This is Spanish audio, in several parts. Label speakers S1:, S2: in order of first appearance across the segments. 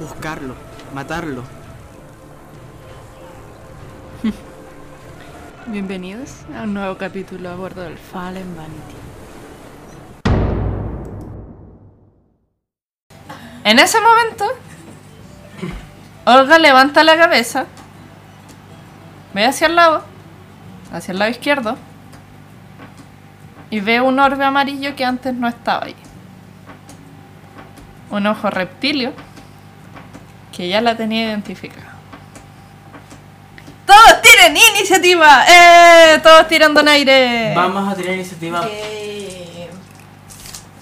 S1: buscarlo, matarlo.
S2: Bienvenidos a un nuevo capítulo a bordo del Fallen Vanity. En ese momento, Olga levanta la cabeza, ve hacia el lado, hacia el lado izquierdo, y ve un orbe amarillo que antes no estaba ahí. Un ojo reptilio que ya la tenía identificada. ¡Todos tienen iniciativa! ¡Eh! ¡Todos tiran donaire!
S1: Vamos a tirar iniciativa.
S3: Eh,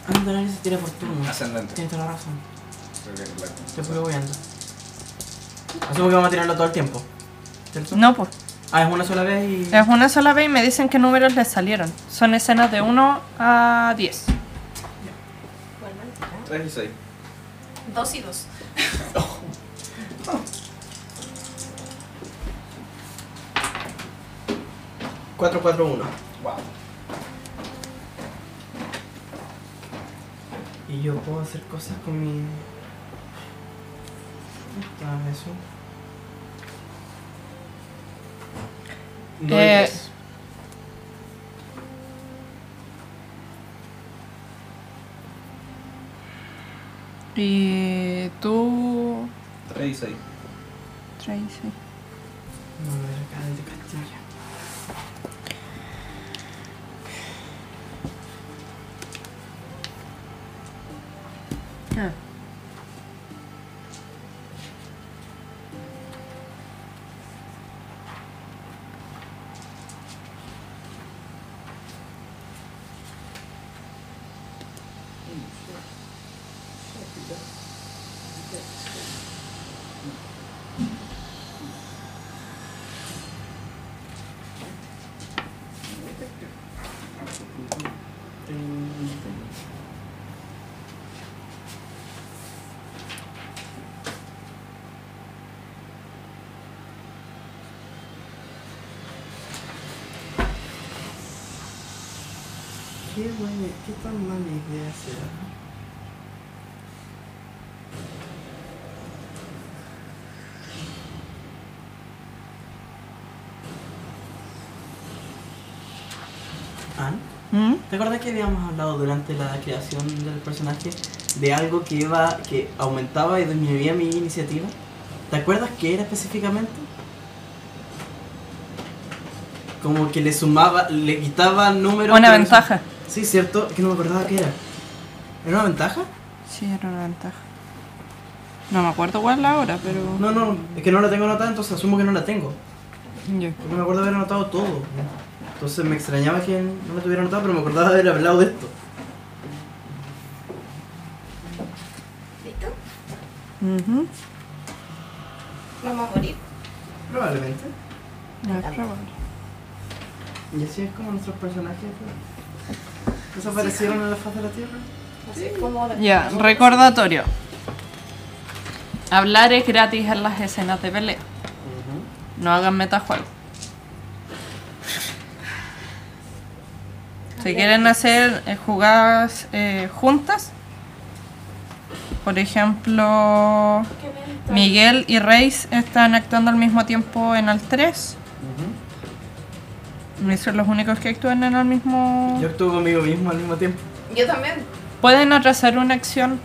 S1: Vamos a tirar iniciativa por turno.
S4: Ascendente.
S1: Tienes toda la razón.
S4: Creo que es la-
S1: Te fui bobeando. Asumo que vamos a tirarlo todo el tiempo. ¿Cierto?
S2: No, pues.
S1: Ah, es una sola vez y.
S2: Es una sola vez y me dicen qué números les salieron. Son escenas de 1 a 10.
S4: Tres y seis.
S3: dos y dos.
S1: Cuatro, cuatro, uno.
S4: Wow.
S1: Y yo puedo hacer cosas con mi. Dame eso. No
S2: Eh,
S1: es-
S2: Y tú...
S4: Tres y seis.
S2: Tracy.
S1: No, no era acá, desde Castilla. Qué buena, qué tan mala idea será. Ann,
S2: ¿Mm?
S1: ¿te acuerdas que habíamos hablado durante la creación del personaje de algo que iba, que aumentaba y disminuía mi iniciativa? ¿Te acuerdas qué era específicamente? Como que le sumaba, le quitaba números.
S2: Una
S1: pero le sum-
S2: ventaja.
S1: Sí, cierto, que no me acordaba qué era. ¿Era una ventaja?
S2: Sí, era una ventaja. No me acuerdo cuál es la hora, pero...
S1: No, no, es que no la tengo anotada, entonces asumo que no la tengo.
S2: Yo.
S1: Porque me acuerdo de haber anotado todo. Entonces me extrañaba que no la tuviera anotada, pero me acordaba de haber hablado de esto.
S3: ¿Listo?
S2: Ujú.
S3: Vamos a morir.
S1: Probablemente.
S2: Ya, probable.
S1: Y así es como nuestros personajes pues, desaparecieron en la faz de la Tierra.
S3: Así es como de-
S2: Ya, recordatorio. Hablar es gratis en las escenas de pelea. No hagan metajuego. Si quieren hacer eh, jugadas eh, juntas, por ejemplo,
S3: Qué lento.
S2: Miguel y Reis están actuando al mismo tiempo en el 3. Y son los únicos que actúan en el mismo...
S1: Yo actúo conmigo mismo al mismo tiempo.
S3: Yo también.
S2: Pueden atrasar una acción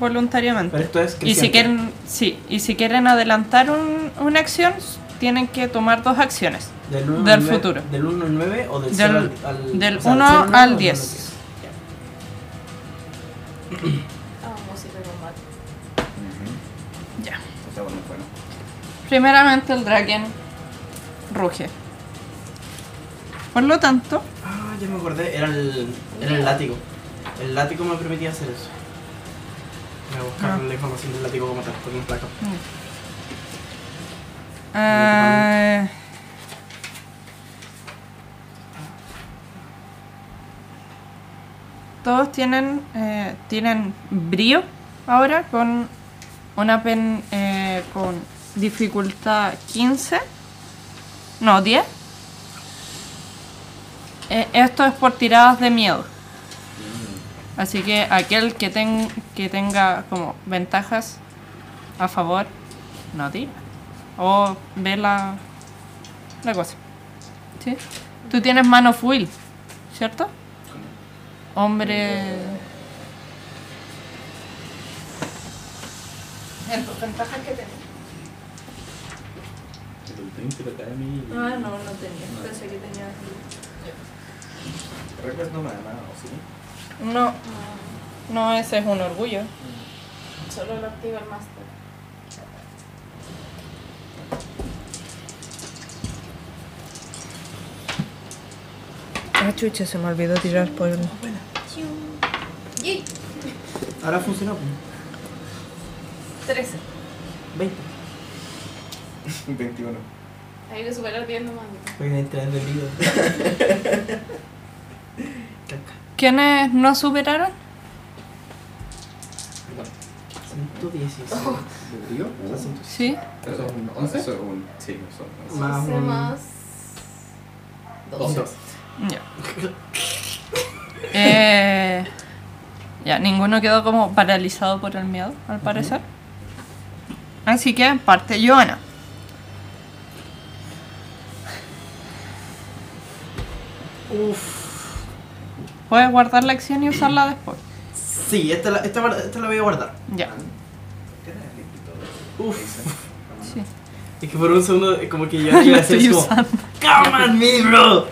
S2: voluntariamente.
S1: Pero esto es que.
S2: Y si quieren, sí, y si quieren adelantar un- una acción, tienen que tomar dos acciones.
S1: Del, uno al
S2: del
S1: nueve-
S2: futuro.
S1: ¿Del 1 al 9 o del
S2: Del-
S1: 0 al, al
S2: del
S1: o sea,
S2: uno
S1: cero nueve
S2: al
S1: o del
S2: diez.
S1: uno diez?
S3: Ah, música normal.
S2: Ya.
S4: Está bueno, bueno.
S2: Primeramente el Draken ruge. Por lo tanto,
S1: Ah, ya me acordé, era el, era el látigo. El látigo me permitía hacer eso.
S5: Voy a buscar
S2: Ah.
S5: la información del látigo como tal, porque no está acá.
S2: Ah, todos tienen eh, tienen brío ahora con una pen eh, con dificultad 15 no 10 Eh, esto es por tiradas de miedo así que aquel que, ten- que tenga como ventajas a favor no tira o ve la, la cosa. ¿Sí? Tú tienes Man of Will, ¿cierto? Hombre.
S6: En tus ventajas que tenés.
S4: El Dream Academy.
S6: Ah, no, no tenía.
S4: No.
S6: Pensé que tenía.
S4: Reckless no me da nada, ¿o ¿sí?
S2: No, no, ese es un orgullo.
S6: Solo lo activa el master.
S2: Ah, chucha, se me olvidó tirar por el.
S6: ¡Yay!
S5: Ahora funcionó.
S6: 13.
S5: 20.
S4: 21.
S6: Hay que superar 10 nomás.
S5: Porque entrar de brillo. Caca.
S2: ¿Quiénes no superaron?
S5: 116.
S1: Oh,
S4: ¿De brío?
S2: Sí.
S4: Eso es un 11. Eso es un. Sí, eso es un 11.
S5: Más
S6: 11
S5: un-
S6: más. 12.
S5: Dos.
S2: Ya. Eh, ya, ninguno quedó como paralizado por el miedo, al parecer. Así que parte Joana.
S5: Uf.
S2: Puedes guardar la acción y usarla después.
S5: Sí, esta la, esta, guarda- esta la voy a guardar.
S2: Ya.
S5: Uf.
S2: Sí.
S5: Es que por un segundo, eh, como que yo iba a hacer
S2: estoy
S5: es como.
S2: usando.
S5: ¡Come on, me, bro!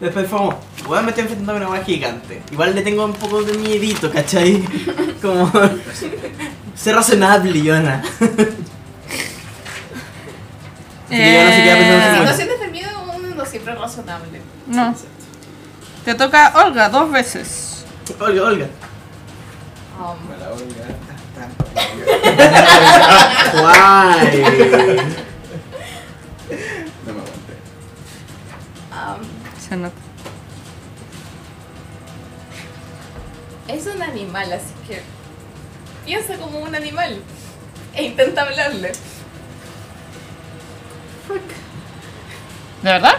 S5: Después fue como, weón, me estoy enfrentando a una weá gigante. Igual le tengo un poco de miedito, ¿cachai? Como. Sé razonable, Yona. que Joana se queda pensando así,
S2: Eh,
S6: Las
S5: bueno.
S6: situaciones de miedo uno no siempre es razonable.
S2: No. Te toca Olga dos veces.
S5: Olga, Olga.
S6: Um,
S4: Me la voy a dar.
S5: Guay.
S4: No me aguanté.
S6: um,
S2: Se nota.
S6: es un animal, así que piensa como un animal e intenta hablarle. Fuck.
S2: ¿De verdad?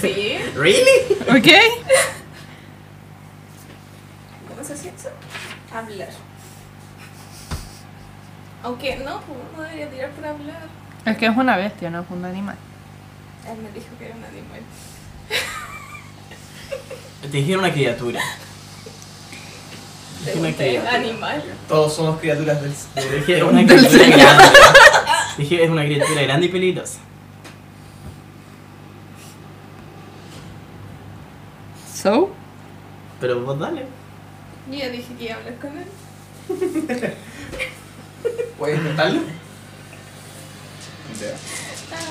S6: Sí.
S5: ¿Really?
S2: Ok.
S6: ¿Cómo se hace eso? Hablar. Aunque no, pues, no debería tirar por hablar.
S2: Es que es una bestia, no es un animal.
S6: Él me dijo que era un animal.
S5: Te dijeron una criatura.
S6: Te
S5: Dije una
S6: gusté,
S5: criatura.
S6: animal.
S4: Todos somos criaturas del.
S5: Te dije una criatura grande. Dije, es una criatura grande y peligrosa.
S2: So?
S5: Pero vos dale.
S6: Y yo dije que iba a hablar con él.
S4: ¿Puedes intentarlo? Ya.
S6: Ah,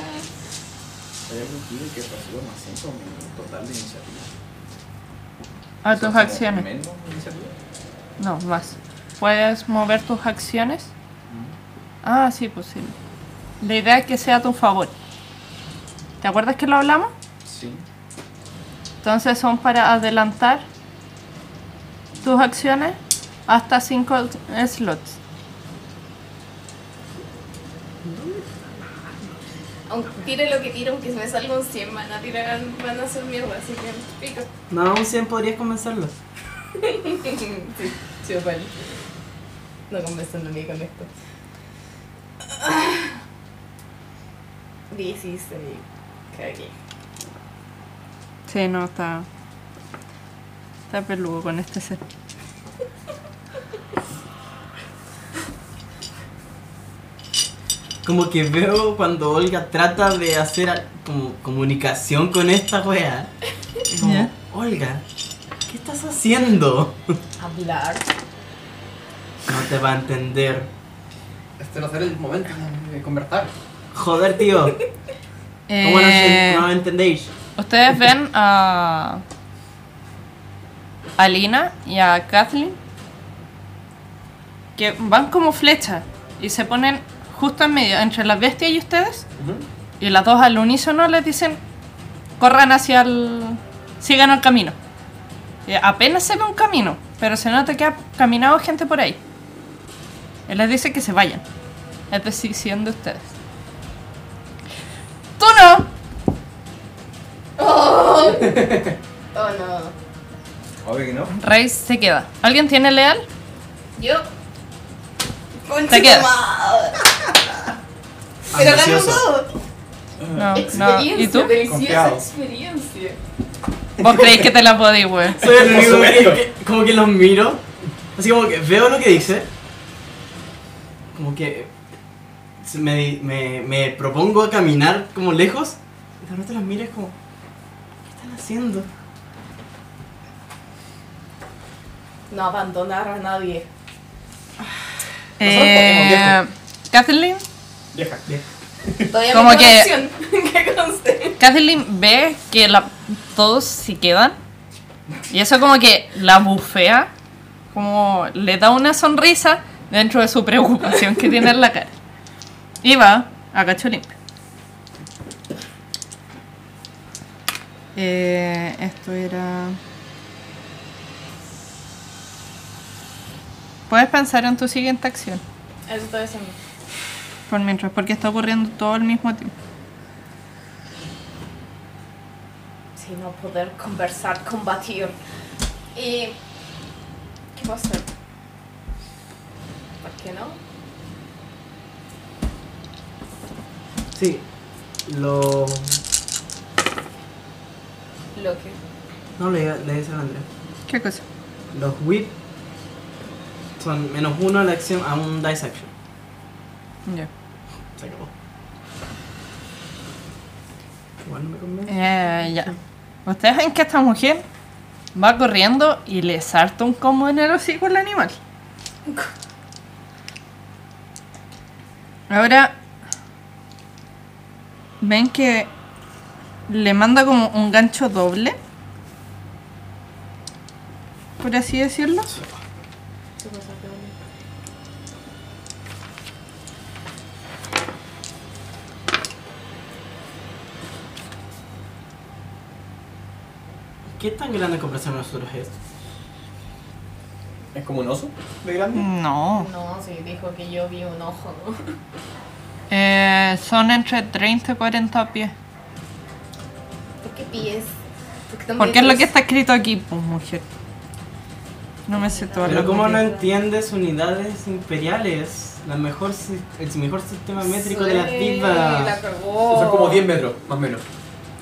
S4: Hay algún tío que pasó más 5 minutos total de iniciativa. O sea,
S2: A tus
S4: como
S2: acciones.
S4: Menos iniciativa.
S2: No, más. Puedes mover tus acciones. Ah, sí, posible. La idea es que sea a tu favor. ¿Te acuerdas que lo hablamos?
S4: Sí.
S2: Entonces son para adelantar tus acciones hasta 5 slots.
S6: Aunque tire lo que tire, aunque me salga un 100, van a tirar, van a hacer mierda, así que pico.
S5: No, aún 100 podrías comenzarlo.
S6: sí, sí, vale. No conversando ni con esto. 16. Cagué.
S2: Sí, no, está. Está peludo con este set.
S5: Como que veo cuando Olga trata de hacer al- como comunicación con esta wea. Es como,
S2: Ya.
S5: Olga, ¿qué estás haciendo?
S6: Hablar.
S5: No te va a entender.
S4: Este no será el momento de conversar.
S5: Joder, tío. ¿Cómo no,
S2: Eh,
S5: se- no lo entendéis?
S2: Ustedes ven a. A Lina y a Kathleen que van como flechas y se ponen justo en medio entre las bestias y ustedes. Y las dos al unísono les dicen, corran hacia el... sigan el camino. Eh, apenas se ve un camino, pero se nota que ha caminado gente por ahí. Él les dice que se vayan. Es decisión de ustedes. ¡Tú no!
S6: Oh, oh no.
S4: Obvio que no.
S2: Rey se queda. ¿Alguien tiene leal?
S6: Yo. Concha
S2: Te quedas.
S6: tu madre. Pero ganó
S5: Ambicioso.
S6: todo.
S2: No, no.
S6: Experiencia,
S2: ¿Y tú?
S6: deliciosa
S4: Confiado.
S6: experiencia.
S2: ¿Vos creéis que te la podéis, weón?
S5: Soy el único
S4: Por
S5: que,
S4: supuesto.
S5: que- como que los miro. Así como que veo lo que dice. Como que se me, di- me, me propongo a caminar como lejos. Y de repente los miro y es como. ¿Qué están haciendo?
S6: No abandonar a nadie.
S2: Eh, Kathleen,
S4: Vieja.
S6: Todavía
S2: Como
S6: me queda
S2: que-
S6: opción. que conste.
S2: Kathleen ve que la- todos se quedan. Y eso como que la bufea. Como le da una sonrisa dentro de su preocupación que tiene en la cara. Y va a cacho limpio. Eh, esto era... Puedes pensar en tu siguiente acción.
S6: Eso todavía se me.
S2: Por mientras, porque está ocurriendo todo al mismo tiempo.
S6: Si no poder conversar, combatir. Y. ¿Qué va a hacer? ¿Por qué no?
S5: Sí. Lo.
S6: Lo que.
S5: No le iba- le dice a Andrea.
S2: ¿Qué cosa?
S5: Los whip son menos uno a la acción a un dice action.
S2: Ya.
S5: Se acabó. Igual no me convence.
S2: Eh, ya. Ustedes ven que esta mujer va corriendo y le salta un combo en el hocico al animal. Ahora ven que le manda como un gancho doble. Por así decirlo.
S6: ¿Qué pasa? ¿Qué bonito?
S5: ¿Qué tan grande comparación a nosotros es?
S4: Es como un oso de grande.
S2: No.
S6: No, sí, dijo que yo vi un ojo.
S2: Eh, son entre 30 y 40 pies.
S6: ¿Por qué pies? Porque
S2: Porque es lo que está escrito aquí, pues mujer. No me sé todo.
S5: Pero
S2: lo
S5: como
S2: que-
S5: no entiendes unidades imperiales, la mejor, si- el mejor sistema métrico de las
S6: La
S5: divas.
S6: cagó.
S4: Son como 10 metros, más o menos.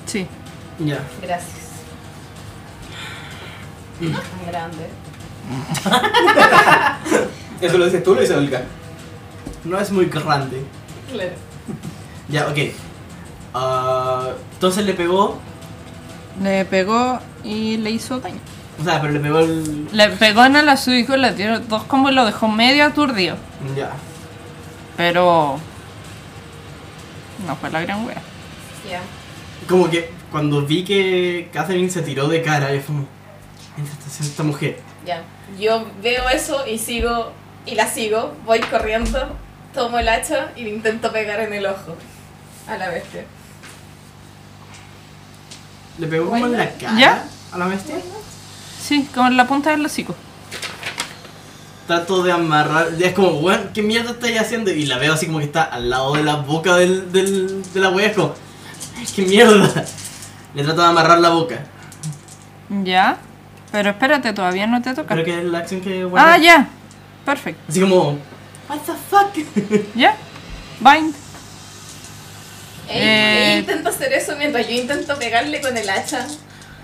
S2: Sí.
S5: Ya.
S6: Gracias.
S2: Mm.
S6: No es tan grande.
S4: Eso lo dices tú, lo dice Olga.
S5: No es muy grande.
S6: Claro.
S5: Ya, ok. Ah, entonces le pegó.
S2: Le pegó y le hizo daño.
S5: O sea, pero le pegó el.
S2: Le pegó en el hocico, le dio dos combos y lo dejó medio aturdido.
S5: Ya.
S2: Pero. No fue la gran wea.
S6: Ya.
S5: Como que cuando vi que Catherine se tiró de cara, yo fue como. "Mira, está haciendo esta mujer.
S6: Ya. Yo veo eso y sigo, y la sigo, voy corriendo, tomo el hacha y le intento pegar en el ojo a la bestia.
S5: Le pegó como en la cara
S2: ¿Ya?
S5: a la bestia.
S2: Sí, con la punta del hocico.
S5: Trato de amarrar. Es como, weón, ¿qué mierda estáis haciendo? Y la veo así como que está al lado de la boca del, del, de la wea. Es como, "Ay, ¿qué mierda? Le trato de amarrar la boca.
S2: Ya. Pero espérate, todavía no te toca.
S5: Creo que es la acción que. bueno,
S2: Ah, ya. Perfecto.
S5: Así como, ¿What the fuck?
S2: Ya. Bind.
S6: Ey,
S2: Eh.
S6: ella intenta hacer eso mientras yo intento pegarle con el hacha.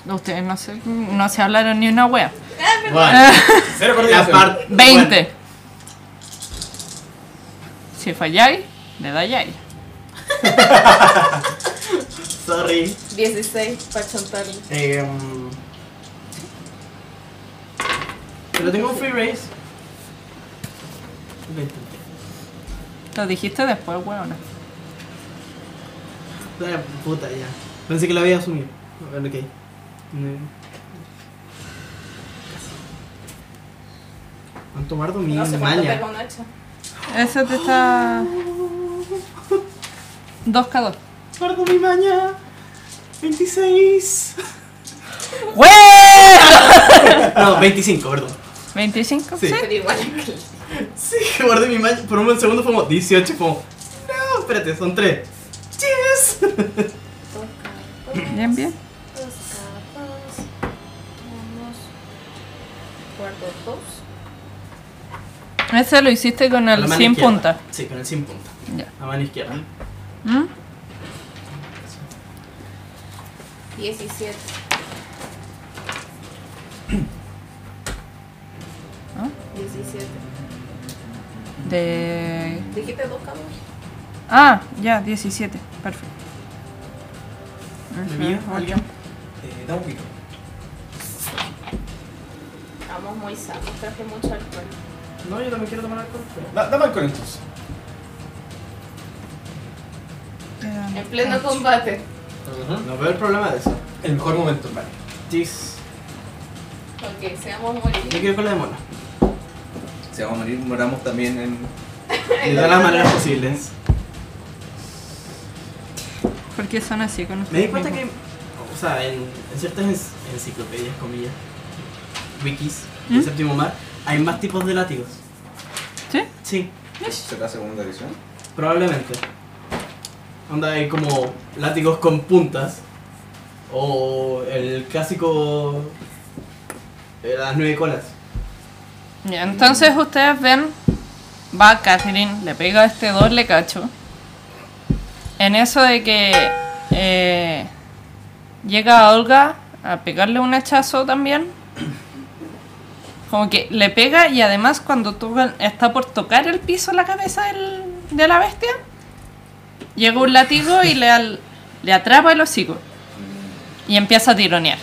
S2: Ustedes no se, no se hablaron ni una wea.
S5: Bueno,
S4: Cero
S5: la
S4: coordinación.
S5: parte.
S2: 20. Si falláis, le dayáis.
S5: sorry.
S6: 16 para chontarle.
S5: Eh, um, pero tengo un free race. Lo intenté.
S2: Lo dijiste después, weona.
S5: Ah, puta, ya. Pensé que lo había asumido. Bueno, ok. No. ¿Cuánto guardo mi
S6: No sé cuánto
S5: maña?
S6: pega un hacha.
S2: Eso te está. 2K2.
S5: Guardo mi maña. 26.
S2: ¡Wey!
S5: No, 25, perdón.
S2: ¿25?
S5: Sí.
S6: Pero igual es que-
S5: Sí, guardé mi maña. Por un buen segundo fue como 18, fue como. No, espérate, son 3. Yes.
S2: Bien, bien.
S6: Dos capas. Vamos. Guardo dos.
S2: Ese lo hiciste con
S5: Con
S2: el
S5: la mano
S2: 100
S5: izquierda.
S2: puntas.
S5: Sí, con el 100 punta.
S2: Ya.
S5: La mano izquierda.
S2: ¿Mm?
S6: 17.
S2: ¿Ah?
S6: 17.
S2: De.
S6: Dijiste dos capas.
S2: Ah, ya, 17. Perfecto.
S5: ¿De mío?
S2: Ujú,
S5: ¿Alguien?
S2: ocho.
S5: Eh, da un pico.
S6: Estamos muy sanos, traje mucho alcohol.
S5: No, yo también quiero tomar alcohol. pero-
S4: Da- Dame alcohol entonces.
S2: Quedan-
S6: En pleno combate.
S5: No veo el problema de eso.
S7: El mejor momento, vale.
S5: Yes.
S6: Ok, seamos
S5: Yo
S6: morir.
S5: quiero con la de mona.
S7: Si vamos a morir, moramos también en.
S5: De todas las maneras posibles.
S2: ¿Por qué son así con
S5: Me di
S2: ustedes
S5: cuenta que,
S2: mismos?
S5: o sea, en, en ciertas en- enciclopedias, comillas, wikis,
S2: ¿Mm?
S5: del séptimo mar, hay más tipos de látigos.
S2: ¿Sí?
S5: Sí,
S7: ¿Será segunda edición?
S5: probablemente. Onda, hay como látigos con puntas, o el clásico. eh, las nueve colas.
S2: Ya, entonces ustedes ven, va Catherine, le pega este doble cacho. En eso de que eh, llega Olga a pegarle un hachazo también. Como que le pega y además cuando toca- está por tocar el piso la cabeza del- de la bestia, llega un látigo y le, al- le atrapa el hocico. Y empieza a tironear.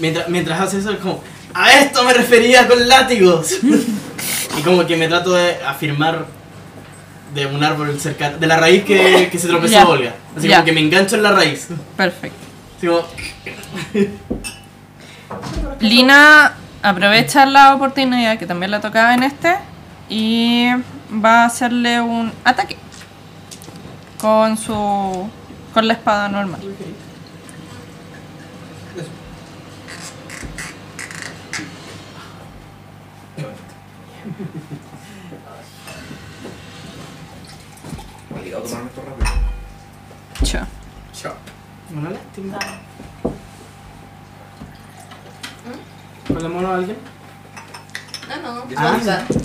S5: Mientras, mientras hace eso, es como. ¡A esto me refería con látigos! y como que me trato de afirmar de un árbol cercano. de la raíz que, que se tropezó
S2: Ya.
S5: Olga. Así
S2: Ya.
S5: como que me engancho en la raíz.
S2: Perfecto.
S5: Así como,
S2: Lina aprovecha la oportunidad que también la tocaba en este y va a hacerle un ataque con su con la espada normal.
S7: Obligado a tomarme esto rápido.
S2: Chao.
S7: Chao.
S5: Una lástima. ¿Hola, mono a alguien?
S6: No, no.
S5: Ah.
S6: Vodka.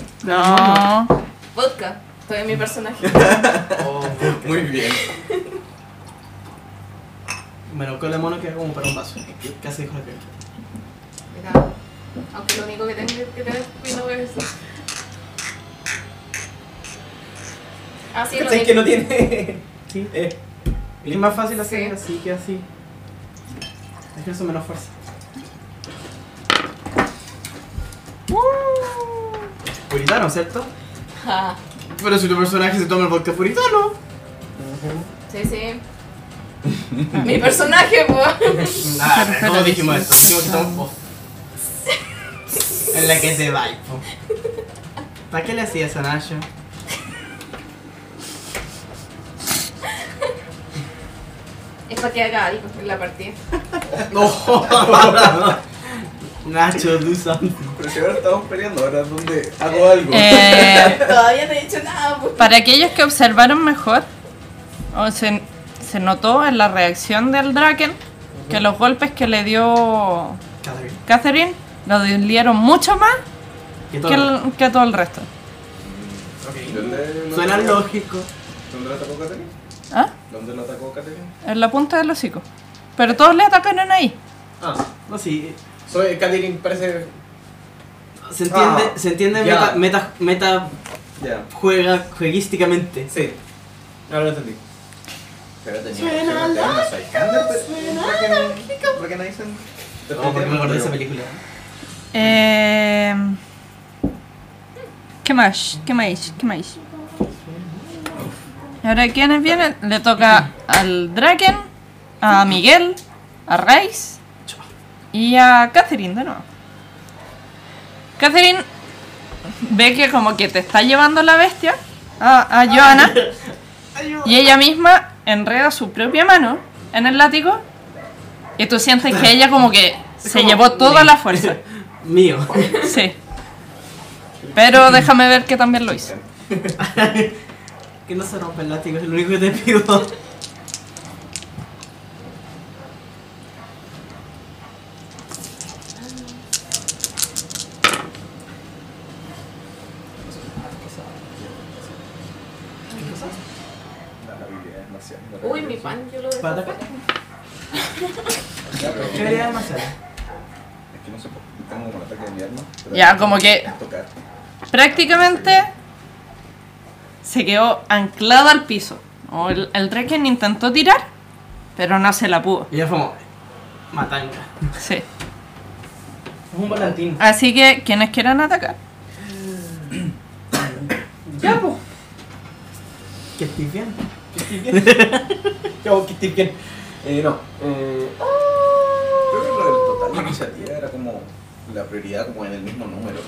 S2: No.
S6: Vodka. Estoy en mi personaje.
S7: Muy bien.
S5: Bueno, con la mono queda como para un vaso. Casi dijo la que.
S6: Mira, Aunque lo único que tengo que tener cuidado es eso. Ah, sí, lo
S7: ¿Cachai que
S6: único-
S7: no tiene?
S5: Sí.
S7: Eh,
S5: Es más fácil hacer
S6: Sí.
S5: así que así. Es que eso menos fuerza.
S2: Uh.
S5: Puritano, ¿cierto?
S6: Ah,
S5: Pero si tu personaje se toma el vodka puritano.
S6: sí, sí. mi personaje, pues.
S5: Nah, no dijimos esto. Dijimos que estamos. En la que te va, po. ¿Para qué le hacías a Nacho?
S6: Es para que haga algo en la partida.
S5: No. Nacho, do something.
S7: Pero si ahora estamos peleando, ahora es donde hago algo.
S2: Eh,
S6: Todavía no he dicho nada, pues.
S2: para aquellos que observaron mejor, o se, se notó en la reacción del Draken que los golpes que le dio
S5: Catherine.
S2: Catherine lo dolieron mucho más
S5: ¿Qué
S2: que, el- que todo el resto.
S7: ¿Dónde lo
S5: Suena
S7: atacó?
S5: lógico.
S7: ¿Dónde lo atacó Catherine?
S2: ¿Ah?
S7: ¿Dónde lo atacó Catherine?
S2: En la punta del hocico. Pero todos le atacaron ahí.
S7: Ah,
S5: No, sí.
S7: soy Catherine, parece.
S5: Se entiende,
S7: Ah,
S5: se entiende
S7: ya.
S5: meta, meta, meta
S7: Ya,
S5: juega jueguísticamente.
S7: sí. Ahora lo entendí. Pero tenía
S5: Suena
S7: opción de
S5: lógico,
S7: hacer una Soy Suena lógico. ¿Por qué no dicen?
S5: No, Oh, porque me acordé de esa película.
S2: Eh, ¿Qué más? ¿Qué más? ¿Qué más? Ahora, ¿quiénes vienen? Le toca al Draken, a Miguel, a Reis y a Catherine de nuevo. Catherine ve que como que te está llevando la bestia a, a Johanna y ella misma enreda su propia mano en el látigo y tú sientes que ella como que se
S5: Como-
S2: llevó toda la fuerza.
S5: Mío.
S2: Sí. Pero déjame ver que también lo hizo.
S5: que no se rompa el látigo, es lo único que te pido.
S7: La habilidad es demasiado.
S6: Uy, mi pan, yo lo
S5: ¿Para atacar?
S7: Ya, pero-
S5: ¿Qué haría más
S7: Es que no sé, por- tengo como un ataque de mi arma. pero-
S2: Ya, como que
S7: Tocar.
S2: prácticamente se quedó anclada al piso. O el, el Draken intentó tirar, pero no se la pudo.
S5: Y ya fue como. Matanga.
S2: Sí.
S5: Es un volantín.
S2: Así que quienes quieran atacar.
S5: Ya, po. Que estoy bien.
S7: Yo, que estoy bien. Eh, no. Eh, creo que lo del total de iniciativa era como la prioridad como en el mismo número.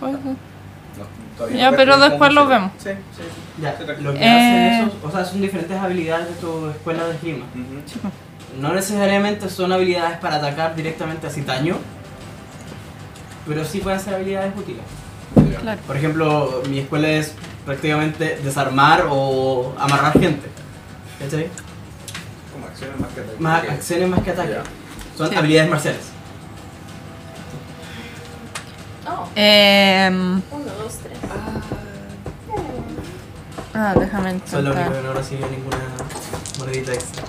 S2: Pues,
S7: No, todavía
S2: Ya,
S7: no
S2: pero
S7: recuerdo
S2: después
S7: cómo
S2: lo
S7: se-
S2: vemos.
S7: Sí, sí. sí.
S5: Ya, lo que
S2: Eh.
S5: hacen esos. O sea, son diferentes habilidades de tu escuela de esgrima.
S7: Ujú.
S5: No necesariamente son habilidades para atacar directamente así daño, pero sí pueden ser habilidades útiles.
S7: Ya.
S2: claro.
S5: Por ejemplo, mi escuela es prácticamente desarmar o amarrar gente. ¿Cachai?
S7: Como acciones más que ataques.
S5: Más
S7: Ok.
S5: acciones más que ataques.
S7: Ya.
S5: Son
S2: Sí.
S5: habilidades marciales.
S6: Oh,
S2: Em,
S6: uno, dos, tres.
S2: ah, déjame
S5: Son lo único
S2: intentar.
S5: que no recibió ninguna monedita extra.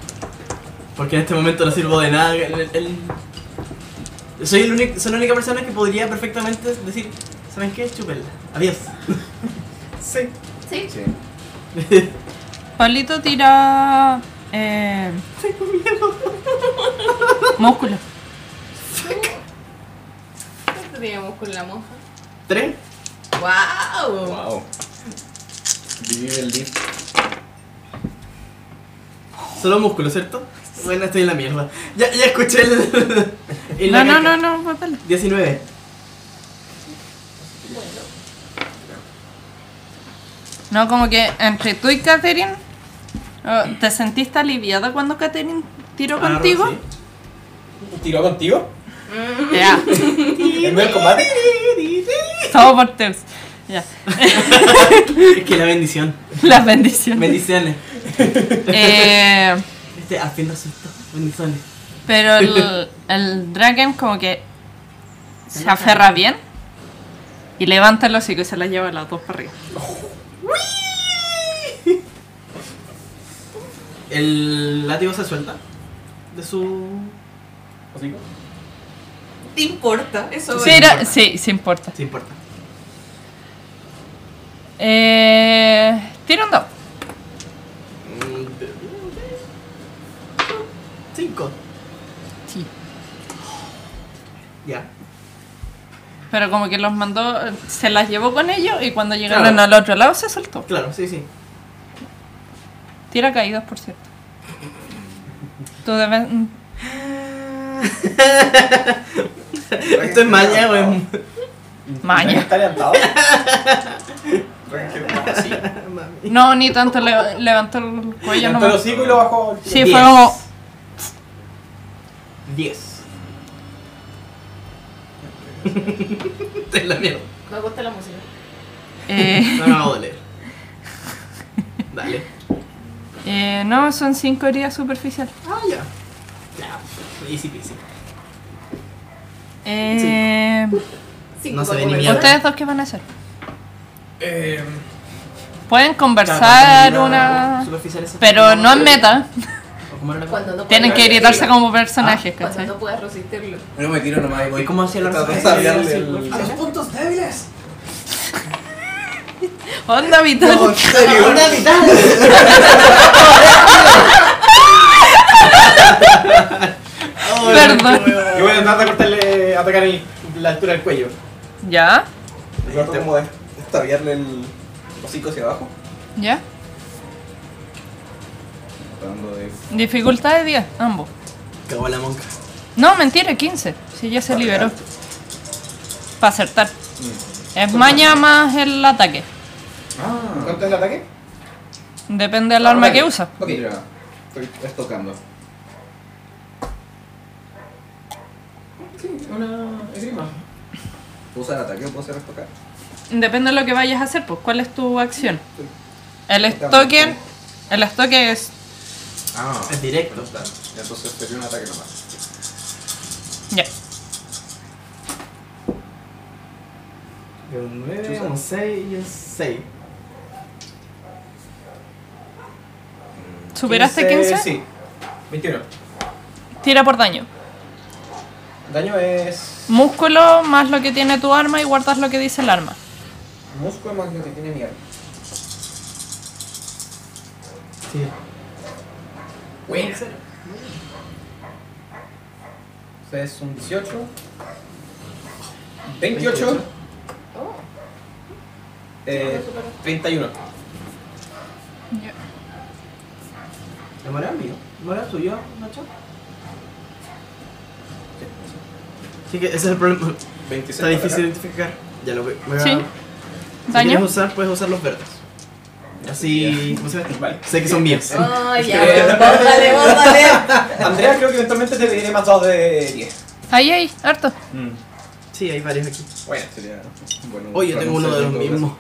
S5: Porque en este momento no sirvo de nada. el- el- el- Soy, el único, soy la única persona que podría perfectamente decir, ¿saben qué? Chupela. Adiós. sí.
S6: Sí,
S7: Sí.
S2: Pablito tira. Eh, músculo.
S6: ¿cuánto teníamos con la moja?
S5: ¿Tres?
S6: ¡Wow!
S7: Wow. Vivir el día.
S5: Solo músculo, ¿cierto? Bueno, estoy en la mierda. Ya, ya escuché el... el
S2: No,
S5: la
S2: no, no,
S5: caca.
S2: no, papel.
S5: 19.
S2: No, como que entre tú y Catherine, oh, ¿te sentiste aliviada cuando Catherine tiró
S5: Agarro
S2: contigo?
S5: así.
S7: ¿Tiró contigo?
S2: Ya,
S7: ¿En medio del combate?
S2: todo por Teus. Ya,
S5: Es que la bendición.
S2: las bendiciones.
S5: Bendiciones.
S2: Eh,
S5: Este, al fin resultó. Bendiciones.
S2: pero el, el Draken como que se aferra bien y levanta el hocico y se las lleva las dos para arriba.
S5: El látigo se suelta de su...
S7: ¿Consigo?
S6: ¿Te importa? Eso
S2: Sí, era- sí, sí importa.
S5: Se importa.
S2: Eh, tira un dado.
S5: 5.
S2: Sí.
S5: Ya.
S2: Pero como que los mandó, se las llevó con ellos y cuando llegaron
S5: Claro.
S2: al otro lado se soltó.
S5: Claro, sí, sí.
S2: Tira caídas, por cierto. Tú debes... mm,
S5: ¿Esto es maña o es...
S2: Maña.
S7: ¿Está levantado? Tranquilo, no, así.
S2: No, ni tanto le- levantó el cuello
S7: Levantó el
S2: nomás.
S7: hocico y lo bajó. al
S2: Sí,
S7: tiro.
S2: fue como...
S5: 10. Te la mierda.
S6: Me gusta la música.
S2: eh,
S5: No me va a doler. Dale.
S2: eh, no, son cinco heridas superficiales.
S5: Ah, ya. Ya. Easy peasy.
S2: Eh,
S6: Cinco
S5: No se ve ni
S6: para
S5: mierda.
S2: ¿Ustedes dos qué van a hacer?
S7: Eh,
S2: Pueden
S5: Ya,
S2: conversar
S5: con
S2: una...
S5: superficial esa-
S2: Pero no en meta.
S5: ¿O cómo era la-
S6: Cuando no
S2: Tienen
S6: puedas
S2: que gritarse
S6: resistirlo.
S7: Ah,
S2: como personajes,
S6: Cuando
S2: ¿cachai?
S6: no puedas resistirlo.
S7: Yo me tiro nomás y voy.
S5: ¿Y cómo hacía la
S7: Tratando de
S5: respuesta?
S7: sabiarle
S5: Sí,
S7: el-
S5: sí, sí.
S7: puntos débiles!
S2: Onda vital.
S7: No, en serio.
S5: Una mitad.
S7: Oh,
S2: Perdón.
S7: Yo voy a tratar de
S5: eh,
S7: cortarle, atacar el- la altura del cuello.
S2: ¿Ya?
S7: Trato como de estabiarle el hocico hacia abajo.
S2: ¿Ya?
S7: Tratando de...
S2: Dificultad de 10, ambos.
S5: Cagó la monca.
S2: No, mentira, 15. Si ya se liberó. Para acertar. Es maña más el ataque.
S7: Ah,
S4: ¿Cuánto es el ataque?
S2: Depende del arma
S4: Ataque.
S2: que usa.
S4: Ok, ya. Estoy estocando.
S7: sí, una esgrima.
S4: ¿Puedo usar ataque o puedo hacer estocar?
S2: Depende de lo que vayas a hacer, pues cuál es tu acción.
S4: Sí.
S2: El estoque, el estoque es
S7: Ah,
S5: Es directo.
S7: bueno, está. Entonces sería un ataque nomás.
S2: ya.
S5: De un 9, Eh, un 6 y un 6.
S2: ¿Superaste
S5: Eh,
S2: 15?
S7: Sí. 21.
S2: Tira por daño.
S7: Daño es.
S2: Músculo más lo que tiene tu arma y guardas lo que dice el arma.
S7: Músculo más lo que tiene mi arma.
S5: Sí.
S7: Bueno. Es un 18. 28. Eh, 31.
S5: ¿La moral mío? ¿La moral tuyo, Nacho? Sí, que ese es el problema.
S7: 26
S5: Está difícil identificar. Ya lo veo.
S2: Sí.
S5: Si
S2: Daño.
S5: quieres usar, puedes usar los verdes. Así. ¿Cómo se llama?
S7: Vale.
S5: Sé que son míos.
S6: Oh, ya, bótale, bótale.
S7: Andrea, creo que eventualmente te pediré más 2 de 10.
S2: Ahí, ahí, harto.
S5: Sí, hay varios aquí.
S7: Bueno, sería. Bueno,
S5: Oh, yo tengo uno de los
S7: Eh,
S5: mismos.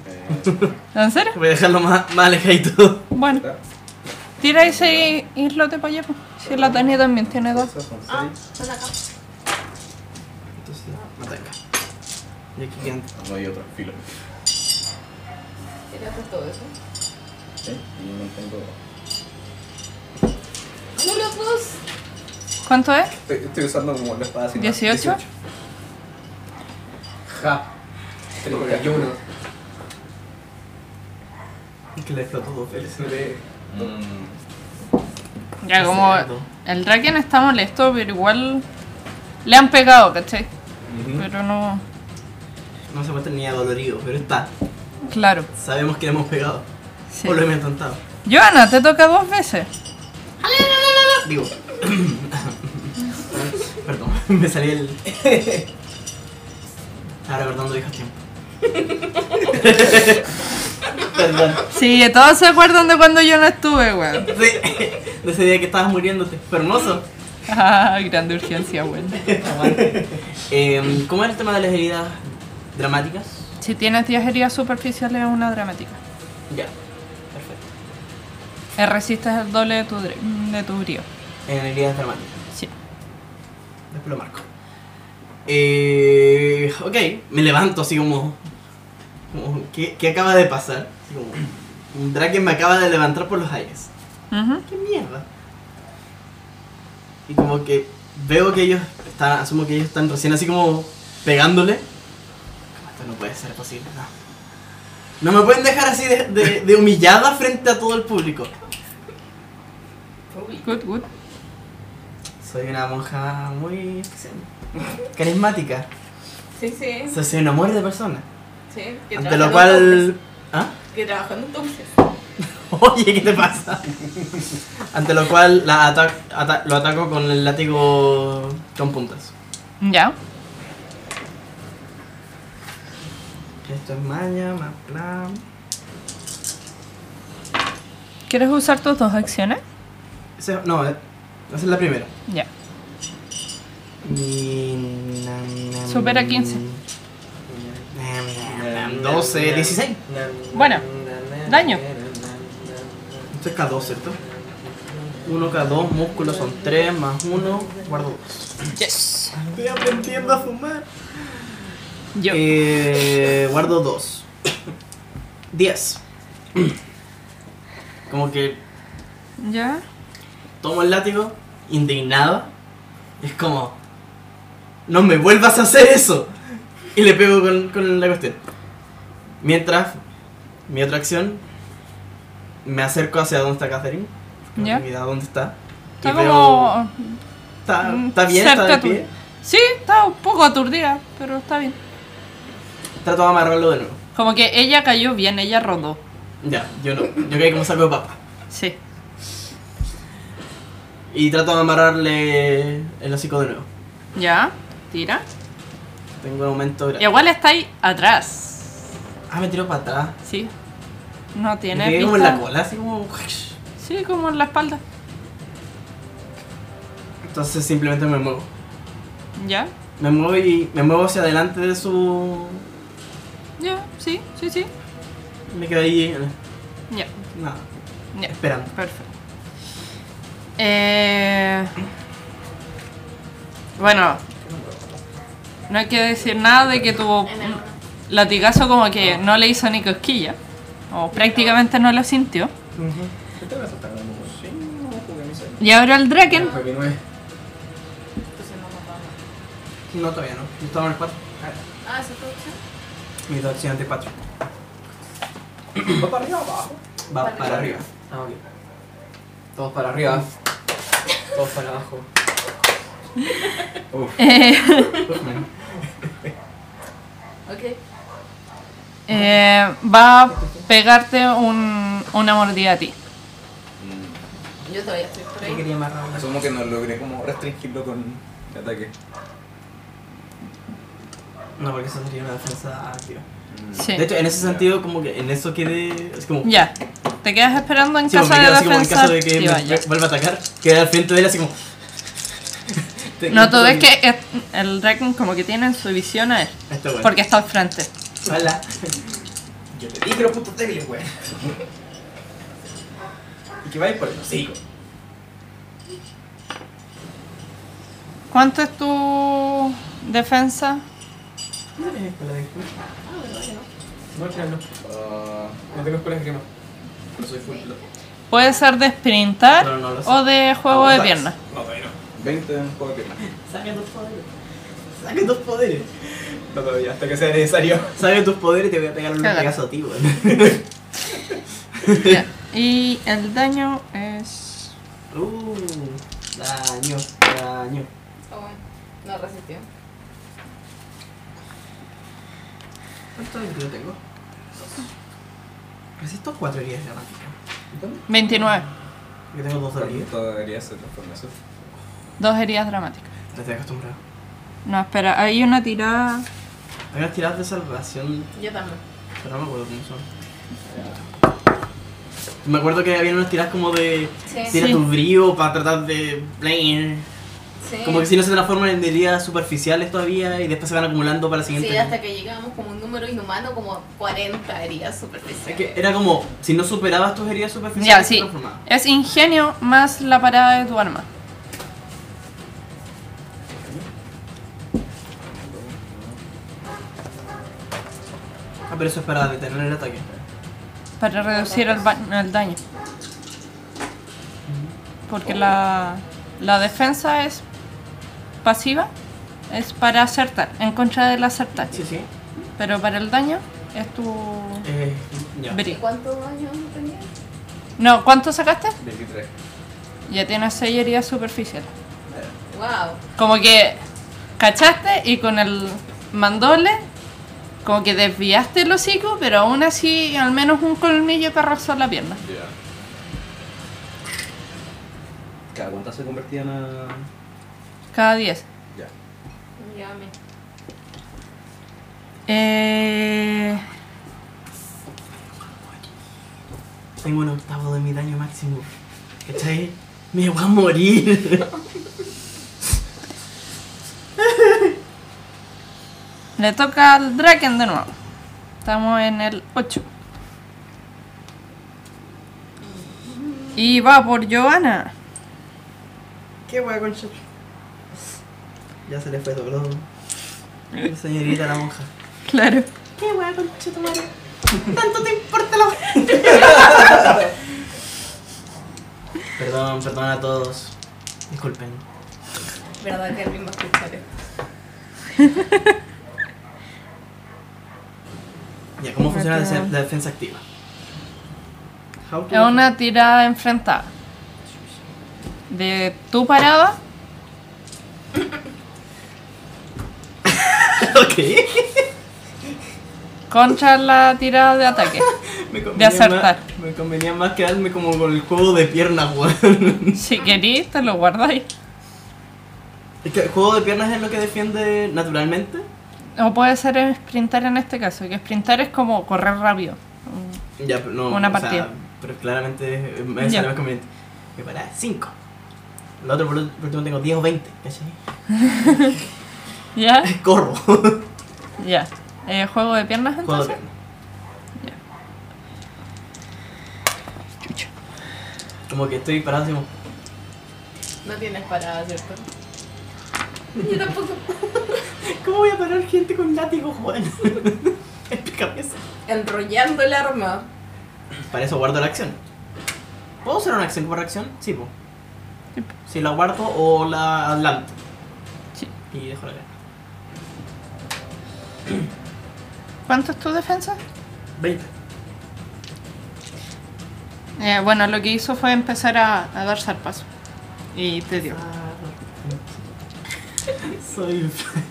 S2: ¿En serio?
S5: Voy a dejarlo más, más alejadito.
S2: Bueno,
S7: eh,
S2: tira ese islote para allá. pues. Si la Tania también tiene dos.
S7: esos son
S6: Ah,
S7: seis.
S6: están acá.
S5: Entonces, no tenga. Y aquí quedan.
S7: No hay otro, filo.
S6: ¿Tiraste todo eso?
S7: ¿Sí? Y no tengo.
S6: ¡Uno, dos!
S2: ¿Cuánto es?
S7: Estoy, estoy usando como la espada sin
S2: 18.
S7: Ja. 31.
S5: Es que le explotó dos veces.
S7: Mm.
S2: Ya como el Draken está molesto, pero igual le han pegado, ¿cachai? Pero no...
S5: No se muestra ni adolorido, pero está.
S2: Claro.
S5: Sabemos que le hemos pegado.
S2: Sí.
S5: O lo hemos intentado.
S2: Joana, te toca dos veces.
S5: Digo. Perdón, me salió el. Estaba recordando viejos tiempos. Perdón.
S2: Sí, todos se acuerdan de cuando yo no estuve, weón.
S5: Sí, de ese día que estabas muriéndote. Fue hermoso.
S2: Ah, grande urgencia, weón.
S5: Em, ¿Cómo era el tema de las heridas dramáticas?
S2: Si tienes 10 heridas superficiales es una dramática.
S5: Ya. Perfecto.
S2: Eh, Resistes el doble de tu, dre- de tu brío.
S5: En Eh, heridas dramáticas.
S2: Sí.
S5: Después lo marco. Eh, ok, me levanto así como. como ¿qué, qué acaba de pasar? Así como, un Draken me acaba de levantar por los aires.
S2: Ujú.
S5: ¿Qué mierda? Y como que veo que ellos están, asumo que ellos están recién así como pegándole. Como, Esto no puede ser posible, no. No me pueden dejar así de, de- de humillada frente a todo el público.
S2: Good, good.
S5: Soy una monja muy carismática.
S6: Sí, sí,
S5: O sea, soy un amor de persona.
S6: sí. que
S5: Ante lo
S6: trabajan los
S5: cual... ¿Ah?
S6: hombres, Que trabajando entonces.
S5: Oye, ¿qué te pasa? Ante lo cual la ata- ata- lo ataco con el látigo con puntas.
S2: Ya.
S5: Esto es maña, más plan.
S2: ¿Quieres usar tus dos acciones?
S5: Ese- no, eh, esa es la primera.
S2: Ya.
S5: Y- nam, nam,
S2: Supera 15.
S5: nam, nam, nam, 12, 16.
S2: Bueno, daño.
S5: Esto es K2, ¿cierto? 1 K2, músculos son 3, más 1, guardo 2.
S2: Yes.
S5: Estoy aprendiendo a fumar.
S2: Yo.
S5: Eh, guardo 2. 10. Como que
S2: Ya.
S5: tomo el látigo, indignado. Es como, no me vuelvas a hacer eso. Y le pego con, con la cuestión. Mientras, mi otra acción, me acerco hacia donde está Catherine. porque
S2: Ya.
S5: Me he olvidado dónde está. Y
S2: Está
S5: veo-
S2: como...
S5: Está,
S2: mm,
S5: está bien, está
S2: cerca
S5: de
S2: tu-
S5: pie.
S2: Sí, está un poco aturdida, pero está bien.
S5: Trato de amarrarlo de nuevo.
S2: Como que ella cayó bien, ella rodó.
S5: Ya, yo no. Yo caí como saco de papa.
S2: Sí.
S5: Y trato de amarrarle el hocico de nuevo.
S2: Ya. Tira.
S5: Tengo un aumento gra-
S2: Igual estáis atrás.
S5: Ah, me tiro para atrás.
S2: Sí. No
S5: Me
S2: tiene
S5: pegué
S2: vista.
S5: como en la cola, así como.
S2: Sí, como en la espalda.
S5: Entonces simplemente me muevo.
S2: Ya,
S5: Me muevo y me muevo hacia adelante de su.
S2: ya, sí, sí, sí.
S5: Me quedo ahí. eh,
S2: Ya,
S5: Nada,
S2: ya.
S5: esperando.
S2: Perfecto. Eh, bueno, no hay que decir nada de que tu latigazo como que no le hizo ni cosquilla, o prácticamente no lo sintió.
S7: ¿Qué te vas a estar dando? Sí, no jugué mis años.
S2: Y ahora el Draken,
S7: Fue mi nueve.
S6: Entonces no nos vamos.
S5: No, todavía no. Yo estaba en el 4.
S6: Ah, ¿esa es tu opción?
S5: Mi dos accidente 4.
S7: ¿Va para arriba o abajo?
S5: Va
S6: Vale.
S5: para arriba.
S1: Ah, ok. Todos para arriba. Todos para abajo.
S2: eh,
S6: Ok.
S2: eh, va a pegarte un- una mordida a ti.
S7: Mm.
S6: Yo todavía estoy por
S5: Yo
S6: ahí.
S5: quería amarrar una-
S7: Asumo que no logré como restringirlo con el ataque.
S5: No, porque eso sería una defensa activa.
S2: Sí.
S7: Mm.
S5: De hecho, en ese sentido, como que en eso quedé. Es como.
S2: Ya, te quedas esperando en
S5: Sí,
S2: casa
S5: porque
S2: de
S5: quedo así como en
S2: defensa.
S5: caso de que
S2: activa,
S5: me
S2: ya.
S5: vuelva a atacar, quedé al frente de él así como.
S2: No, tú ves que es- el Draken como que tiene en su visión a él,
S5: Este bueno.
S2: porque está al frente.
S5: Hola.
S7: Yo te dije los puntos débiles, güey. y que vais por el hocico.
S2: ¿Cuánto es tu defensa?
S1: No, al final no.
S7: Ah,
S1: No tengo escuelas de crema.
S7: no soy full plot.
S2: Puede ser de sprintar
S5: Pero no lo sé.
S2: o de juego de
S7: Vamos,
S2: piernas.
S7: No, todavía no. 20 en juego de piernas.
S5: Saca tus poderes. Saca tus poderes.
S7: No todavía, hasta que sea necesario.
S5: Saca tus poderes y te voy a pegar un
S2: Cágate.
S5: pegazo a ti, weón.
S2: Ya. Y el daño es.
S5: Uh, daño, daño.
S6: Ah, bueno. No resistió.
S5: ¿Cuánto daño tengo? Resisto cuatro heridas dramáticas.
S2: 29.
S5: Yo tengo dos heridas.
S7: Esto debería ser transformación.
S2: Dos heridas dramáticas.
S5: No estoy acostumbrado.
S2: No, espera, hay una tirada.
S5: Hay unas tiradas de salvación,
S6: Yo también.
S5: pero no me acuerdo cómo son. Me acuerdo que había unas tiradas como de.
S6: Sí.
S5: Tira
S2: Sí.
S5: tu brío para tratar de. Blaine.
S6: Sí.
S5: Como que si no se transforman en heridas superficiales todavía y después se van acumulando para la siguiente.
S6: Sí, hasta que llegamos como un número inhumano, como 40 heridas
S5: Es
S6: superficiales.
S5: que era como, si no superabas tus heridas superficiales, te
S2: Ya, sí.
S5: transformabas.
S2: Es ingenio más la parada de tu arma.
S5: Ah, pero eso es para detener el ataque.
S2: Para reducir el, ba- el daño. Porque la, la defensa es pasiva, es para acertar, en contra del acertar.
S5: Sí, sí.
S2: Pero para el daño es tu...
S5: Eh, ya.
S6: ¿Y
S2: bri-
S6: cuántos años tenía?
S2: No, ¿cuánto sacaste?
S7: 23.
S2: Ya tienes seis heridas superficiales.
S6: ¡Wow!
S2: Como que cachaste y con el mandole, como que desviaste el hocico, pero aún así al menos un colmillo te rozó la pierna.
S7: Ya. ¿Cada cuánto se convertían a...?
S2: Cada 10.
S7: Ya.
S6: Llame.
S2: Eh...
S5: Tengo un octavo de mi daño máximo. ¿Cachai? Me voy a morir.
S2: Le toca al Draken de nuevo. Estamos en el 8. Y va por Giovanna.
S5: Qué hueá con Ya se le fue todo. Señorita la monja.
S2: Claro.
S5: Qué hueá con madre. Tanto te importa la Perdón, perdón a todos. Disculpen.
S6: ¿Verdad que el mismo escucharé?
S5: Ya, ¿cómo
S2: Me
S5: funciona la
S2: queda-
S5: defen- la defensa activa? How
S2: Es una tirada enfrentada. De tu parada
S5: Ok.
S2: contra la tirada de ataque.
S5: Me convenía
S2: De acertar.
S5: más- me convenía más quedarme como con el juego de piernas, weón.
S2: Si querís, te lo guardáis.
S5: Es que el juego de piernas es lo que defiende naturalmente.
S2: O puede ser sprintar en este caso, que sprintar es como correr rápido.
S5: Ya, pero no.
S2: Una
S5: o sea,
S2: partida.
S5: pero claramente eh, me
S2: Ya.
S5: sale más conveniente. Me para 5. Lo otro por por último tengo 10 o 20, ¿cachai?
S2: ¿Ya?
S5: Corro.
S2: Ya. Eh, ¿Juego de piernas
S5: Juego de
S2: entonces?
S5: pierna. Como que estoy parado así como.
S6: No tienes parada, ¿cierto? Yo tampoco.
S5: ¿Cómo voy a parar gente con látigo, Juan? Explícame eso.
S6: Enrollando el arma.
S5: Para eso guardo la acción. ¿Puedo usar una acción por acción? Sí, po. Si la guardo o la adelanto.
S2: Sí.
S5: Y dejo la gana.
S2: ¿Cuánto es tu defensa?
S5: 20.
S2: Eh, bueno, lo que hizo fue empezar a, a dar zarpazo. Y te dio.
S5: Soy enfermo.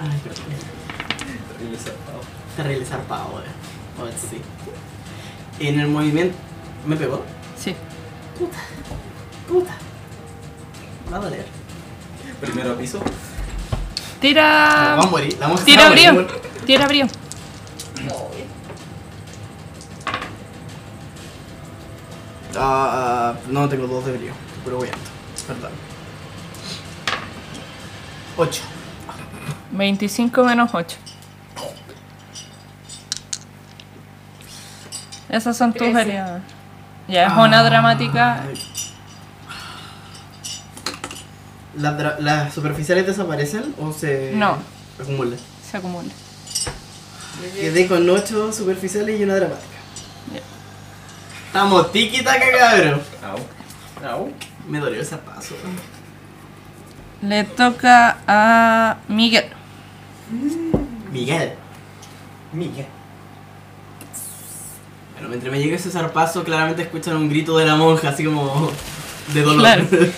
S5: Ay, pero.
S7: Terrible zarpado.
S5: Terrible zarpado, weón. Oye, sí. En el movimiento. ¿Me pegó?
S2: Sí.
S5: Puta. Va a doler.
S7: Primero piso.
S2: Tira. Ah.
S5: Vamos a morir. La vamos a
S2: Tira
S5: la vamos a
S2: brío.
S5: morir.
S2: Tira brío.
S6: No,
S5: Ah, ah, no tengo dos de brío. Pero voy alto. Perdón. 8.
S2: 25 menos 8. Esas son tus
S6: Trece.
S2: variadas. Ya es
S5: Ah.
S2: una dramática.
S5: ¿Las, dra- las superficiales desaparecen o se
S2: No.
S5: acumulan?
S2: Se acumula.
S5: Quedé con 8 superficiales y una dramática.
S2: Ya.
S5: Estamos tiquita que cabrón.
S7: Au.
S5: Me dolió el zapazo.
S2: Le toca a Miguel.
S5: Miguel.
S1: Miguel.
S5: Bueno, mientras me llega ese zarpazo, claramente escuchan un grito de la monja, así como de dolor.
S2: Claro.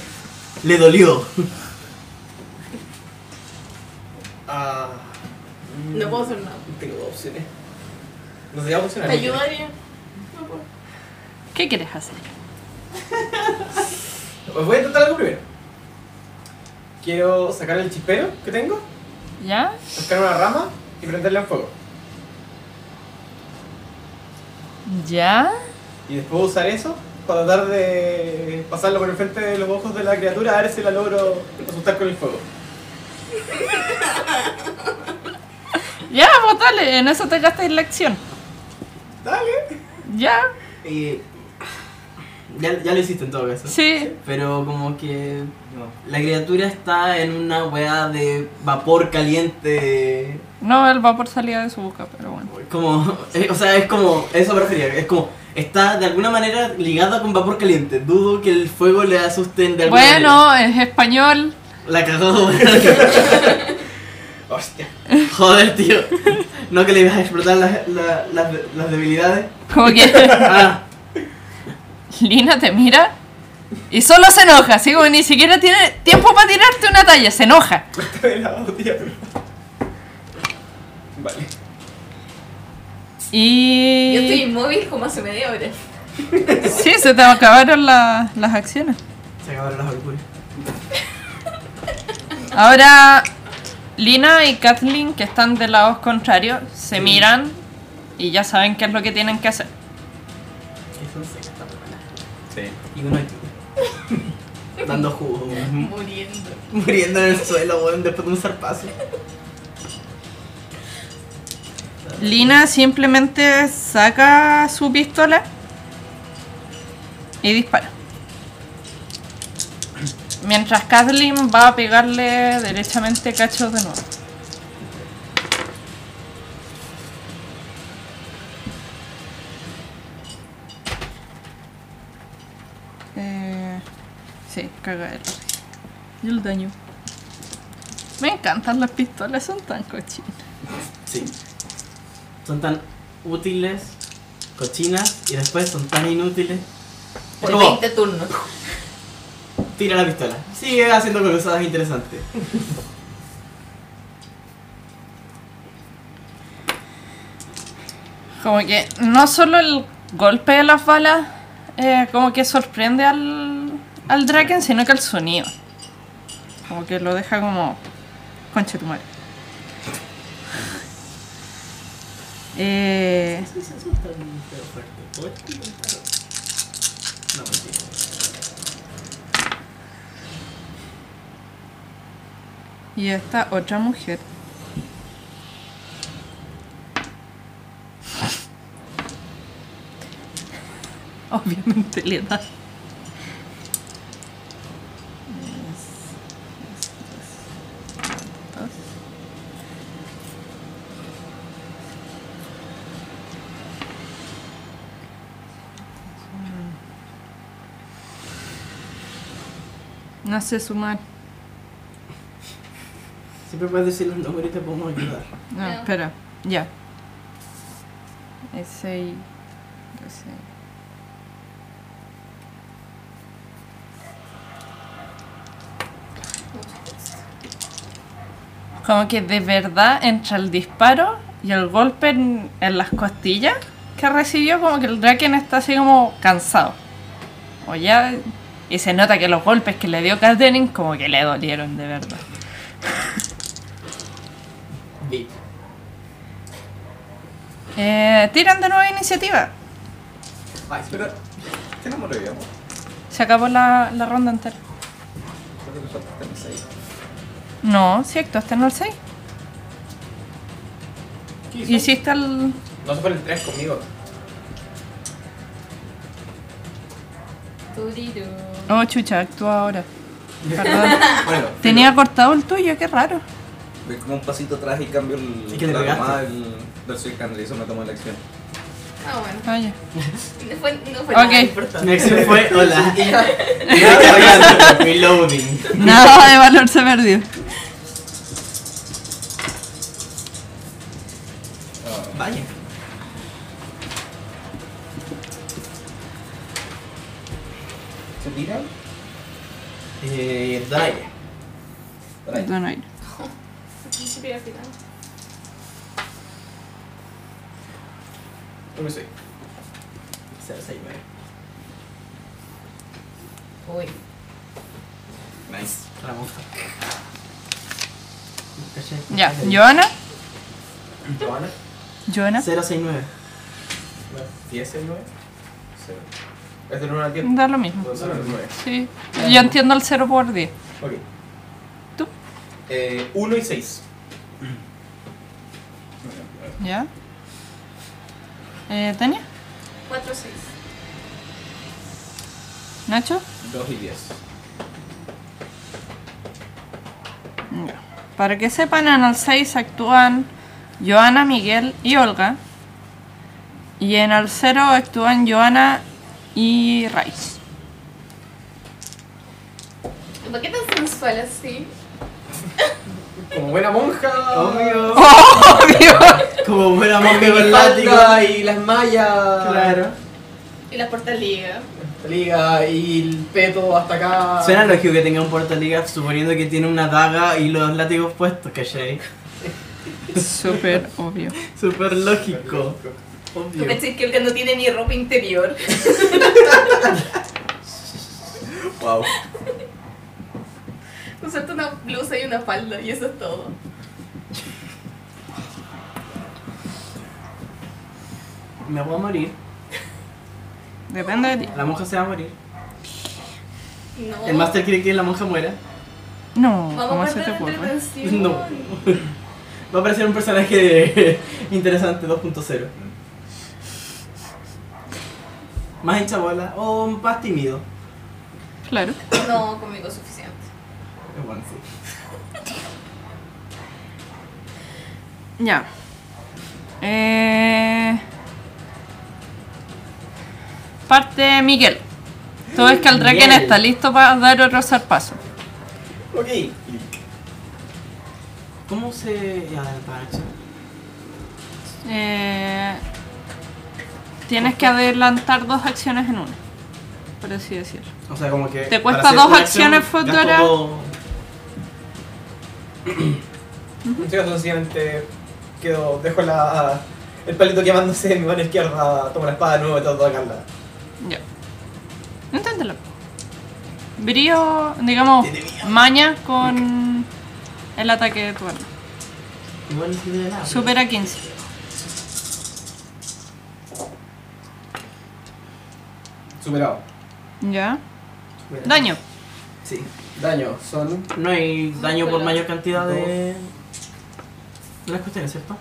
S5: Le dolió. Ah,
S6: no puedo hacer nada.
S1: Tengo dos opciones. No sé, vamos a
S6: ¿Te ayudaría? No puedo.
S2: ¿Qué quieres hacer?
S1: Pues voy a intentar algo primero. Quiero sacar el chispero que tengo,
S2: ¿Ya?
S1: buscar una rama y prenderle en fuego.
S2: ¿Ya?
S1: Y después usar eso para tratar de pasarlo por el frente de los ojos de la criatura a ver si la logro asustar con el fuego.
S2: Ya, pues dale, en eso te gastas la acción.
S1: Dale.
S2: Ya,
S5: eh, ya, ya lo hiciste en todo caso.
S2: sí.
S5: Pero como que
S1: No.
S5: la criatura está en una weá de vapor caliente.
S2: No, el vapor salía de su boca, pero bueno.
S5: Como, eh, o sea, es como, eso me refería, es como, está de alguna manera ligada con vapor caliente. Dudo que el fuego le asusten de alguna manera.
S2: Bueno, es español.
S5: La cagó, weón.
S1: Hostia.
S5: Joder, tío. No que le ibas a explotar las, la- las, de- las debilidades.
S2: Como que
S5: Ah,
S2: Lina te mira y solo se enoja, así como ni siquiera tiene tiempo para tirarte una talla, se enoja.
S1: De la hostia, pero- Vale.
S2: Y...
S6: Yo estoy inmóvil como hace media hora.
S2: Sí, se te acabaron la- las acciones.
S5: se acabaron las locuras.
S2: Ahora, Lina y Kathleen, que están de lados contrarios, se miran y ya saben qué es lo que tienen que hacer.
S5: Eso se está buena.
S7: Sí.
S5: Y uno aquí. Dando jugo, weón.
S6: Muriendo.
S5: Muriendo en el suelo, weón, después de un zarpazo.
S2: Lina simplemente saca su pistola y dispara. Mientras Kathleen va a pegarle derechamente cachos de nuevo. Eh, sí, caga el- Y el daño. Me encantan las pistolas, son tan cochinas.
S5: Sí. Son tan útiles, cochinas, y después son tan inútiles.
S6: Por
S5: ¿Cómo?
S6: 20 turnos.
S5: Tira la pistola. Sigue haciendo cruzadas interesantes.
S2: Como que no solo el golpe de las balas eh, como que sorprende al, al Draken, sino que el sonido. Como que lo deja como Concha tu madre. Eh,
S5: Sí, se asusta un feo fuerte. ¿Puedes intentarlo? No, mentira.
S2: y esta otra mujer. Obviamente le da. No sé sumar.
S5: Siempre puedes decir los números y te podemos ayudar.
S2: No,
S6: No.
S2: espera, ya. Es 6, 12. Como que de verdad entre el disparo y el golpe en, en las costillas que recibió, como que el Draken está así como cansado. O ya. Y se nota que los golpes que le dio Katherine como que le dolieron de verdad.
S5: Bip.
S2: Eh, tiran de nueva iniciativa.
S5: Ay,
S7: Espera, ¿qué no me lo digamos?
S2: Se acabó la, la ronda entera.
S7: Creo que falta tenis ahí.
S2: No, sí, actuaste en el 6.
S1: ¿Qué hizo?
S2: Hiciste el.
S1: No se ponen tres conmigo.
S6: Turiru.
S2: Oh, chucha, actúa ahora. Perdón.
S7: Bueno,
S2: Ah. Tenía cortado el tuyo, qué raro.
S7: Voy como un pasito atrás y cambio el,
S5: ¿Y qué le
S7: la
S5: pegaste?
S7: tomada del, del Sir Henry, eso me tomó la acción.
S6: Ah, bueno.
S2: Ah, ya.
S6: No fue, no
S1: Pues
S6: fue
S2: Ok.
S6: nada importante.
S5: Mi acción fue hola. Ya cargando, reloading.
S2: Nada de valor se perdió.
S7: Ah,
S5: Vaya.
S7: ¿Se tiran?
S5: Eh, Daya.
S7: Para ahí.
S2: No, no hay.
S6: Principio y al final.
S1: No me soy.
S5: 069.
S6: Uy.
S7: Nice.
S5: Ramón. ¿Cachai?
S2: Ya, Joana.
S1: ¿Joana?
S2: Joana.
S5: 069.
S1: 10, 6, 9. Cero. Es del 1 al 10.
S2: Da lo mismo.
S1: Entonces, el 9.
S2: Sí. Yo entiendo el 0 por 10.
S1: Ok.
S2: ¿Tú?
S1: Eh, 1 y 6.
S2: ¿Ya? Eh, ¿Tania?
S6: 4 6.
S2: ¿Nacho?
S7: 2 y 10.
S2: Ya. Para que sepan, en el 6 actúan Joana, Miguel y Olga. Y en el 0 actúan Joana y Rice.
S6: ¿Por qué tan sensual así?
S1: Como buena monja.
S5: Obvio.
S2: ¡Obvio!
S5: Como buena
S1: Con
S5: monja
S1: mi
S5: con látigo.
S1: falda y las mallas.
S5: Claro.
S6: Y la portaliga.
S1: La liga y el peto hasta acá.
S5: Suena lógico que tenga un portaliga suponiendo que tiene una daga y los látigos puestos, ¿cachai?
S2: Súper obvio.
S5: Súper lógico.
S6: ¿Tú
S5: Obvio.
S6: pensás que Olga no tiene ni ropa interior?
S7: Wow.
S6: No suelta una blusa y una falda y eso es todo.
S5: Me voy a morir.
S2: Depende de ti.
S5: La monja se va a morir.
S6: No.
S5: El máster quiere que la monja muera.
S2: No, ¿cómo
S6: Vamos a
S2: se te
S6: perder la
S2: ocurre?
S6: entretención.
S5: No. Va a aparecer un personaje interesante 2.0. Más hincha bola o más tímido.
S2: Claro.
S6: No, conmigo es suficiente.
S5: Es bueno, sí.
S2: Ya. Eh... Parte Miguel. Tú ves que el Draken
S5: Miguel.
S2: está listo para dar otro zarpazo.
S1: Ok.
S5: ¿Cómo se. Ya, parche.
S2: Eh, tienes que adelantar dos acciones en una, por así decirlo.
S5: O sea, como que.
S2: Te cuesta
S5: para hacer
S2: dos
S5: una acción,
S2: acciones
S5: gasto
S2: futuras.
S5: dos-
S1: Entonces este sencillamente quedo, dejo la, el palito quemándose en mi mano izquierda, tomo la espada de nuevo y trato de sacarla.
S2: Ya. Inténtalo. Brío, digamos, maña con el ataque de tu arma.
S5: Igual es que de la
S2: Supera 15.
S1: Superado.
S2: Ya.
S5: Mira.
S2: Daño.
S5: Sí.
S1: Daño, son.
S5: No hay daño por mayor cantidad de. No es cuestión, ¿cierto?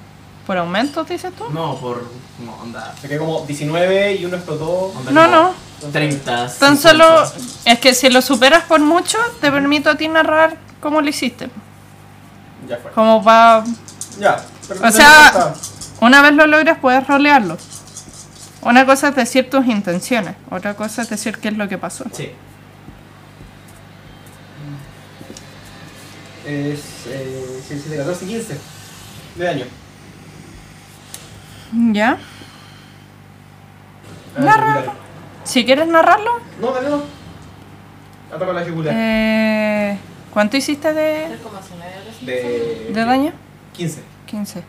S2: ¿Por aumento dices tú?
S5: No, por. No, onda.
S1: Saqué como 19 y uno explotó.
S5: onda
S2: No,
S5: como
S2: no.
S5: 30.
S2: Tan
S5: 50.
S2: solo es que si lo superas por mucho, te permito a ti narrar cómo lo hiciste.
S1: Ya fue.
S2: Cómo va.
S1: Ya. pero
S2: O
S1: no
S2: sea-
S1: importa.
S2: Una vez lo logras, puedes rolearlo. Una cosa es decir tus intenciones, otra cosa es decir qué es lo que pasó.
S5: Sí.
S1: Es. Eh, 17, 14, 15. De daño.
S2: ¿Ya?
S1: A la
S2: Narra.
S1: yugular.
S2: Si quieres narrarlo,
S1: Ah, No, dale, no. Ataco a la yugular.
S2: eh, ¿cuánto hiciste de,
S1: de.
S2: de daño?
S1: 15.
S2: 15.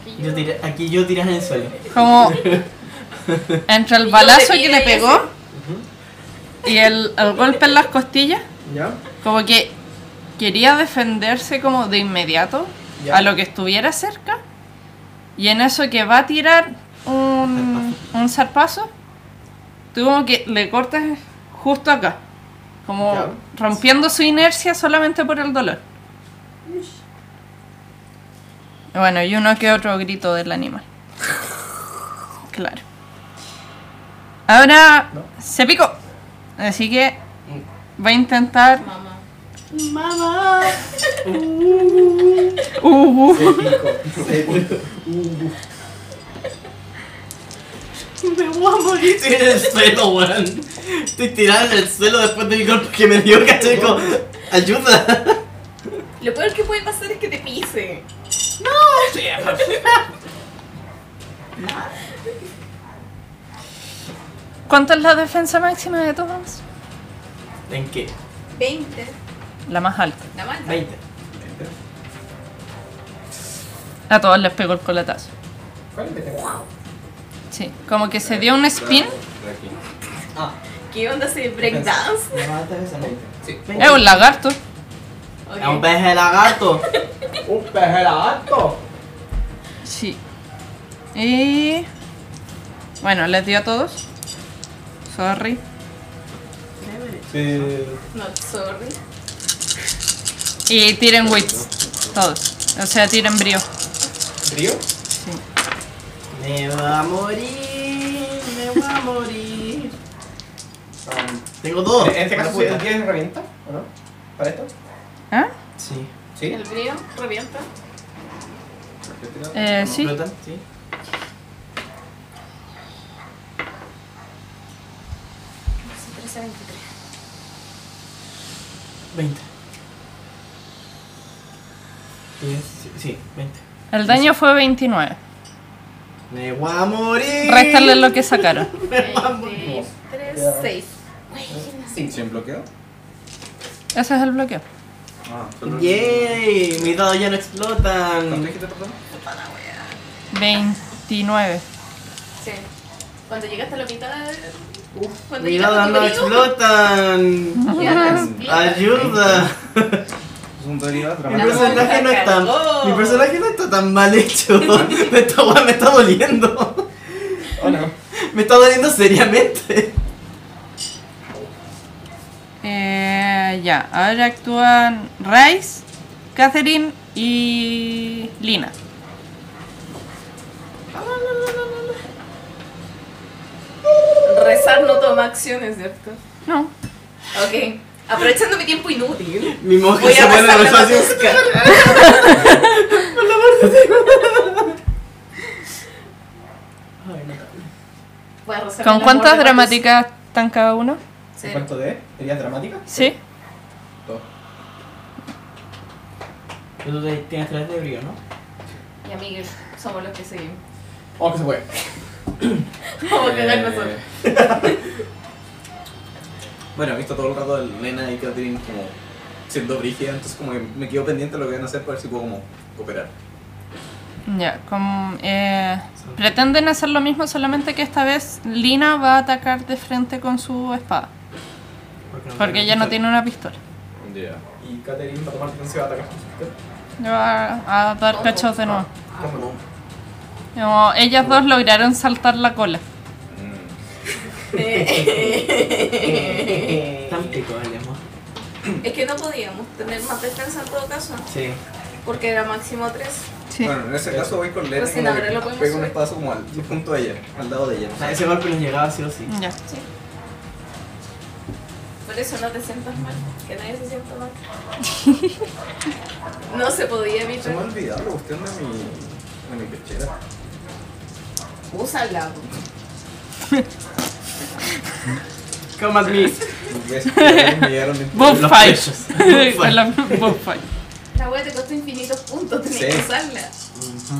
S6: Aquí yo.
S5: Yo tiré, aquí yo tiré en el suelo.
S2: Como entre el
S6: Y yo
S2: balazo
S6: te
S2: que
S6: tiro
S2: le
S6: y
S2: pegó
S6: así.
S2: y el, el golpe en las costillas,
S1: ¿Ya?
S2: como que quería defenderse como de inmediato
S1: Ya.
S2: a lo que estuviera cerca y en eso que va a tirar un, un zarpazo, tú como que le cortas justo acá, como
S1: Ya.
S2: rompiendo su inercia solamente por el dolor. Bueno, y uno que otro grito del animal. Claro. Ahora
S1: No.
S2: se picó. Así que va a intentar.
S6: Mamá.
S2: Uh, uh.
S1: Se pico. Se pico. Uh,
S5: Me voy a morir. Estoy en el suelo, weón. Estoy tirado en el suelo después del golpe que me dio, caché. como, Ayuda.
S6: Lo peor que puede pasar es que te pise.
S2: ¿Cuánto es la defensa máxima de todos?
S5: ¿En qué?
S6: 20.
S2: La más alta.
S6: La manda.
S5: 20.
S2: A todos les pegó el coletazo.
S1: ¿Cuál es el de- este?
S2: Sí. Como que se dio un spin.
S6: ¿Qué onda ese breakdance?
S5: Me mata esa mente.
S1: Sí.
S2: Es un lagarto.
S6: Ok.
S5: Es un pez de lagarto.
S1: ¡Un pejelato!
S2: Sí. Y. Bueno, les dio a todos. Sorry.
S1: Sí.
S6: No, sorry.
S2: Y tiren wits. Todos. O sea, tiren brío.
S1: ¿Frío?
S2: Sí.
S5: Me va a morir. Me va a morir. Tengo dos.
S1: En este caso,
S5: Puta.
S1: ¿tú ¿tienes herramienta o no? ¿Para esto?
S2: ¿Ah?
S5: Sí.
S1: ¿Sí?
S6: El brío revienta.
S2: Eh, sí.
S5: ¿Explotan? Sí.
S6: Sí, 13, 23.
S5: 20. Diez, sí, Sí, 20.
S2: El daño fue 29.
S5: Me voy a morir.
S2: Réstale lo que sacaron.
S5: Vamos.
S6: 3, 6.
S7: Sí. ¿Sin bloqueo?
S2: Ese es el bloqueo.
S7: Ah, solo.
S5: Yay, mis dados ya no
S7: ¿Cuánto
S5: explotan.
S7: dijiste, perdón?
S2: 29.
S6: Sí. Cuando llegaste a la mitad de... Cuando
S5: Mis
S6: llegaste
S5: dados
S6: a tu
S5: no
S6: brío,
S5: explotan.
S6: ya te explica.
S5: Ayuda.
S7: Es un derivado
S5: Mi
S6: La
S7: dramático.
S5: personaje no
S6: monja
S5: está.
S6: cargó.
S5: Mi personaje no está tan mal hecho. Me está, weón, me está doliendo.
S1: ¿O no?
S5: Me está doliendo seriamente.
S2: Eh, ya, ahora actúan Rice, Catherine y Lina.
S6: ¡uh! Rezar no toma acciones, ¿cierto?
S2: No.
S6: Ok. Aprovechando mi tiempo inútil.
S5: Mi monje
S6: Voy
S5: se
S6: a
S5: vuelve
S6: rezar
S5: más
S6: la
S5: fácil.
S6: música. Voy a rezar
S2: ¿Con
S6: el
S2: cuántas
S6: amor de
S2: dramáticas están cada uno?
S6: Matus.
S1: ¿En
S6: Cero.
S1: cuánto de? ¿Heridas dramáticas?
S2: Sí.
S5: Tú tienes tres de brío, ¿no?
S6: Y amigos, somos los que seguimos.
S1: Oh, que se puede.
S6: Vamos a cagar
S7: Eh,
S6: nosotros.
S7: Bueno, he visto todo el rato a Lena y Catherine como siendo brígida, entonces como que me quedo pendiente de lo que van a hacer para ver si puedo como cooperar.
S2: Ya, como, eh, pretenden hacer lo mismo, solamente que esta vez Lina va a atacar de frente con su espada.
S5: Porque,
S2: Porque ella no tiene una pistola.
S7: Ya.
S1: Y Catherine va a tomar distancia y va a atacar.
S2: Le va a dar cachos de nuevo.
S1: ¿Cómo no?
S2: No, ellas dos lograron saltar la cola.
S7: Mm.
S1: Eh,
S5: Tan pico, ¿eh? vale, amor.
S6: Es que no podíamos tener más defensa en todo caso,
S5: Sí.
S6: porque era máximo 3.
S2: Sí.
S7: Bueno, en ese caso voy con
S6: Pero
S7: Lena
S6: Pues sin
S7: como
S6: haberlo
S7: que
S6: podemos
S7: pego un
S6: subir.
S7: espacio como al junto a ella, al lado de ella.
S5: O sea, ese golpe nos llegaba sí o sí.
S2: Ya.
S6: Por eso no te sientas mal, que nadie se sienta mal. No se podía
S7: Se me ha
S6: evitar.
S7: olvidado la cuestión de mi, de mi pechera.
S6: Úsala.
S5: Come at me.
S7: Ves que me llegaron de-
S2: Bullfight.
S5: pechos.
S2: Con la- Bullfight.
S6: La wea te costó infinitos puntos, tenés
S7: Sí.
S6: que usarla.
S5: Ujú.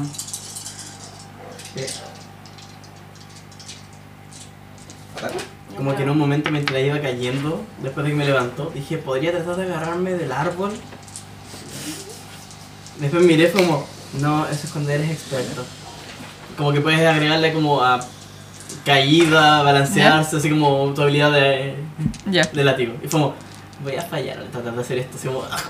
S7: ¿Ataque?
S5: Como que en un momento mientras iba cayendo, después de que me levantó, dije, podría tratar de agarrarme del árbol. Después miré fue como, no, eso es cuando eres experto. Como que puedes agregarle como a caída, balancearse, así como tu habilidad de,
S2: Ya.
S5: de látigo. Y fue como, voy a fallar al tratar de hacer esto, así como... ah.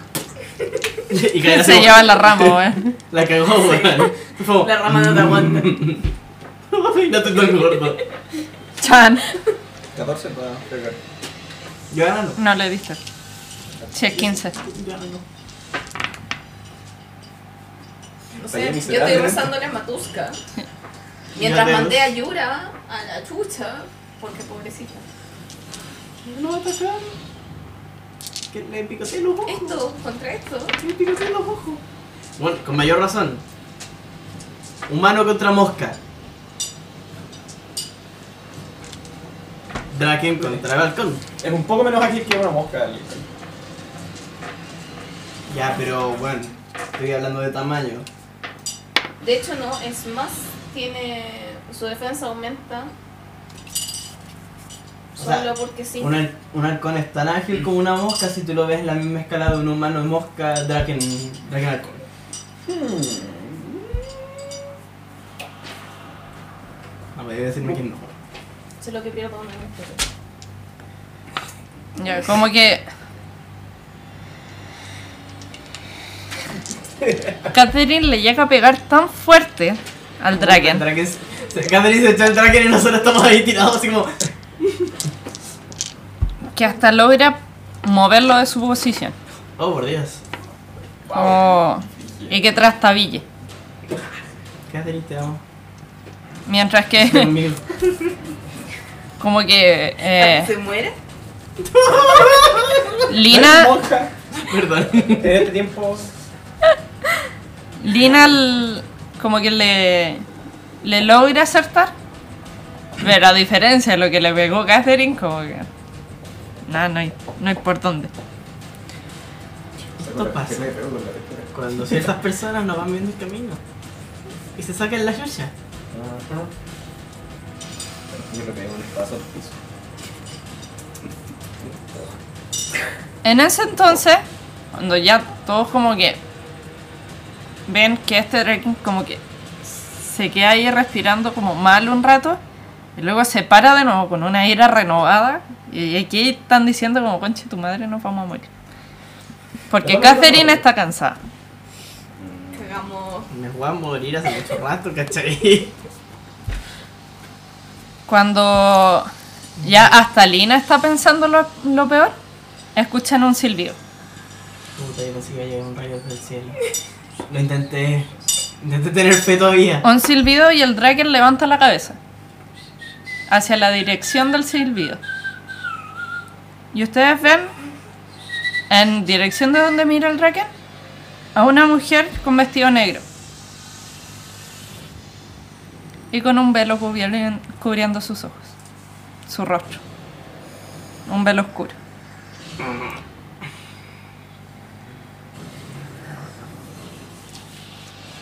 S5: y caer así
S2: Se
S5: como,
S2: lleva la eh. rama, weón.
S5: La cagó, weón. Fue como, "Mm".
S6: La rama no te aguanta.
S5: no te tan gordo.
S2: Chan.
S7: 14 para pegar.
S5: Yo ahora no.
S2: No le diste. Sí, es 15.
S5: Yo ahora no.
S6: O
S7: Vaya
S6: sea, yo
S7: miserable,
S6: estoy
S7: ¿no?
S6: rozando la matusca.
S5: Ya
S6: Mientras
S5: vemos.
S6: mandé a Yura a la chucha, porque pobrecita.
S5: No va a pasar. Que le picoteé los ojos.
S6: Esto, contra esto.
S5: Le picoteé los ojos. Bueno, con mayor razón. Humano contra mosca. Draken contra balcón.
S1: Es un poco menos ágil que una mosca. el-
S5: Ya, pero bueno, estoy hablando de tamaño.
S6: De hecho, no, es más, tiene. Su defensa aumenta.
S5: O sea,
S6: Solo porque sí.
S5: Un, hal- un halcón es tan ágil como una mosca si tú lo ves en la misma escala de un humano mosca, Draken, Draken halcón. Hmm. No podía decirme que no.
S6: Solo que pierdo una vez.
S2: Ya, como que. Catherine le llega a pegar tan fuerte al
S5: El
S2: Draken.
S5: Draken se- se- Catherine se echó el Draken y nosotros estamos ahí tirados así como.
S2: que hasta logra moverlo de su posición.
S5: Oh, por Dios.
S2: Oh, y que trastabille.
S5: Catherine, te amo.
S2: Mientras
S5: Ven
S2: que,
S5: Conmigo.
S2: como que eh,
S6: ¿Se muere?
S1: ¿No
S2: Lina,
S1: es mosca?
S5: Perdón.
S1: En este tiempo.
S2: Lina l- como que le, le logra acertar. Pero a diferencia de lo que le pegó Catherine, como que. Nada, no hay, no hay por dónde.
S5: Esto pasa.
S7: Que me pego con la pechera.
S5: Cuando ciertas personas nos van viendo el camino y se sacan la chucha.
S7: Yo le pego un espacio al piso.
S2: En ese entonces, cuando ya todos como que ven que este Draken como que se queda ahí respirando como mal un rato y luego se para de nuevo con una ira renovada y aquí están diciendo como conche tu madre nos vamos a morir. Porque Catherine está cansada.
S6: Cagamos.
S5: Me voy a morir hace mucho rato, ¿cachai?
S2: Cuando ya hasta Lina está pensando lo, lo peor, escuchan un silbido.
S5: Puta, yo pensé que iba a llegar un rayo del cielo. Lo intenté. Intenté tener fe todavía.
S2: Un silbido y el Draken levanta la cabeza hacia la dirección del silbido. Y ustedes ven en dirección de donde mira el Draken a una mujer con vestido negro y con un velo cubierto- cubriendo sus ojos, su rostro, un velo oscuro.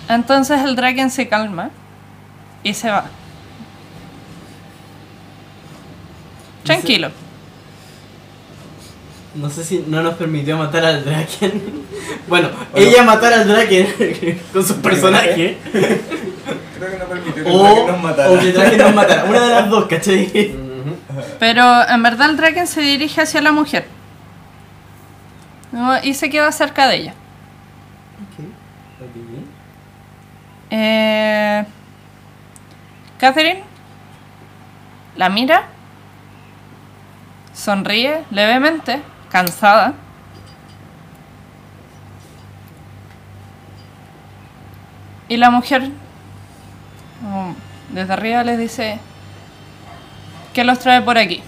S2: Entonces el Draken se calma y se va. Tranquilo.
S5: No sé si no nos permitió matar al Draken. Bueno, ella matar al Draken con sus personajes.
S7: Creo que no permitió que
S5: O,
S7: nos
S5: o que
S7: matara.
S5: Draken nos matara. Una de las dos, ¿cachai?
S2: Pero en verdad el Draken se dirige hacia la mujer. No, y se queda cerca de ella.
S5: Ok.
S2: Eh, Catherine la mira, sonríe levemente, cansada. Y la mujer como desde arriba les dice que los trae por aquí.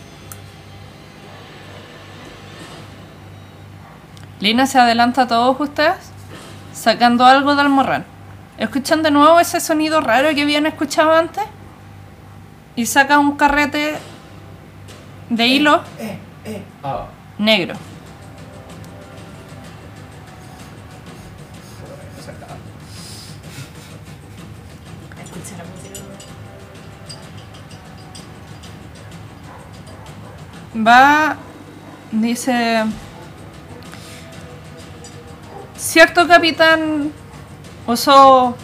S2: Lina se adelanta a todos ustedes sacando algo del morral. Escuchan de nuevo ese sonido raro que habían escuchado antes y saca un carrete de hilo
S5: Ah,
S2: negro.
S6: Escucha la música.
S2: Va, dice, cierto capitán usó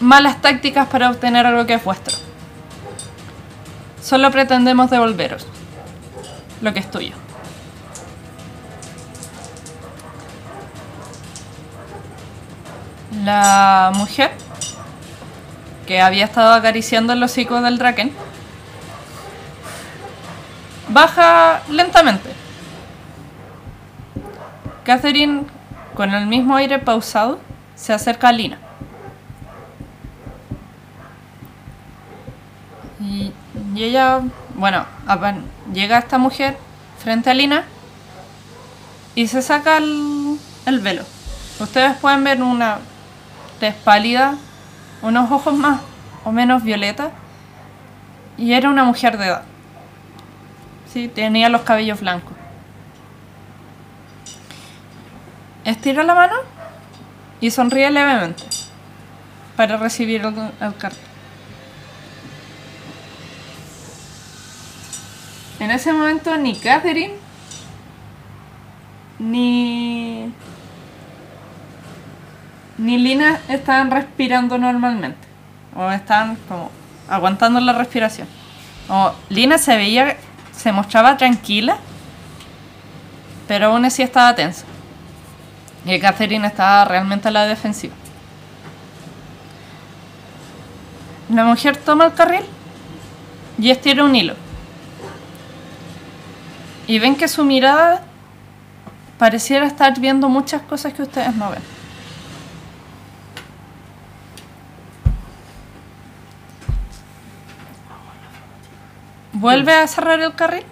S2: malas tácticas para obtener algo que es vuestro. Solo pretendemos devolveros lo que es tuyo. La mujer que había estado acariciando el hocico del draken baja lentamente. Catherine, con el mismo aire pausado, se acerca a Lina. Y, y ella, bueno, apan- llega esta mujer frente a Lina y se saca el, el velo. Ustedes pueden ver una tez pálida, unos ojos más o menos violeta y era una mujer de edad. Sí, tenía los cabellos blancos. Estira la mano y sonríe levemente para recibir el, el cartel. En ese momento ni Catherine ni ni Lina estaban respirando normalmente o estaban como aguantando la respiración. O Lina se veía se mostraba tranquila, pero aún así estaba tensa. Y Catherine estaba realmente a la defensiva. La mujer toma el carril y estira un hilo y ven que su mirada pareciera estar viendo muchas cosas que ustedes no ven. Vuelve a cerrar el carril,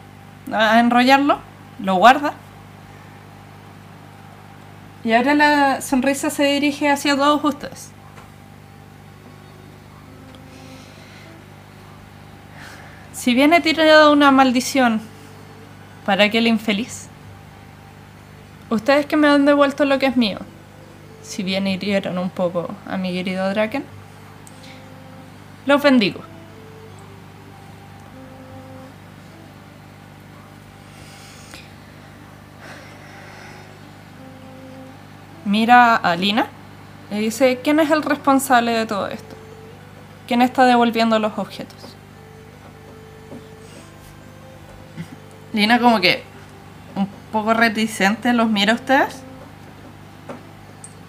S2: a enrollarlo, lo guarda. Y ahora la sonrisa se dirige hacia todos ustedes. Si bien he tirado una maldición para aquel infeliz. Ustedes que me han devuelto lo que es mío, si bien hirieron un poco a mi querido Draken, los bendigo. Mira a Lina y dice, ¿quién es el responsable de todo esto? ¿Quién está devolviendo los objetos? Lina como que un poco reticente los mira a ustedes.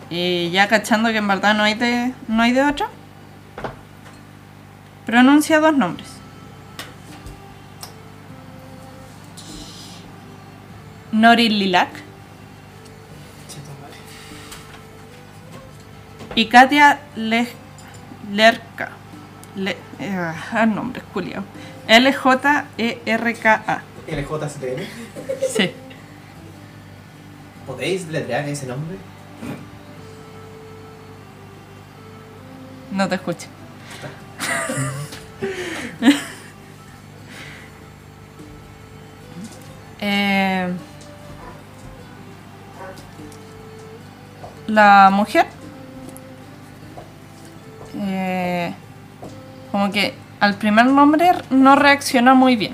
S2: Y ya cachando que en verdad no hay de, no hay de otro. Pronuncia dos nombres. Nori Lilac
S5: cheto madre.
S2: y Katia Le- Lerka. Le- eh, ah, nombres, Julio. E L-J-E-R-K-A.
S1: LJCTN.
S2: Sí.
S1: ¿Podéis deletrear ese nombre?
S2: No te escucho. Eh, la mujer, eh, como que al primer nombre no reacciona muy bien.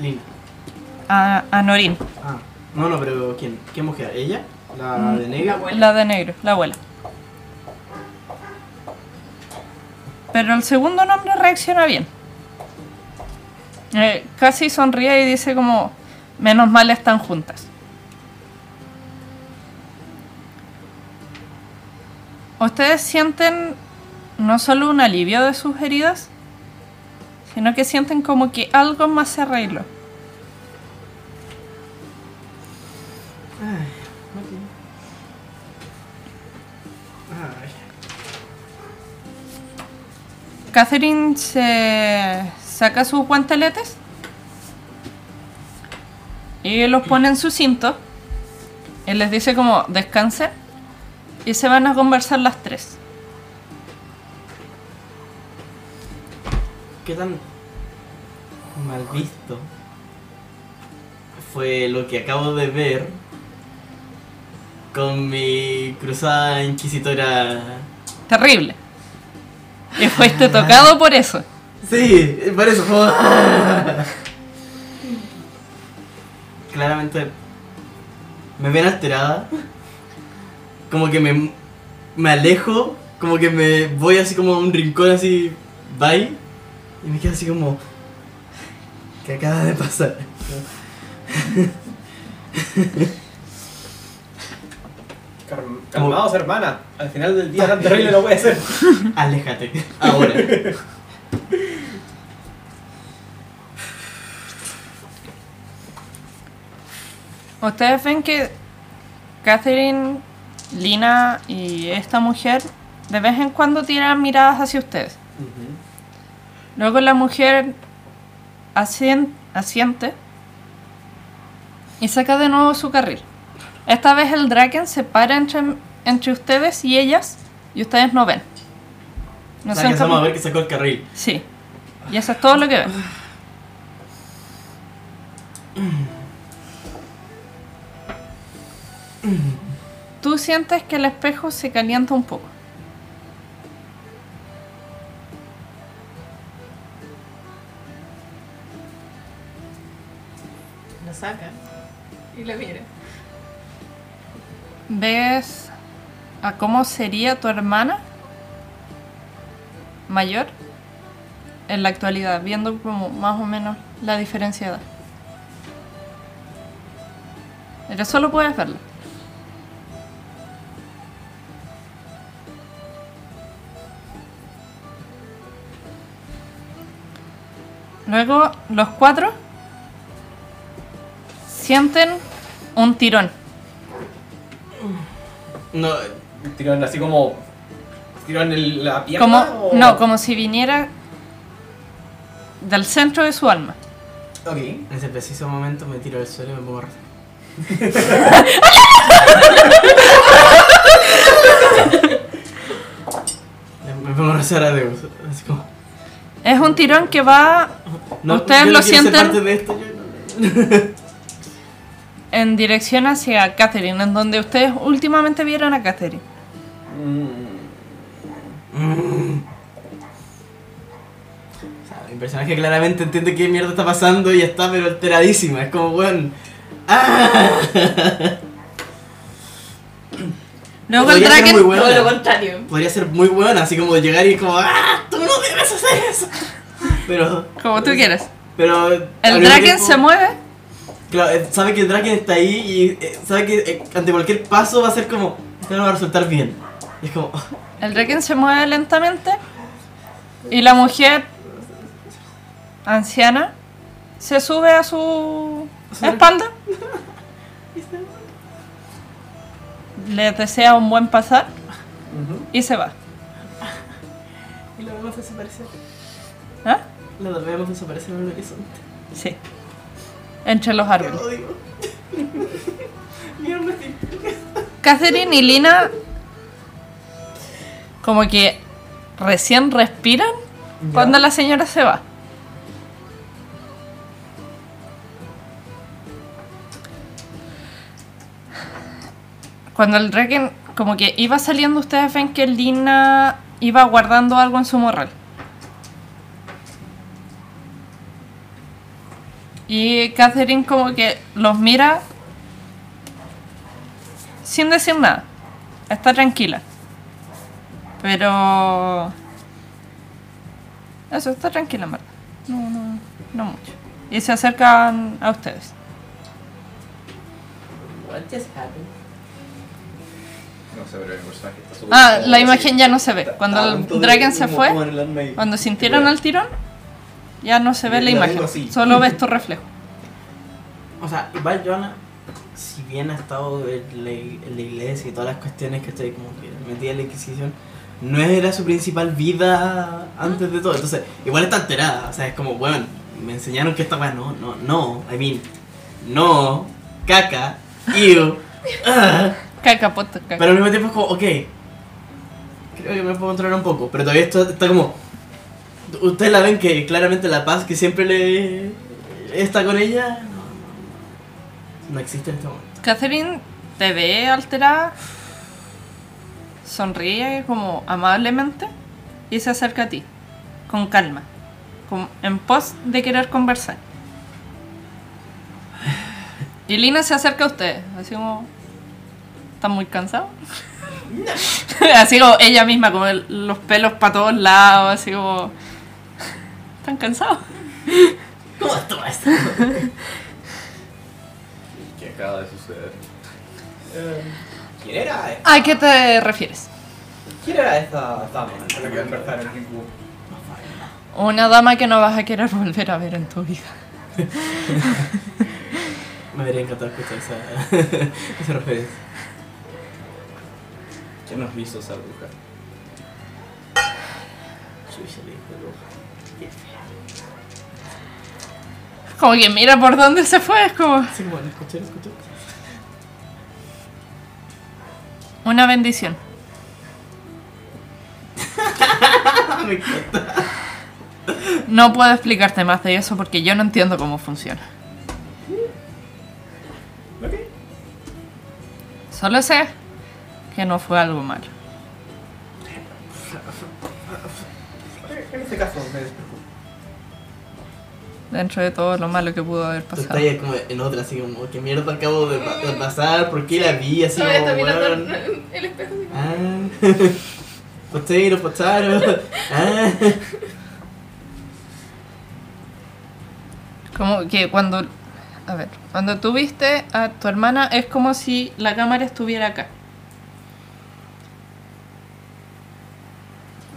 S5: Lina.
S2: A, a Norin,
S5: Ah, no, no, pero ¿quién? ¿Qué mujer? ¿Ella? ¿La de
S6: La
S5: negra?
S6: abuela.
S2: la de negro, la abuela. Pero el segundo nombre reacciona bien. Eh, casi sonríe y dice como, Menos mal están juntas. Ustedes sienten no solo un alivio de sus heridas, sino que sienten como que algo más se arregló.
S5: Ay, ok. Ay.
S2: Catherine se saca sus guanteletes y los pone en su cinto. Él les dice como descansen y se van a conversar las tres.
S5: ¿Qué tan mal visto fue lo que acabo de ver con mi cruzada inquisitora?
S2: Terrible. Y fuiste tocado por eso.
S5: Sí, por eso. fue- Claramente me ven alterada. Como que me, me alejo, como que me voy así como a un rincón así, bye. Y me quedo así como, ¿qué acaba de pasar?
S1: Calm- Calmaos, hermana. Al final del día tan terrible no puede ser.
S5: Aléjate, ahora.
S2: Ustedes ven que Catherine, Lina y esta mujer de vez en cuando tiran miradas hacia ustedes. Luego la mujer asien- asiente y saca de nuevo su carril. Esta vez el Draken se para entre, entre ustedes y ellas y ustedes no ven. No
S5: Ya
S2: son
S5: alcanzamos a
S2: capa-
S5: ver que sacó el carril.
S2: Sí. Y eso es todo lo que ven. Tú sientes que el espejo se calienta un poco.
S6: Lo saca y lo mira.
S2: ¿Ves a cómo sería tu hermana mayor en la actualidad? Viendo como más o menos la diferencia de edad. Pero solo puedes verla. Luego los cuatro sienten un tirón.
S5: No,
S1: Tiraron así como. Tiraron el- la pierna.
S2: Como,
S1: o-
S2: no, como si viniera del centro de su alma.
S1: Ok.
S5: en ese preciso este momento me tiro al suelo y me pongo a rezar. Me pongo a rezar a Deus. Así como,
S2: Es un tirón que va Ustedes
S5: yo
S2: lo
S5: quiero ser
S2: sienten-
S5: parte de esto, yo no-
S2: en dirección hacia Catherine, en donde ustedes últimamente vieron a Catherine.
S5: O sea, mi personaje claramente entiende qué mierda está pasando y está pero alteradísima. Es como, weón. ¡Ah!
S2: Luego el
S5: Podría ser muy
S2: Draken,
S5: buena.
S6: Todo lo contrario.
S5: Podría ser muy weón, así como llegar y como, ¡ah! ¡Tú no debes hacer eso! Pero.
S2: como tú quieras.
S5: Pero. al
S2: El
S5: mismo
S2: Draken
S5: tiempo-
S2: se mueve,
S5: Claro, eh, sabe que el Draken está ahí y eh, sabe que eh, ante cualquier paso va a ser como, esto no va a resultar bien. Y es como, "Ah,
S2: el Draken se mueve lentamente y la mujer anciana se sube a su espalda. Le desea un buen pasar y se va.
S5: y lo vemos desaparecer.
S2: ¿Ah?
S5: Lo vemos desaparecer en el horizonte.
S2: Sí. Entre los
S5: Yo
S2: árboles.
S5: lo digo. Mierda, sí.
S2: Catherine y Lina como que recién respiran cuando la señora se va. Cuando el Draken como que iba saliendo, ustedes ven que Lina iba guardando algo en su morral. Y Catherine como que los mira sin decir nada. Está tranquila. Pero... Eso, está tranquila, en verdad. No, no, no mucho. Y se acercan a ustedes.
S6: What just happened?
S7: No sé, pero el personaje está súper.
S2: Ah, la
S7: sí.
S2: imagen ya no se ve. Cuando
S5: Tanto
S2: el
S5: de
S2: Dragon se
S5: humo
S2: fue,
S5: como en el anime.
S2: cuando sintieron el tirón, ya no se ve la
S1: La tengo
S2: imagen.
S1: así.
S2: Solo ves tu reflejo.
S5: O sea, igual Joana, si bien ha estado en la, en la iglesia y todas las cuestiones que estoy como que metida en la Inquisición, no era su principal vida antes de todo. Entonces, igual está alterada. O sea, es como, bueno, me enseñaron que esta weá no, no, no. I mean, no, caca, ew. ah.
S2: Caca, puto, caca.
S5: Pero al mismo tiempo es como, ok, creo que me puedo controlar un poco. Pero todavía esto está como. Ustedes la ven que claramente la paz que siempre le está con ella no, no- no existe en este momento.
S2: Catherine te ve alterada, sonríe como amablemente y se acerca a ti, con calma, con- en pos de querer conversar. Y Lina se acerca a usted, así como... ¿Están muy cansados? así como ella misma, como el- los pelos para todos lados, así como... ¿Están cansados?
S5: ¿Cómo estuvo esto?
S7: ¿Qué acaba de suceder?
S1: Eh, ¿Quién era? eh?
S2: ¿A qué te refieres?
S1: ¿Quién era esta dama con la que
S7: Anda.
S1: despertaron en Ringu?
S2: Una dama que no vas a querer volver a ver en tu vida.
S5: Me debería encantar escuchar esa, esa referencia.
S7: ¿Qué nos hizo esa bruja?
S5: Chucha, le dijo loca.
S2: Como que mira por dónde se fue, es como
S5: Así como, ¿lo escuché? ¿Lo escuché?
S2: una bendición.
S5: Me encanta.
S2: No puedo explicarte más de eso porque yo no entiendo cómo funciona. Solo sé que no fue algo malo.
S1: En este caso, me despreocupo.
S2: Dentro de todo lo malo que pudo haber
S5: Tú
S2: pasado.
S5: estás ahí como en otra, así como, ¿qué mierda acabo de, pa- de pasar? ¿Por qué la vi? Así como,
S6: Todavía está mirando
S5: weón.
S6: el- el espejo. así como,
S5: Ah. Postero, postaro. Ah.
S2: Como que cuando... A ver, cuando tú viste a tu hermana es como si la cámara estuviera acá.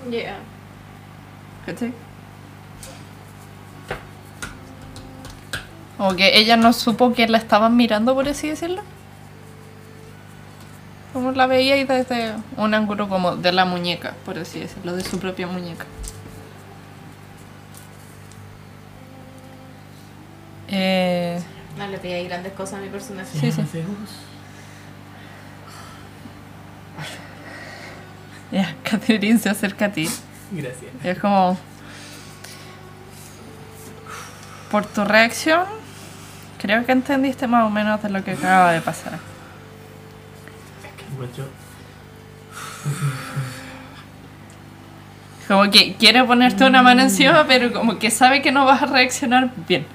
S6: Yeah.
S2: ¿Cachai? Como que ella no supo que la estaban mirando, por así decirlo. Como la veía y desde un ángulo como de la muñeca, por así decirlo, de su propia muñeca. Eh,
S6: No le pedí grandes cosas a mi personaje.
S2: Sí, sí. ya, Catherine se acerca a ti.
S5: Gracias.
S2: Y es como. Por tu reacción, creo que entendiste más o menos de lo que acaba de pasar.
S5: Que encuentro
S2: Como que quiere ponerte una mano encima, pero como que sabe que no vas a reaccionar bien.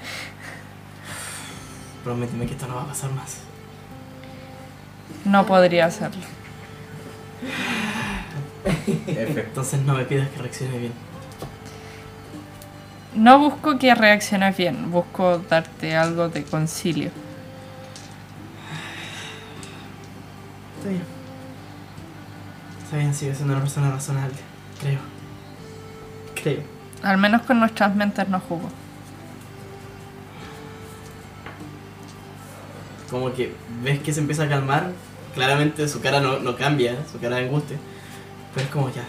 S5: Prométeme que esto no va a pasar más.
S2: No podría hacerlo.
S7: F.
S5: Entonces no me pidas que reaccione bien.
S2: No busco que reacciones bien, busco darte algo de concilio.
S5: Está bien. Está bien, sigue siendo una persona razonable. Creo. Creo.
S2: Al menos con nuestras mentes no jugó.
S5: Como que ves que se empieza a calmar. Claramente su cara no, no cambia, su cara de angustia. Pero es como ya.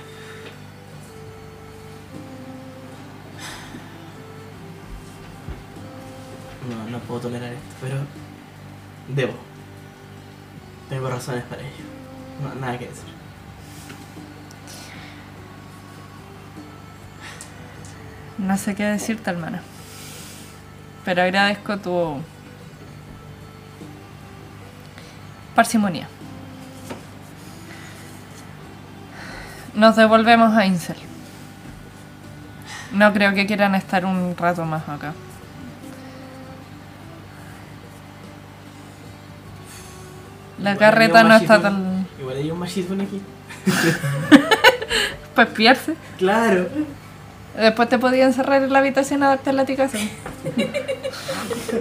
S5: No, no puedo tolerar esto, pero debo. Tengo razones para ello. No, nada que decir.
S2: No sé qué decirte, hermana. Pero agradezco tu parsimonía. Nos devolvemos a Incel. No creo que quieran estar un rato más acá. La
S5: Igual
S2: carreta
S5: hay un
S2: no está
S5: machitún-
S2: tan...
S5: Igual hay un machitún aquí.
S2: Pues pierce.
S5: Claro.
S2: Después te podían cerrar en la habitación a darte latigazo.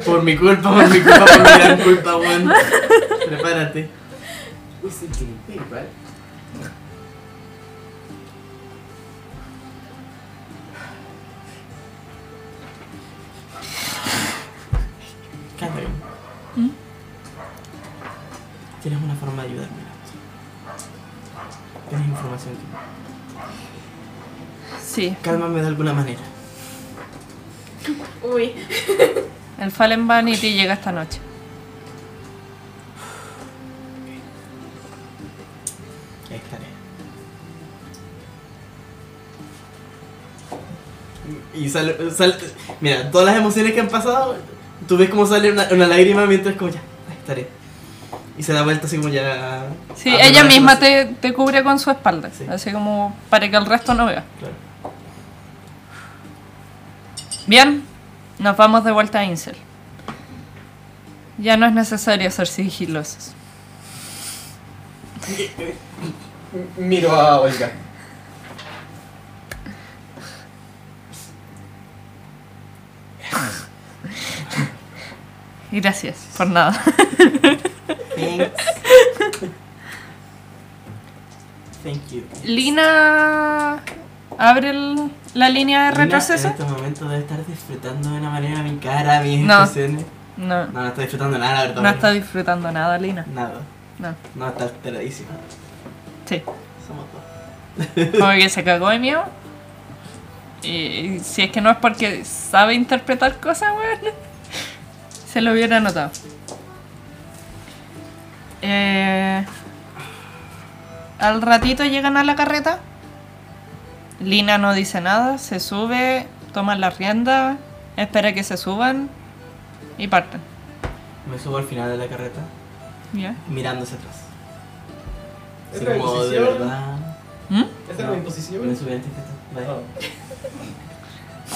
S5: Por mi culpa, por mi culpa, por mi gran culpa, weón. Prepárate.
S4: Wizard can pay, right?
S5: Catherine. Tienes una forma de ayudarme. Tienes información que...
S2: Sí.
S5: Cálmame de alguna manera.
S6: Uy,
S2: El Fallen Vanity llega esta noche.
S5: Ahí estaré. Y sale, sale- Mira, todas las emociones que han pasado, tú ves cómo sale una, una lágrima mientras como ya, ahí estaré. Y se da vuelta así como ya...
S2: Sí,
S5: a- a
S2: ella
S5: prepararse
S2: misma
S5: para-
S2: te, te cubre con su espalda,
S5: Sí.
S2: así como para que el resto no vea.
S5: Claro.
S2: Bien, nos vamos de vuelta a Insel. Ya no es necesario ser sigilosos.
S1: M- Miro a Olga.
S2: Gracias, por nada.
S5: Thanks. Thank you.
S2: Lina abre el- la línea de
S5: Lina,
S2: retroceso.
S5: En este momento debe estar disfrutando de una manera mi cara, mis
S2: No.
S5: expresiones.
S2: No,
S5: No, no está disfrutando nada, la verdad.
S2: no está disfrutando nada, Lina.
S5: Nada.
S2: No,
S5: No, está alteradísima.
S2: sí.
S5: Somos dos.
S2: Como que se cagó de miedo. Y si es que no es porque sabe interpretar cosas, weón. Se lo hubiera notado. Eh, al ratito llegan a la carreta. Lina no dice nada, se sube, toman la rienda, espera que se suban y parten.
S5: Me subo al final de la carreta,
S2: ¿Ya?
S5: mirando hacia atrás.
S1: Es
S5: Así
S1: la
S5: como de
S1: decisión.
S5: verdad.
S2: ¿Mm?
S1: Esta es
S5: No.
S1: mi posición.
S5: Me subí antes que tú. Bye.
S1: Ah.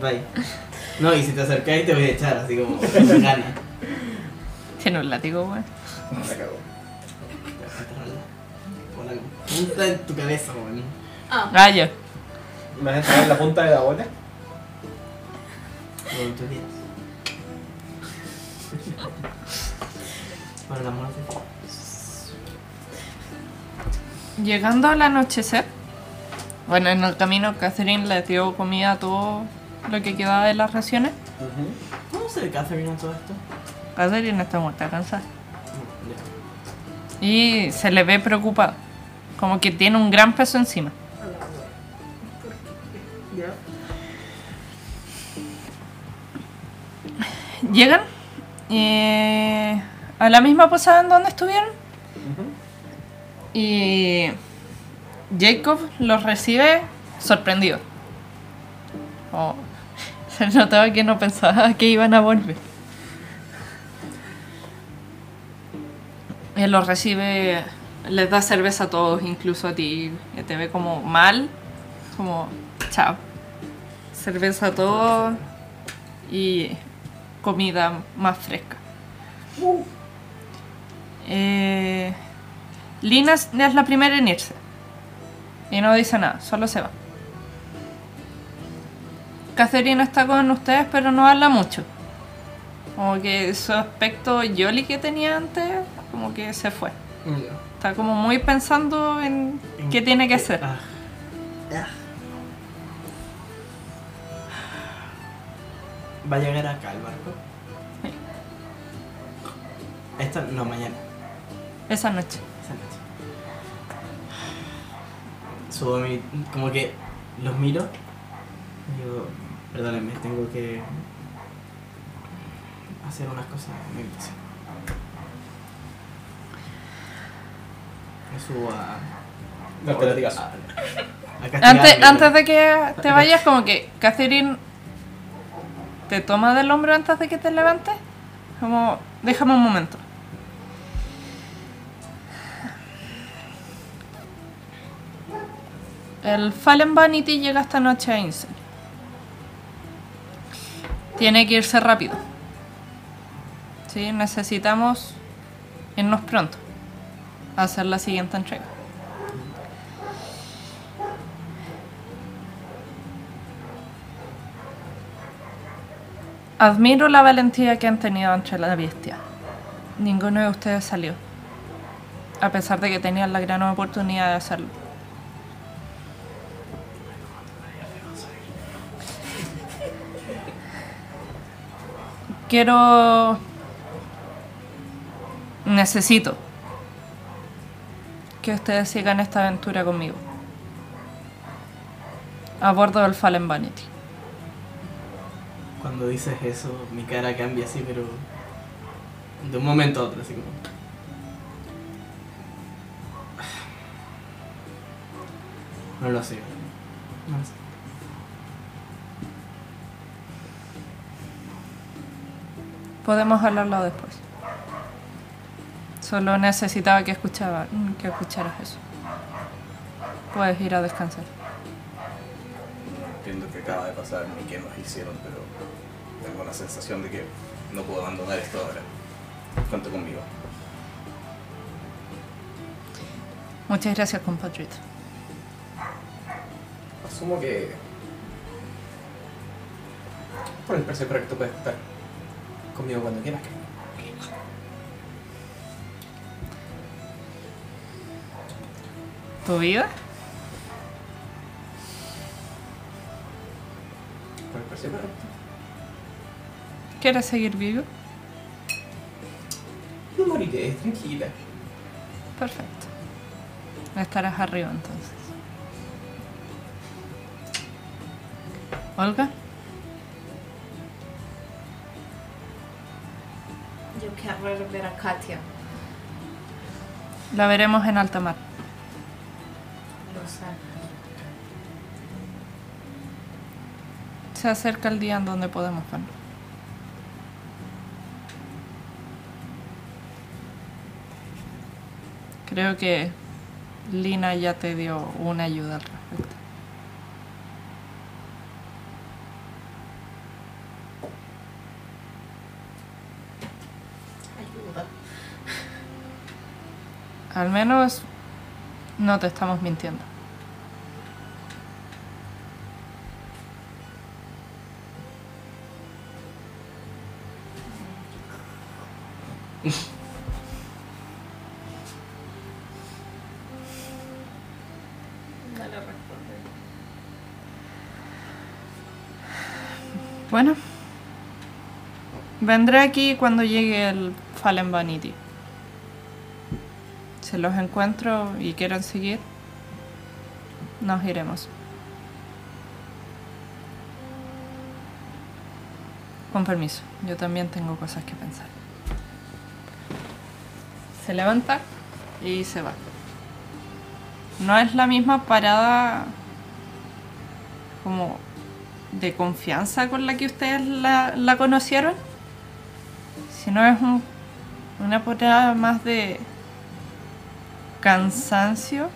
S5: Bye. No, y si te acercáis te voy a echar, así como con gana.
S2: Tiene un látigo, weón.
S7: La cagó.
S5: Con la punta en tu cabeza, weón.
S6: ah,
S2: Ah, ya.
S1: ¿Me vas a entrar en la punta de la ola?
S5: Todos tus días. Por el amor de Dios.
S2: Llegando al anochecer, bueno, en el camino Catherine le dio comida a todo lo que quedaba de las raciones.
S5: ¿Cómo se le Catherine a todo esto?
S2: Catherine está muerta, cansada.
S5: No, ya.
S2: Y se le ve preocupada, como que tiene un gran peso encima. Llegan eh, a la misma posada en donde estuvieron. Y Jacob los recibe sorprendido. Como- se notaba que no pensaba que iban a volver. Él los eh, recibe, les da cerveza a todos, incluso a ti, que te ve como mal, como chao. Cerveza a todos y comida más fresca. Eh, Lina es es la primera en irse. Y no dice nada, solo se va. Catherine está con ustedes, pero no habla mucho. Como que su aspecto Yoli que tenía antes, como que se fue. Está como muy pensando Oh, en qué tiene que hacer.
S5: Ah, Va a llegar acá el barco.
S2: Sí.
S5: Esta, no, mañana.
S2: Esa noche.
S5: Esa noche. Subo mi. como que los miro. y Digo, perdónenme, tengo que. hacer unas cosas en mi habitación. Me subo a.
S1: No te latigazo.
S5: a- a
S2: Antes,
S5: castigarme,
S2: antes de que te vayas, como que Catherine te toma del hombro antes de que te levantes. Como, déjame un momento. El Fallen Vanity llega esta noche a Insel. Tiene que irse rápido. Sí, necesitamos irnos pronto. a Hacer la siguiente entrega. Admiro la valentía que han tenido entre la bestia. Ninguno de ustedes salió. A pesar de que tenían la gran oportunidad de hacerlo. Quiero... Necesito que ustedes sigan esta aventura conmigo. A bordo del Fallen Vanity.
S5: Cuando dices eso, mi cara cambia así, pero de un momento a otro, así como. No lo sé. No lo sé.
S2: Podemos hablarlo después. Solo necesitaba que escuchaba, que escucharas eso. Puedes ir a descansar.
S7: Entiendo que acaba de pasar ni qué nos hicieron, pero tengo la sensación de que no puedo abandonar esto ahora. Cuenta conmigo.
S2: Muchas gracias, compatriota.
S1: Asumo que. Por el precio correcto puedes estar conmigo cuando quieras.
S2: ¿Tu vida?
S1: Por el precio correcto.
S2: ¿Quieres seguir vivo?
S1: No moriré, tranquila.
S2: Perfecto. Estarás arriba entonces. Olga,
S6: Yo quiero ver a Katia.
S2: la veremos en alta mar.
S6: Lo sé.
S2: Se acerca el día en donde podemos vernos. Creo que Lina ya te dio una ayuda al respecto.
S6: Ayuda.
S2: Al menos no te estamos mintiendo.
S6: No le responde.
S2: Bueno. Vendré aquí cuando llegue el Fallen Vanity. Si los encuentro y quieren seguir, nos iremos. Con permiso, yo también tengo cosas que pensar. Se levanta y se va. No es la misma parada como de confianza con la que ustedes la, la conocieron, sino es un- una portada más de cansancio,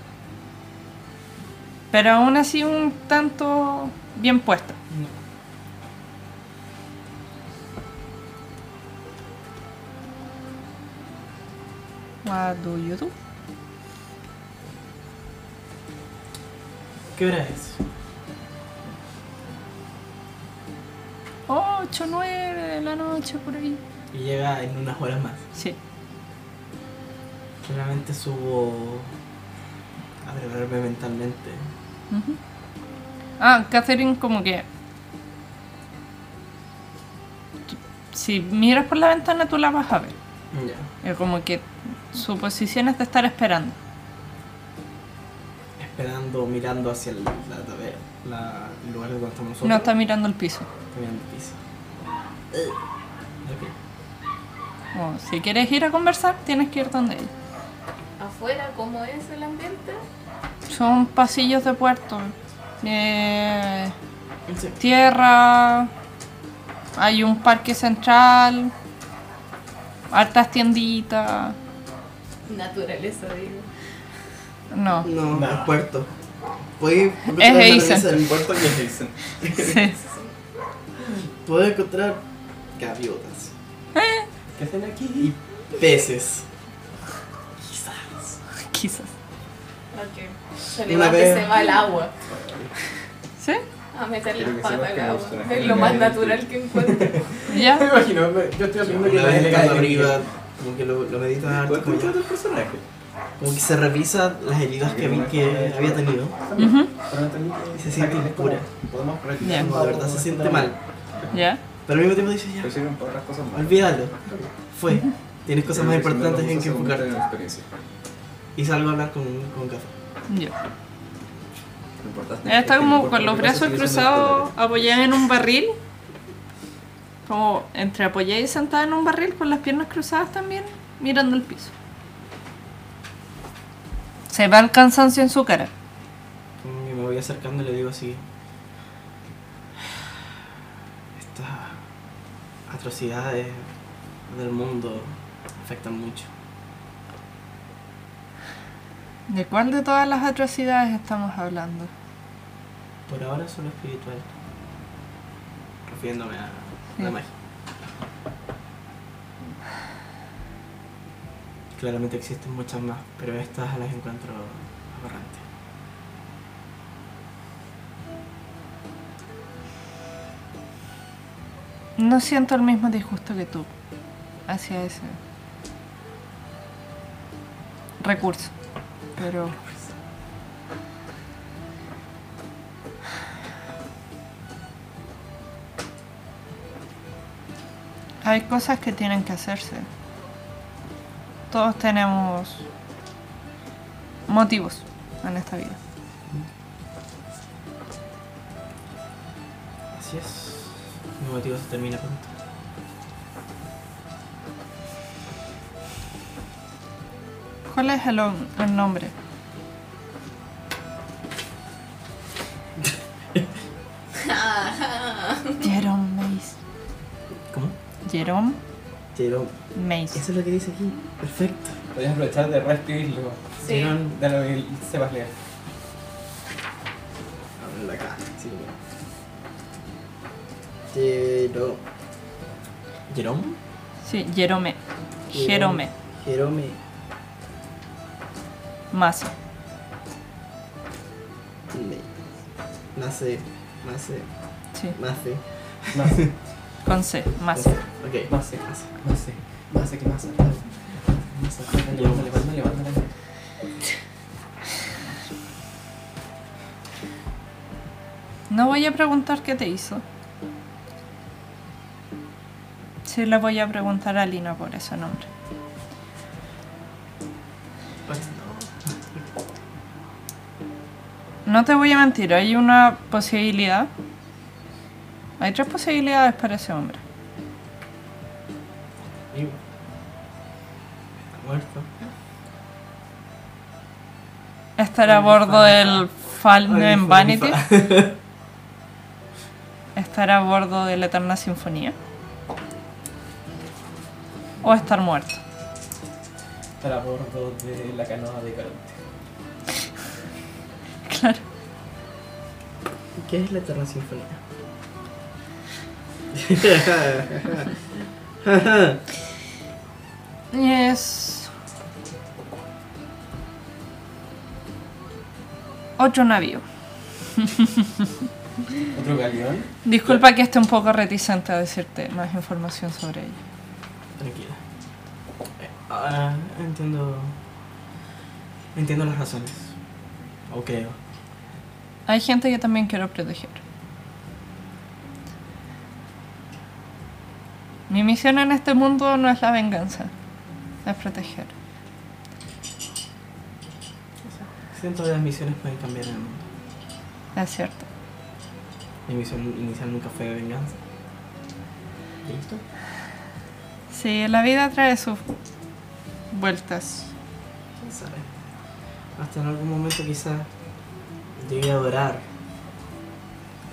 S2: pero aún así un tanto bien puesta. What do you do?
S5: ¿Qué hora es?
S2: Ocho, nueve de la noche por ahí.
S5: Y llega en unas horas más.
S2: Sí.
S5: Realmente subo a prepararme mentalmente.
S2: Ujú. Ah, Catherine como que... Si miras por la ventana tú la vas a ver.
S5: Ya.
S2: Es como que su posición es de estar esperando.
S5: Esperando, mirando hacia el, la taberna, la- el lugar donde estamos nosotros.
S2: No está mirando el piso.
S5: Está mirando el piso. Eh, Ok.
S2: O si quieres ir a conversar, tienes que ir donde ella.
S6: Afuera, ¿cómo es el ambiente?
S2: Son pasillos de puerto. Eh,
S5: Sí.
S2: tierra. Hay un parque central. Hartas tienditas.
S6: Naturaleza, digo.
S2: No.
S5: No, no, es puerto. Puedes
S2: Es
S5: la
S2: Eiza.
S5: naturaleza del
S7: El puerto que es Jason.
S2: Sí.
S5: Puedes encontrar gaviotas
S1: ¿Qué hacen aquí?
S5: y peces.
S2: Quizás.
S6: Ok. Se
S5: Una
S6: levanta y
S5: vez-
S6: se va al agua.
S2: ¿Sí.
S6: A meter
S7: Quiero
S6: las
S7: que sepas
S6: patas al
S7: que me
S6: agua.
S7: gusta la
S6: Es lo más
S7: gente.
S6: natural que encuentro.
S2: Ya.
S1: Me imagino, me- yo estoy asumiendo que
S5: Una
S1: la
S5: vez
S1: gente
S5: estando
S1: de-
S5: arriba, Como que lo, lo medita harto,
S7: ¿Cuál
S5: como,
S7: es tu personaje?
S5: como que se revisa las heridas que, vi- que había tenido.
S2: Ujú,
S7: Pero entendí que-
S5: Se siente
S7: es como-
S5: impura.
S7: Podemos practicar.
S2: Ya.
S5: Como de verdad se siente mal.
S2: ¿Ya?
S5: Pero al mismo tiempo dice, ya,
S7: Pero sirven para otras cosas más.
S5: olvídalo. Fue. Tienes cosas más
S7: Pero si me lo
S5: importantes en
S7: usas,
S5: que
S7: se convierte
S5: enfocarte.
S7: en experiencia.
S5: Y salgo a hablar con, con Café.
S2: Ya.
S7: Lo importante
S2: Ella
S7: es
S2: está
S7: que
S2: como
S7: el
S2: con los
S7: cuerpo
S2: brazos
S7: sigue siendo
S2: cruzados,
S7: importante.
S2: apoyada en un barril. Como entre apoyada y sentada en un barril, con las piernas cruzadas también, mirando el piso. Se va el cansancio en su cara.
S5: Como que me voy acercando y le digo así. Estas atrocidades del mundo afectan mucho.
S2: ¿De cuál de todas las atrocidades estamos hablando?
S5: Por ahora solo espiritual. Refiriéndome a la
S2: Sí.
S5: magia. Claramente existen muchas más, pero estas las encuentro aberrantes.
S2: No siento el mismo disgusto que tú hacia ese recurso, pero hay cosas que tienen que hacerse. Todos tenemos motivos en esta vida.
S5: Así es. Mi motivo se termina pronto.
S2: ¿Cuál es el, hom- el nombre? Jerome Mace.
S5: ¿Cómo?
S2: Jerome
S5: Jerón.
S2: Mace.
S5: Eso es lo que dice aquí. Perfecto.
S1: Podrías aprovechar de reescribirlo.
S6: Sí.
S5: Jerón.
S1: De lo que sepas leer.
S5: Ábrelo acá. Sí, Jerón. Jerón.
S2: Sí, Jerome. Jerome.
S5: Jerome.
S2: Mace.
S5: Nace. Nace.
S2: Sí,
S5: Nace.
S1: Más,
S2: con C. Mace.
S5: Ok.
S1: más, más, más, más, que más. Levanta, levanta, levanta.
S2: No voy a preguntar qué te hizo. Sí le voy a preguntar a Lina por ese nombre. No te voy a mentir, hay una posibilidad. Hay tres posibilidades para ese hombre.
S5: Vivo. Está muerto.
S2: Estar a
S5: Ay,
S2: bordo
S5: fa-
S2: del Falne
S5: Ay,
S2: en
S5: fa-
S2: Vanity.
S5: fa-
S2: Estar a bordo de la Eterna Sinfonía. O estar muerto.
S1: Estar a bordo de la canoa de Caronte.
S2: Claro.
S5: ¿Qué es la Eterna Sinfonía?
S2: Y es. Otro navío.
S1: Otro galeón.
S2: Disculpa que esté un poco reticente a decirte más información sobre ello.
S5: Tranquila. Eh, Ahora entiendo. Entiendo las razones. O creo.
S2: Hay gente que también quiero proteger. Mi misión en este mundo no es la venganza, es proteger.
S5: Siento que las misiones pueden cambiar en el mundo.
S2: Es cierto.
S5: Mi misión inicial nunca fue de venganza. ¿Listo?
S2: Sí, la vida trae sus vueltas.
S5: ¿Quién sabe? Hasta en algún momento quizás llegue a adorar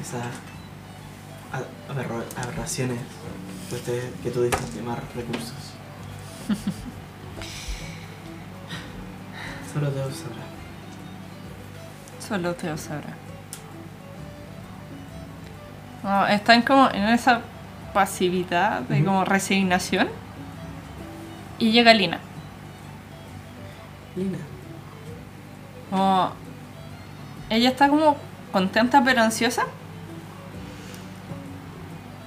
S5: esas a- aberro- aberraciones que, usted- que tú dices llamar recursos. Solo Dios sabrá.
S2: Solo Dios sabrá. No, están como en esa pasividad de como resignación. Y llega Lina.
S5: Lina.
S2: Como- ella está como contenta pero ansiosa.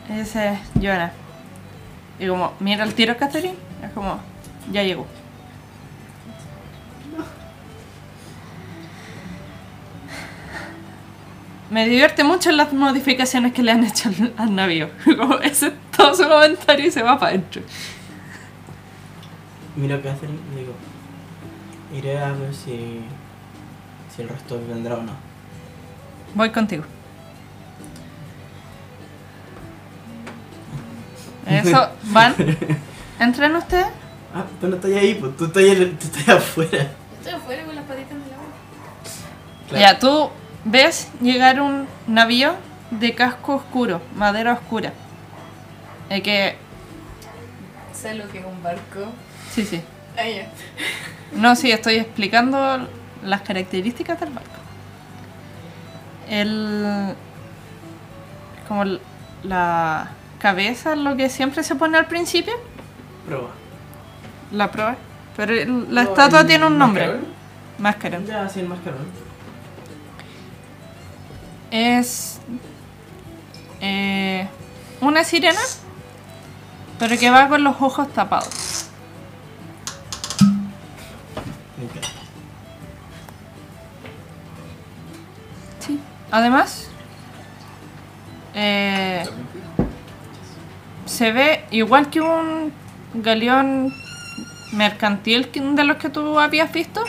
S2: Y dice, Joana. Y como, mira el tiro, Catherine. Es como, Ya llegó. Me divierte mucho las modificaciones que le han hecho al, al navío. Como ese es todo su comentario y se va para adentro.
S5: Miro a Catherine y digo, iré a ver si, si el resto vendrá o no.
S2: Voy contigo. Eso, van. ¿Entran ustedes?
S5: Ah, tú no estás ahí, pues tú estás, ahí- tú estás afuera.
S6: Estoy afuera con las patitas en la agua.
S5: Claro.
S2: Ya, tú ves llegar un navío de casco oscuro, madera oscura. Eh, que.
S6: ¿Sabes lo que es un barco?
S2: Sí, sí.
S6: Ah, ya.
S2: No, sí, estoy explicando las características del barco. El. Como l- la cabeza, lo que siempre se pone al principio,
S5: Prueba.
S2: la proa. Pero el- la estatua tiene un nombre: máscara.
S1: ¿Mascarón?
S5: Ya, sin mascarón.
S2: Es. eh, una sirena, pero que va con los ojos tapados.
S5: Me encanta.
S2: Sí. Además, eh, se ve igual que un galeón mercantil que- de los que tú habías visto,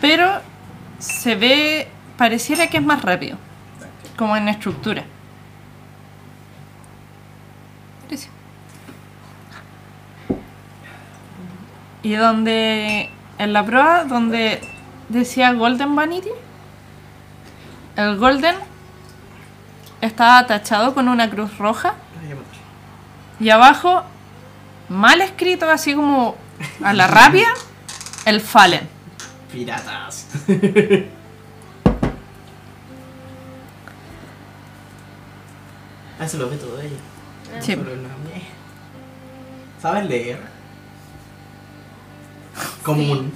S2: pero se ve, pareciera que es más rápido, como en estructura. Precio. Y donde, en la prueba, donde decía Golden Vanity. El Golden estaba tachado con una cruz roja
S5: Los voy a matar.
S2: y abajo, mal escrito, así como a la rabia, el Fallen.
S5: Piratas. ah, se lo ve todo ella.
S2: Sí.
S5: Solo el nombre. ¿Sabes leer? Común.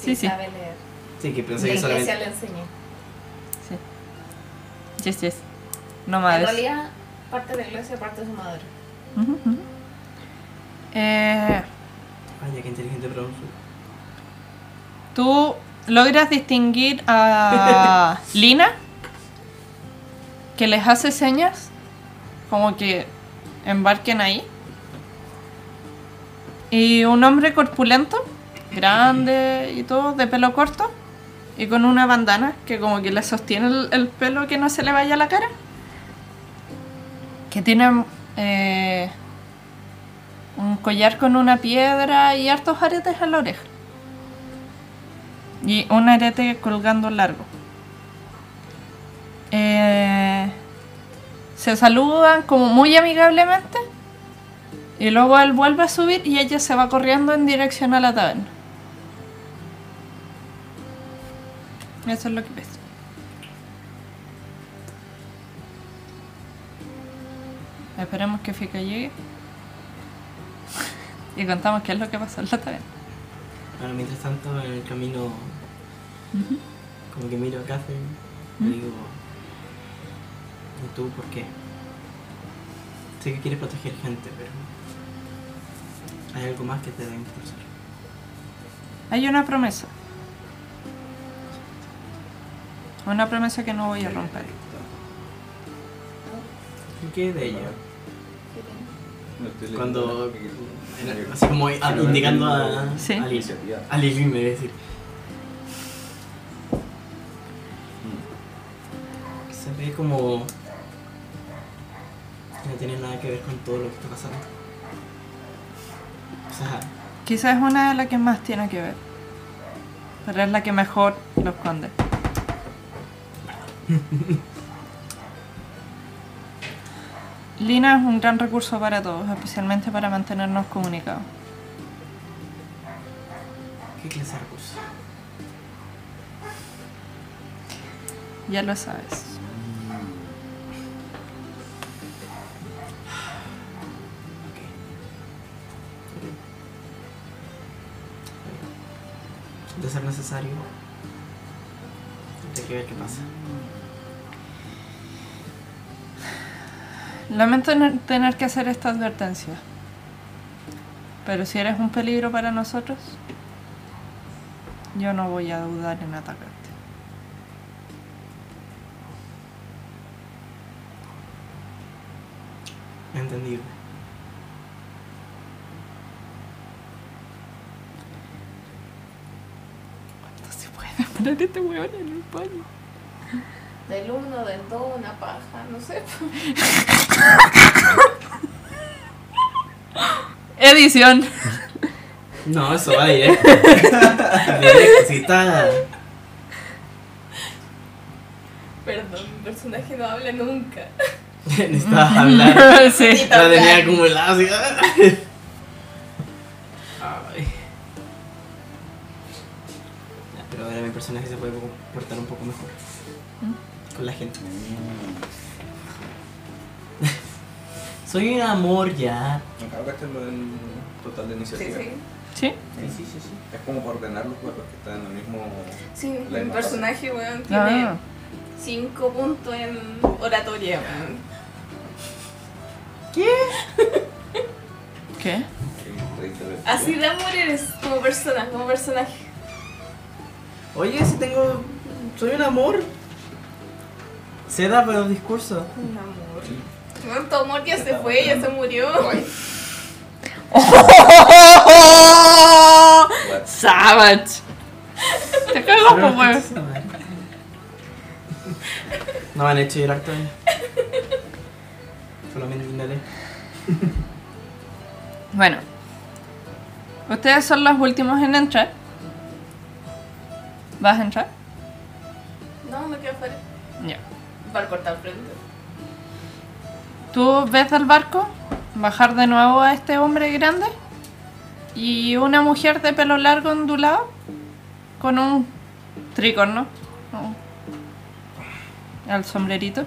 S2: Sí, sí.
S6: Sabe leer.
S5: Sí, que pensé
S6: la
S5: que
S6: iglesia
S5: solamente.
S6: le enseñó.
S2: Yes, yes. No
S6: En
S2: madres.
S6: realidad, parte de la iglesia, parte de su madre.
S2: Ujú, ujú. Eh,
S5: Vaya, qué inteligente producto.
S2: Tú logras distinguir a Lina, que les hace señas, como que embarquen ahí. Y un hombre corpulento, grande y todo, de pelo corto, y con una bandana que como que le sostiene el, el pelo que no se le vaya a la cara. Que tiene eh, un collar con una piedra y hartos aretes en la oreja. Y un arete colgando largo. Eh, se saludan como muy amigablemente. Y luego él vuelve a subir y ella se va corriendo en dirección a la taberna. Eso es lo que ves. Esperemos que Fika llegue. Y contamos qué es lo que pasó en la taberna.
S5: Bueno, mientras tanto, en el camino. Como que miro a Catherine. y digo. ¿Y tú por qué? Sé que quieres proteger gente, pero. Hay algo más que te debe impulsar.
S2: Hay una promesa. Una promesa que no voy a romper.
S5: ¿Y qué de ella?
S7: No estoy leyendo
S5: Cuando.
S7: nada.
S5: en- Así como a- indicando a.
S2: Sí.
S5: A Lily.
S7: Iniciativa.
S5: A Lily me iba a decir. Se ve como. que No tiene nada que ver con todo lo que está pasando. O sea,
S2: Quizás es una de las que más tiene que ver. Pero es la que mejor lo esconde. Lina es un gran recurso para todos, especialmente para mantenernos comunicados.
S5: ¿qué clase de recursos?
S2: Ya lo sabes.
S5: De ser necesario. Hay que ver qué pasa.
S2: Lamento no- tener que hacer esta advertencia. Pero si eres un peligro para nosotros, yo no voy a dudar en atacarte.
S5: Entendible.
S2: No se puede parar este hueón en el baño.
S6: Del uno, del dos, una paja, no sé.
S2: Edición.
S5: No, eso va directo. directo, si está.
S6: Perdón, mi personaje no habla nunca.
S5: Necesitabas hablar.
S2: sí.
S5: La tenía acumulada así. Ay. Ya, Pero ahora mi personaje se puede comportar un poco mejor. Con la gente. Mm. Soy un amor ya.
S7: Acá gasté lo del total de
S6: Sí,
S7: iniciativa.
S6: sí.
S2: ¿Sí?
S4: sí, sí, sí.
S7: Es como para ordenar los cuerpos que están en el mismo.
S6: Sí,
S7: La
S6: mi
S7: imagen.
S6: personaje, weón, tiene
S2: Ah,
S6: 5 puntos en oratoria, weón.
S2: ¿Qué?
S7: el 30 de-
S6: Así de amor eres como persona, como personaje.
S5: Oye, si tengo. Soy un amor. Se da para los discursos.
S6: Un amor. Bueno, tu amor ya se fue, ya se murió.
S2: Savage. Te cago, pues, weón.
S5: No me han hecho llorar todavía. Solamente indale.
S2: Bueno, ustedes son los últimos en entrar. ¿Vas a entrar?
S6: No, me quedo fuera.
S2: Ya.
S6: Para cortar frente.
S2: Tú ves del barco bajar de nuevo a este hombre grande y una mujer de pelo largo ondulado con un tricorno ¿no? al sombrerito.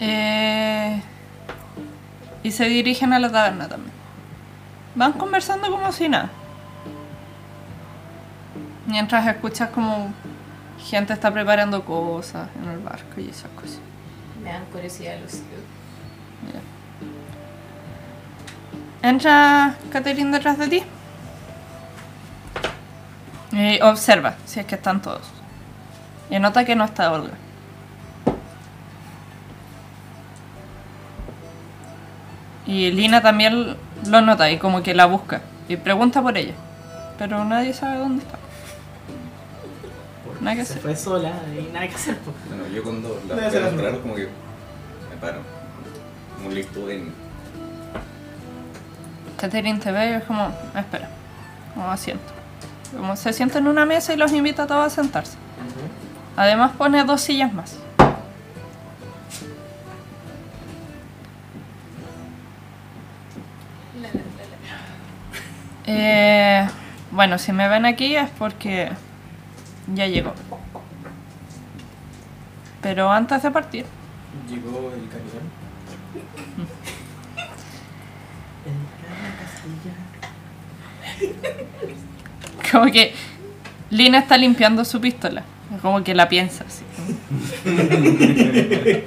S2: Eh, y se dirigen a la taberna también. Van conversando como si nada. Mientras escuchas como gente está preparando cosas en el barco y esas cosas.
S6: Me dan curiosidad lucido.
S2: Entra Catherine detrás de ti. Y observa si es que están todos. Y nota que no está Olga. Y Lina también lo nota y como que la busca. Y pregunta por ella. Pero nadie sabe dónde está. Nada que
S5: Se
S2: hacer.
S5: fue sola y nada que hacer. po.
S7: Bueno, yo cuando la
S1: Debe ser
S7: veo
S1: azul.
S7: entrar, como que me paro. Como listo en.
S2: Catherine te ve y es como, espera, como asiento. Como se sienta en una mesa y los invita a todos a sentarse. Además pone dos sillas más. Eh, bueno, si me ven aquí es porque ya llegó. Pero antes de partir,
S1: Llegó el camión.
S2: como que Lina está limpiando su pistola. Como que la piensa así.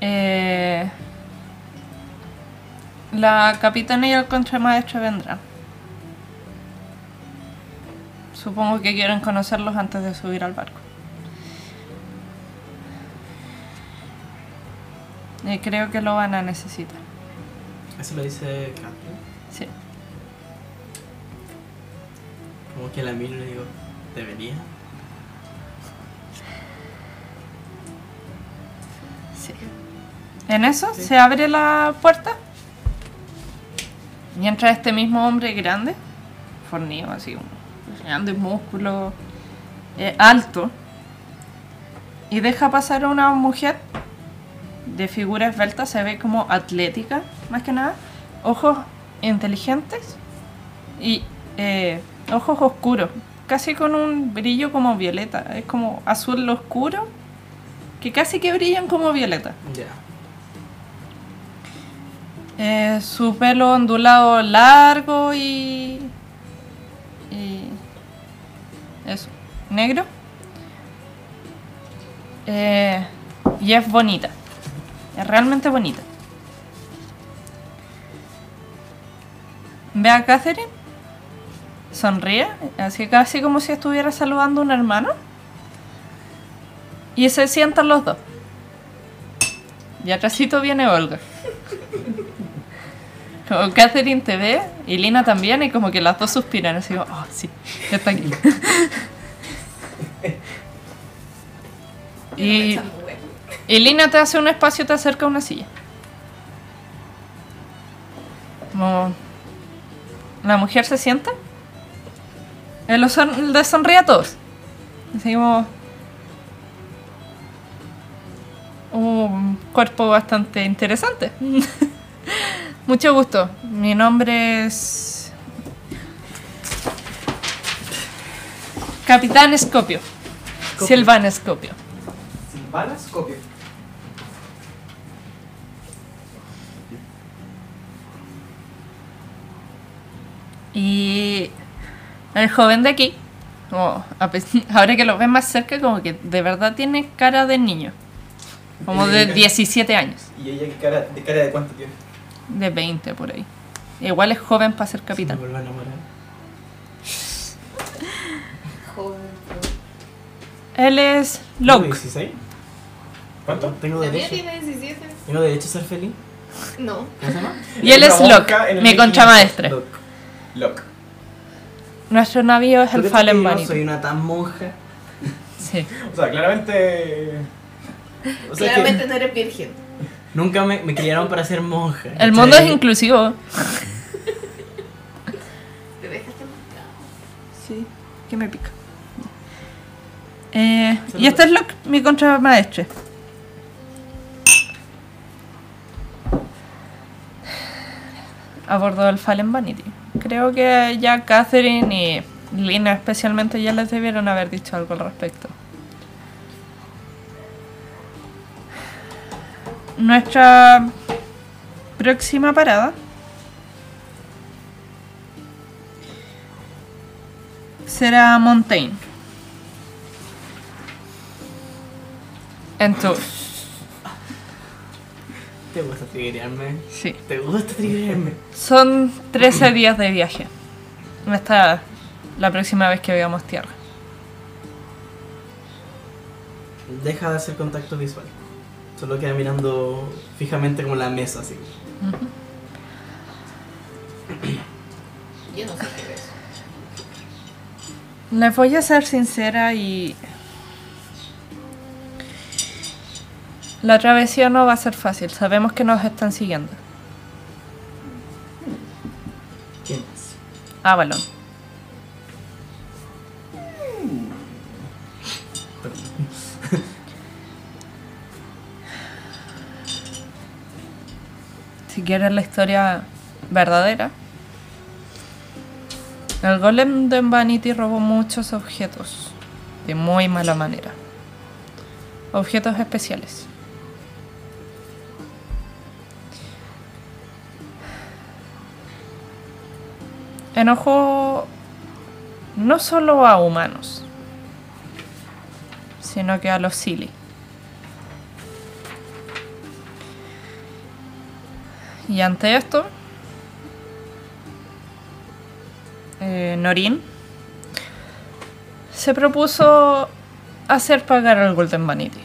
S2: Eh, la capitana y el contramaestre vendrán. Supongo que quieren conocerlos antes de subir al barco. Y creo que lo van a necesitar.
S5: Eso lo dice Catherine.
S2: Sí.
S5: Como que la miro y le digo, debería.
S2: Sí. En eso se abre la puerta y entra este mismo hombre grande, fornido, así, un grande músculo, eh, alto, y deja pasar a una mujer de figura esbelta, se ve como atlética, más que nada, ojos inteligentes y eh, ojos oscuros, casi con un brillo como violeta, es como azul oscuro, que casi que brillan como violeta.
S5: Ya.
S2: Eh, su pelo ondulado largo y. y. eso, negro. Eh, y es bonita. Es realmente bonita. Ve a Catherine. Sonríe. Así casi como si estuviera saludando a un hermano. Y se sientan los dos. Y atrásito viene Olga. Como Catherine te ve y Lina también y como que las dos suspiran así como, oh sí, está aquí. y, y Lina te hace un espacio y te acerca a una silla. Como- la mujer se sienta. Él los son- les sonríe a todos. Así como un cuerpo bastante interesante. Mucho gusto. Mi nombre es. Capitán Escopio. Silvana Escopio.
S1: Silvanas, copio.
S2: Y el joven de aquí, como, a pe- ahora que lo ves más cerca, como que de verdad tiene cara de niño. Como de 17 años,
S1: ¿Y ella qué cara, de cara de cuánto tiene?
S2: de 20 por ahí. Igual es joven para ser capitán.
S5: Me vuelvo a enamorar.
S6: Joven.
S2: Él es
S5: ¿Tengo
S2: Locke.
S5: 16?
S1: ¿Cuánto?
S5: ¿Tengo
S6: La mía
S5: derecho?
S6: tiene 17.
S5: ¿Tengo derecho a ser feliz?
S6: No.
S5: ¿Cómo se llama?
S2: Y él es
S1: Una mosca
S2: Locke,
S1: en el
S2: mi
S1: 1500.
S2: contramaestre.
S5: Loc.
S1: Locke.
S2: Nuestro navío es
S5: ¿Tú
S2: el
S5: crees
S2: Fallen
S5: que yo no
S2: Bunny.
S5: soy una tan monja.
S2: Sí.
S1: O sea, claramente.
S5: O sea, que
S6: Claramente no eres virgen.
S5: nunca me, me criaron para ser monja.
S2: El mundo es
S5: ¿cachai?
S2: inclusivo.
S6: Te dejaste marcado.
S2: Sí, que me pica. Eh, y este es Locke, mi contramaestre. A bordo del Fallen Vanity. Creo que ya Catherine y Lina especialmente ya les debieron haber dicho algo al respecto. Nuestra próxima parada será Montaigne. En tu.
S5: ¿Te gusta triggerearme?
S2: Sí.
S5: ¿Te gusta triggerearme?
S2: Son 13 días de viaje. Hasta la próxima vez que veamos tierra.
S5: Deja de hacer contacto visual. Solo queda mirando fijamente como la mesa, así.
S6: Yo no sé qué es.
S2: Les voy a ser sincera y. La travesía no va a ser fácil. Sabemos que nos están siguiendo.
S5: ¿Quién más?
S2: Avalon. si quieres la historia verdadera, el golem de Vanity robó muchos objetos de muy mala manera. Objetos especiales. enojó no solo a humanos, sino que a los Silly. Y ante esto, eh, Norin se propuso hacer pagar al Golden Vanity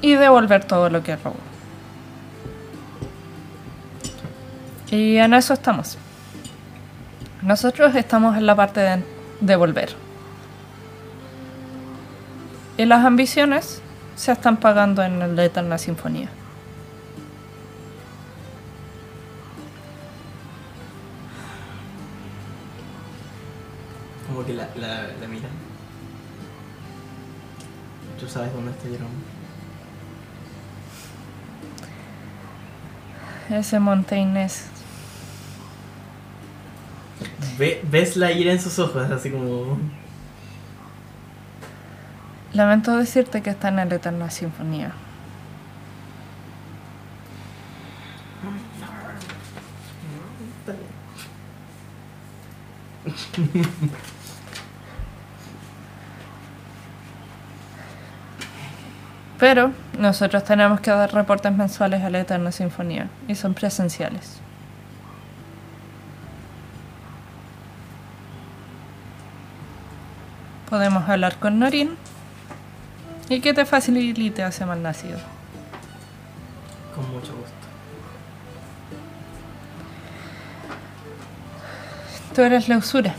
S2: y devolver todo lo que robó. Y en eso estamos. Nosotros estamos en la parte de devolver. Y las ambiciones se están pagando en la Eterna Sinfonía.
S5: Como que la, la, la mira. Tú sabes dónde está Jerome.
S2: Ese Montaigne es...
S5: Ve- ves la ira en sus ojos, así como.
S2: Lamento decirte que está en la Eterna Sinfonía. Pero nosotros tenemos que dar reportes mensuales a la Eterna Sinfonía y son presenciales. Podemos hablar con Norin y que te facilite a malnacido.
S5: Con mucho gusto.
S2: Tú eres la usura,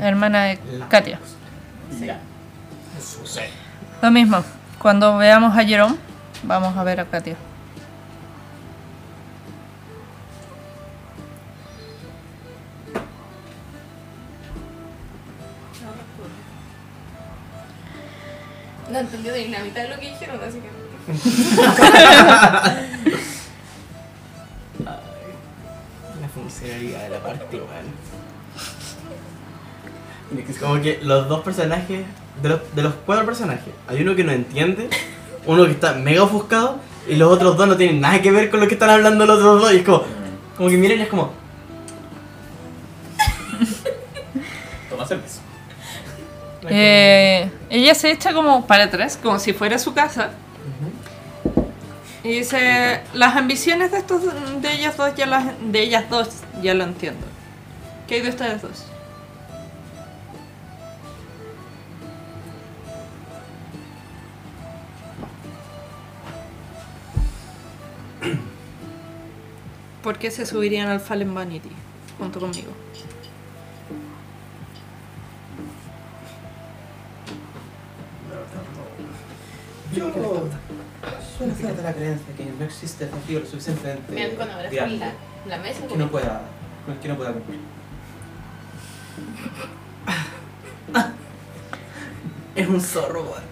S2: hermana de
S5: La-
S2: Katia.
S4: Ya.
S2: Lo mismo, cuando veamos a Jerome, vamos a ver a Katia.
S6: No entendió ni la mitad de lo que dijeron, así que.
S5: La funcionalidad de la parte, weón. Es como que los dos personajes, de los, de los cuatro personajes, hay uno que no entiende, uno que está mega ofuscado, y los otros dos no tienen nada que ver con lo que están hablando los otros dos. Y es como, como que miren, y es como,
S1: Toma cerveza.
S2: Eh, ella se echa como para atrás, como si fuera su casa. Y dice, las ambiciones de estos de ellas dos ya las de ellas dos ya lo entiendo. ¿Qué hay de ustedes dos? ¿Por qué se subirían al Fallen Vanity junto conmigo?
S1: Yo suelo ser de la creencia que no existe desafío lo suficientemente
S6: Vean cuando abrazan
S1: grande
S6: la, la mesa.
S1: que no pueda, que no pueda cumplir.
S5: es un zorro, weón.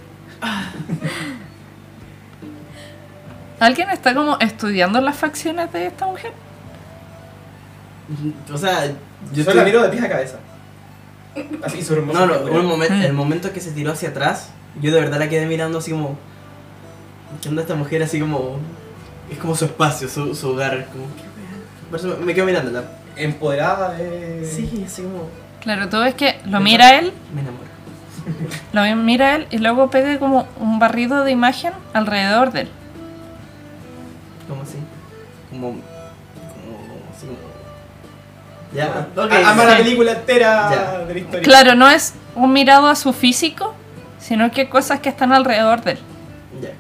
S2: ¿Alguien está como estudiando las facciones de esta mujer?
S5: O sea, yo
S1: Yo
S5: estoy-
S1: solo la miro de pies a cabeza. Así sobre un
S5: No, no, un momen-
S2: Mm.
S5: el momento que se tiró hacia atrás, yo de verdad la quedé mirando así como. ¿Qué onda esta mujer? Así como. Es como su espacio, su, su hogar. Como, ¿qué weá? Por eso me- me quedo mirándola.
S1: Empoderada de.
S5: Sí, así como.
S2: Claro, todo es que lo mira él,
S5: Me enamoro.
S2: lo mira él y luego pega como un barrido de imagen alrededor de él.
S5: ¿Cómo así? Como. Como. Así como. Ya, ok.
S1: A- ama la
S5: sí.
S1: película entera
S5: Ya.
S1: de la historia.
S2: Claro, no es un mirado a su físico, sino que cosas que están alrededor de él.
S5: Ya.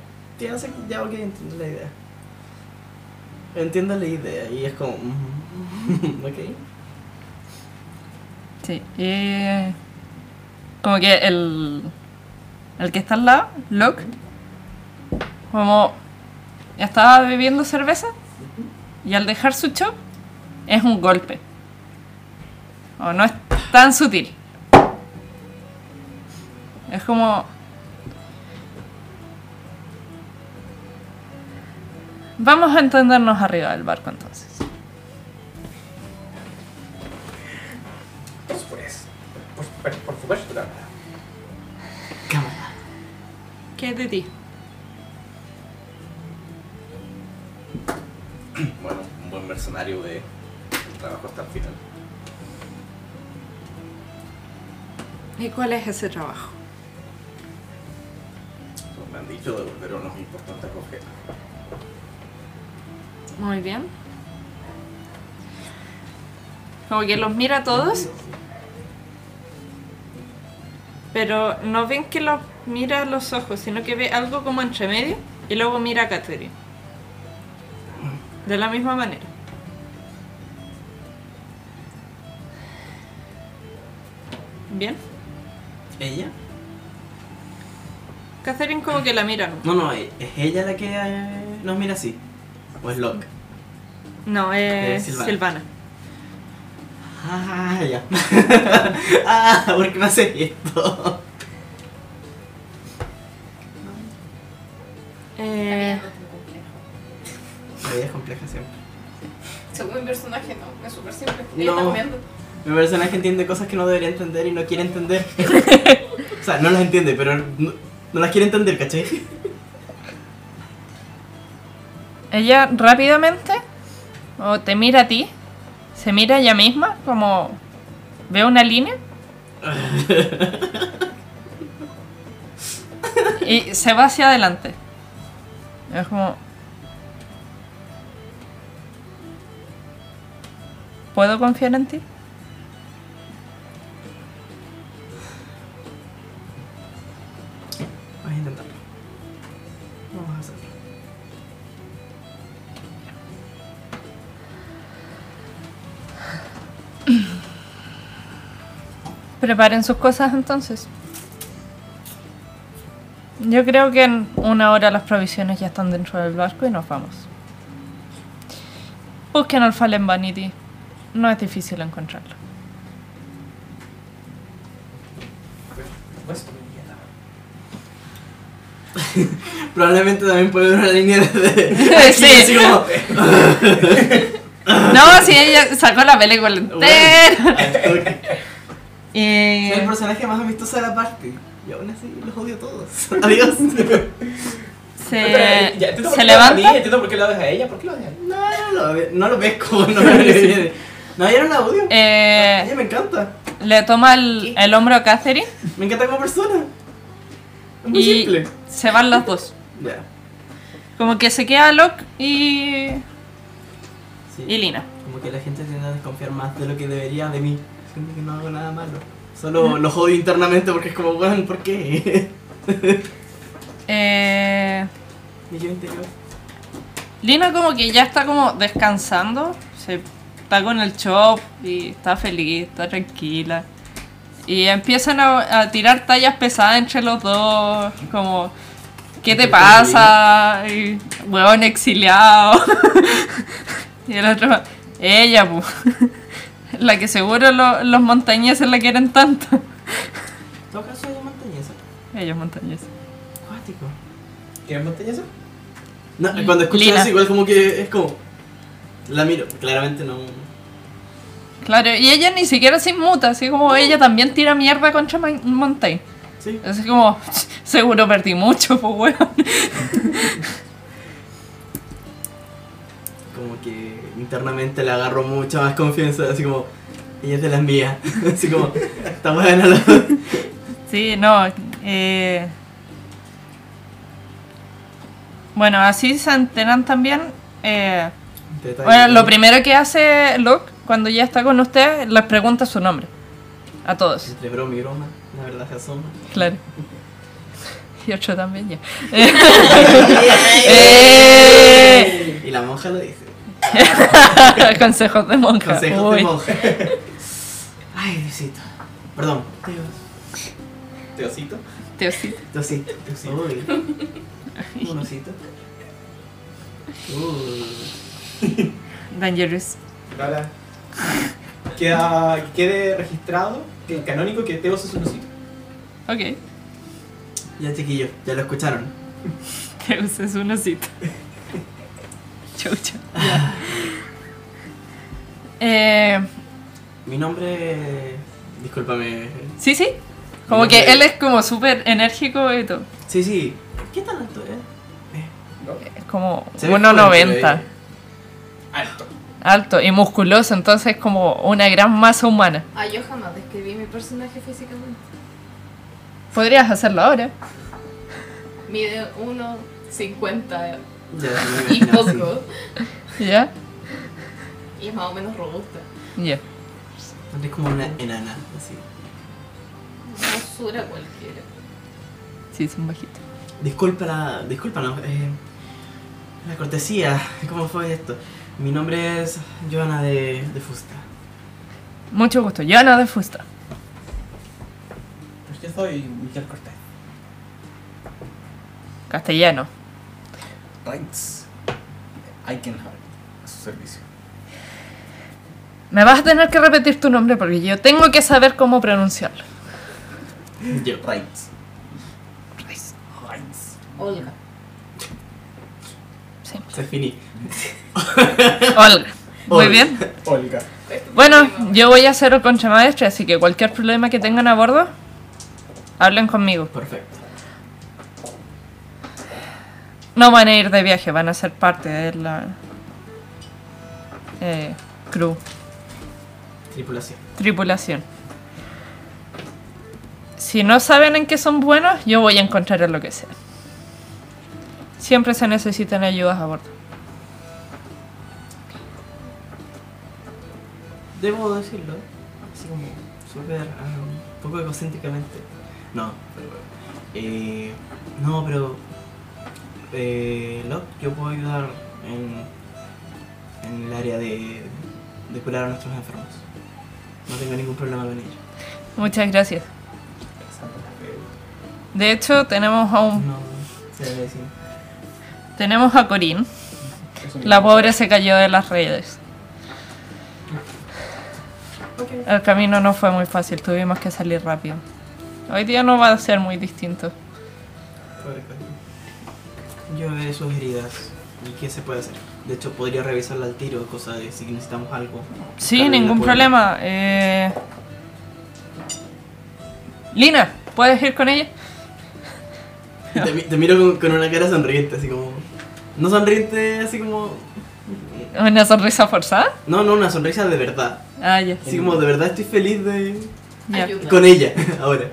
S5: Ya, sé- ya, ok, entiendo la idea. Entiendo la idea y es como. mm, ok.
S2: Sí. y- como que el, el que está al lado, Locke, como estaba bebiendo cerveza y al dejar su chop es un golpe. O no es tan sutil. Es como... Vamos a entendernos arriba del barco entonces.
S1: Por supuesto. Por, por, por supuesto, claro.
S2: ¿Qué es de ti?
S7: Bueno, un buen mercenario de el trabajo hasta el final.
S2: ¿Y cuál es ese trabajo?
S7: Eso me han dicho devolver unos importantes objetos.
S2: Muy bien. Como que los mira a todos. Pero no ven que los mira a los ojos, sino que ve algo como entre medio y luego mira a Catherine. De la misma manera. Bien.
S5: ¿Ella?
S2: Catherine como que la mira.
S5: No, no, ¿es ella la que eh, nos mira así? ¿O es Locke?
S2: No, es
S5: Eh, Silvana.
S2: Silvana.
S5: Ah, ya. ah, ¿por qué me haces esto?
S6: La vida
S2: Eh,
S6: no es tan compleja.
S5: La vida es compleja siempre.
S6: Según mi personaje, no. Es súper simple.
S5: No.
S6: Ella está comiendo.
S5: Mi personaje entiende cosas que no debería entender y no quiere entender. o sea, no las entiende, pero no, no las quiere entender, ¿cachai?
S2: Ella rápidamente o te mira a ti, se mira a ella misma, como ve una línea. Y se va hacia adelante. Es como. ¿Puedo confiar en ti?
S5: Vas a intentarlo. Vamos a hacerlo.
S2: Preparen sus cosas entonces. Yo creo que en una hora las provisiones ya están dentro del barco y nos vamos. Busquen al Fallen Vanity. No es difícil encontrarlo.
S5: Probablemente también puede haber una línea de.
S2: Sí.
S5: así como,
S2: No, si ella sacó la película entera. Eh,
S5: al toque.
S2: Y...
S5: Soy el personaje más amistoso de la parte. Y aún así los odio a todos. Adiós.
S2: se,
S1: Ya,
S2: se
S1: entiendo por qué lo dejas a mí,
S2: levanta.
S1: Entiendo por qué lo dejas a ella, ¿por qué lo dejas a
S5: No, no lo, ve- no lo pesco, no me parece. No, yo no la odio.
S2: eh,
S5: Ella me encanta.
S2: le toma el, el hombro a Catherine
S5: Me encanta como persona. Es muy
S2: y
S5: simple.
S2: se van las dos.
S5: Ya.
S2: Como que se queda Locke y,
S5: Sí.
S2: y Lina.
S5: Como que la gente tiende a desconfiar más de lo que debería de mí. Siento que no hago nada malo. Solo los odio internamente porque es como, weón, ¿por qué?
S2: Eh,
S5: Mi yo interior.
S2: Lina como que ya está como descansando, se está con el chop y está feliz, está tranquila. Y empiezan a, a tirar tallas pesadas entre los dos, como ¿qué te pasa? Y, huevón exiliado. y el otro, ella, pu. la que seguro lo- los montañeses la quieren tanto.
S5: En todo caso, ella montañesa.
S2: Ellos montañeses.
S5: Acuático.
S1: ¿Quieres montañesa?
S5: No, cuando escucho
S2: Lina.
S5: eso, igual como que es como. La miro. Claramente no.
S2: Claro, y ella ni siquiera se inmuta, así como ella también tira mierda contra Man- Montaigne.
S5: Sí.
S2: Así como, seguro perdí mucho, pues weón.
S5: Como que internamente le agarro mucha más confianza. Así como. Ella es de las mías. Así como. Está buena la.
S2: Sí, no. eh. Bueno, así se enteran también. eh,
S5: Detalle.
S2: Bueno, lo primero que hace Locke cuando ya está con ustedes, les pregunta su nombre. A todos,
S5: Entre broma y broma, la verdad se asoma.
S2: claro. Y otro también ya.
S6: eh.
S2: ¡Eh!
S5: Y la monja lo dice.
S2: Consejos de monja.
S5: Consejos
S2: Uy.
S5: de monja. Ay, Diosito. Perdón. Dios.
S1: Teocito.
S2: Teosito.
S5: Diosito. Diosito. Uy. Un osito. Uy.
S2: Dangerous.
S1: Hola. Queda, que quede registrado, que canónico, que Teos es un osito.
S2: Ok.
S5: Ya chiquillos, ya lo escucharon.
S2: Teos es un osito. Chau, chau. Eh,
S5: Mi nombre. Discúlpame.
S2: sí, sí. Como
S5: Nombre-
S2: que él es como súper enérgico y todo.
S5: Sí, sí. ¿Qué tal esto, eh?
S2: Es como
S5: Se ve joven, pero,
S2: 1,90.
S5: eh,
S1: Alto.
S2: Alto y musculoso, entonces como una gran masa humana.
S6: Ah, yo jamás describí mi personaje físicamente.
S2: Podrías hacerlo ahora.
S6: Mide 1,50
S5: Ya, me
S6: y
S5: imagino así.
S6: poco.
S2: ¿Ya?
S6: Y es más o menos robusta.
S2: Ya.
S5: Es como una enana, así.
S6: Hermosura cualquiera.
S2: Sí, es un bajito.
S5: Disculpa la, discúlpanos, eh, la cortesía, ¿cómo fue esto? Mi nombre es Joana de, de Fusta.
S2: Mucho gusto. Yana de Fusta.
S1: Pues yo soy Miguel Cortés.
S2: Castellano.
S7: Thanks. I can have it. A su servicio.
S2: Me vas a tener que repetir tu nombre porque yo tengo que saber cómo pronunciarlo.
S5: eh,
S7: Yo. Rights.
S2: Rice.
S7: Rights.
S6: Olga.
S2: Sí.
S5: Se finí.
S2: Olga. Muy
S5: Olga.
S2: bien.
S1: Olga.
S2: Bueno, yo voy a ser el contramaestre, así que cualquier problema que tengan a bordo, hablen conmigo.
S5: Perfecto.
S2: No van a ir de viaje, van a ser parte de la eh, crew,
S5: Tripulación.
S2: tripulación. si no saben en qué son buenos, yo voy a encontrar en lo que sea. Siempre se necesitan ayudas a bordo.
S1: Debo decirlo, ¿eh? así como súper, ah, un poco egocéntricamente. No, pero bueno. Eh, no, pero. Eh, Locke, yo puedo ayudar en, en el área de, de curar a nuestros enfermos. No tengo ningún problema con ello.
S2: Muchas gracias. De hecho, tenemos a un,
S1: No, se debe decir.
S2: tenemos a Corín. La pobre se cayó de las redes. El camino no fue muy fácil, tuvimos que salir rápido. Hoy día no va a ser muy distinto.
S1: Pobre Cali. Yo veré sus heridas y qué se puede hacer. De hecho, podría revisarla al tiro, cosa de si necesitamos algo.
S2: Sí,
S1: Carolina
S2: ningún
S1: puede-
S2: problema. Eh... Lina, ¿puedes ir con ella?
S1: Te, mi- te miro con, con una cara sonriente, así como. No sonriente, así como.
S2: ¿Una sonrisa forzada?
S1: No, no, una sonrisa de verdad.
S2: Ah, ya.
S1: Así como de verdad estoy feliz de.
S2: ya.
S6: Ayuda.
S1: con ella, ahora.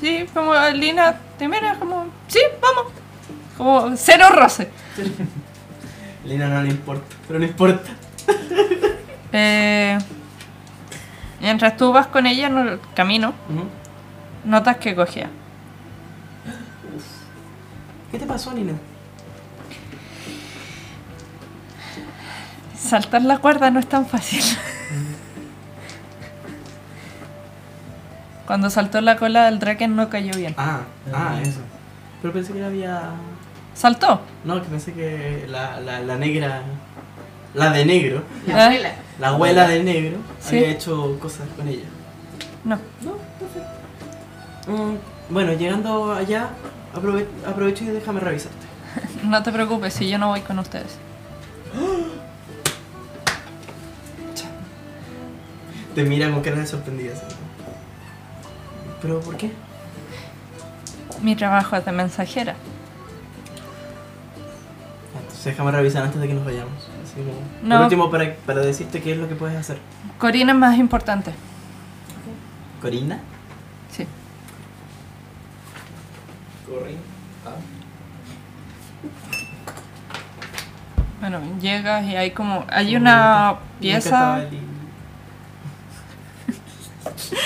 S2: Sí, como Lina te mira, como, sí, vamos. Como cero roce.
S1: Lina no le importa, pero no importa.
S2: Eh, mientras tú vas con ella en el camino,
S1: Ujú.
S2: notas que cogea.
S1: ¿Qué te pasó, Lina?
S2: Saltar la cuerda no es tan fácil. Cuando saltó la cola del Draken no cayó bien.
S1: Ah, ah, eso. Pero pensé que había.
S2: ¿Saltó?
S1: No, que pensé que la, la, la negra. La de negro.
S6: La abuela.
S1: La abuela de negro
S2: Sí.
S1: había hecho cosas con ella.
S2: No.
S1: No, perfecto. Mm, bueno, llegando allá, aprove- aprovecho y déjame revisarte.
S2: No te preocupes, si yo no voy con ustedes.
S1: Te mira con cara de sorprendida. así como, ¿Pero por qué?
S2: Mi trabajo es de mensajera.
S1: Ah, Entonces déjame revisar antes de que nos vayamos. Así como,
S2: No.
S1: Por último, para, para decirte qué es lo que puedes hacer.
S2: Corina es más importante.
S1: Corina,
S2: Sí.
S8: Corre. Ah.
S2: Bueno, llegas y hay como. Hay una
S1: nunca
S2: pieza.
S1: estaba li-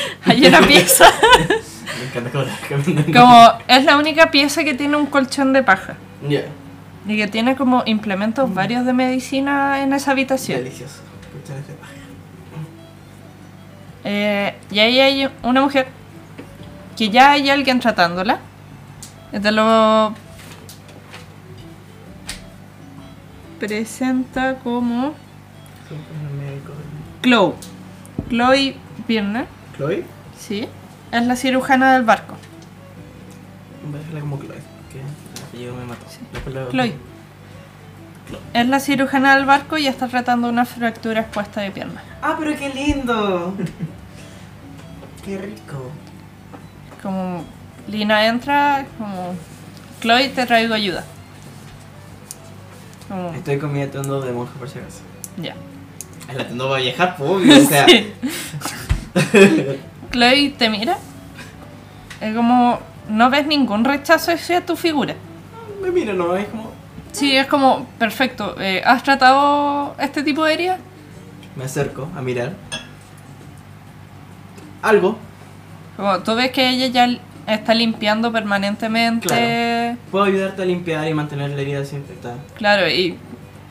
S2: Hay una pieza.
S1: Me encanta cómo la caminando.
S2: Como. Es la única pieza que tiene un colchón de paja.
S1: Ya,
S2: Y que tiene como
S1: Mm.
S2: implementos varios de medicina en esa habitación.
S1: delicioso. Escuchar este paja.
S2: Eh, y ahí hay una mujer que ya hay alguien tratándola. Te lo presenta como
S1: Siempre en el médico.
S2: Chloe. Chloe Birner,
S1: ¿Chloe?
S2: sí. Es la cirujana del barco.
S1: Voy a dejarla como Chloe. Que el apellido me mató. Después lo-
S2: Chloe. Es la cirujana del barco y está tratando una fractura expuesta de pierna.
S1: ¡Ah, pero qué lindo! ¡Qué rico!
S2: Como Lina entra, como Chloe te traigo ayuda. Como,
S1: Estoy con mi atuendo de monja por si acaso.
S2: ya.
S1: El atuendo va a viajar, pues, obvio, o sea.
S2: Sí. Chloe te mira. Es como. No ves ningún rechazo hacia tu figura.
S1: Me miro, Pues ¿no? Es como.
S2: Sí, es como. Perfecto. eh, ¿Has tratado este tipo de heridas?
S1: Me acerco a mirar. Algo.
S2: Como, Tú ves que ella ya l- está limpiando permanentemente. Claro.
S1: Puedo ayudarte a limpiar y mantener la herida siempre está.
S2: y.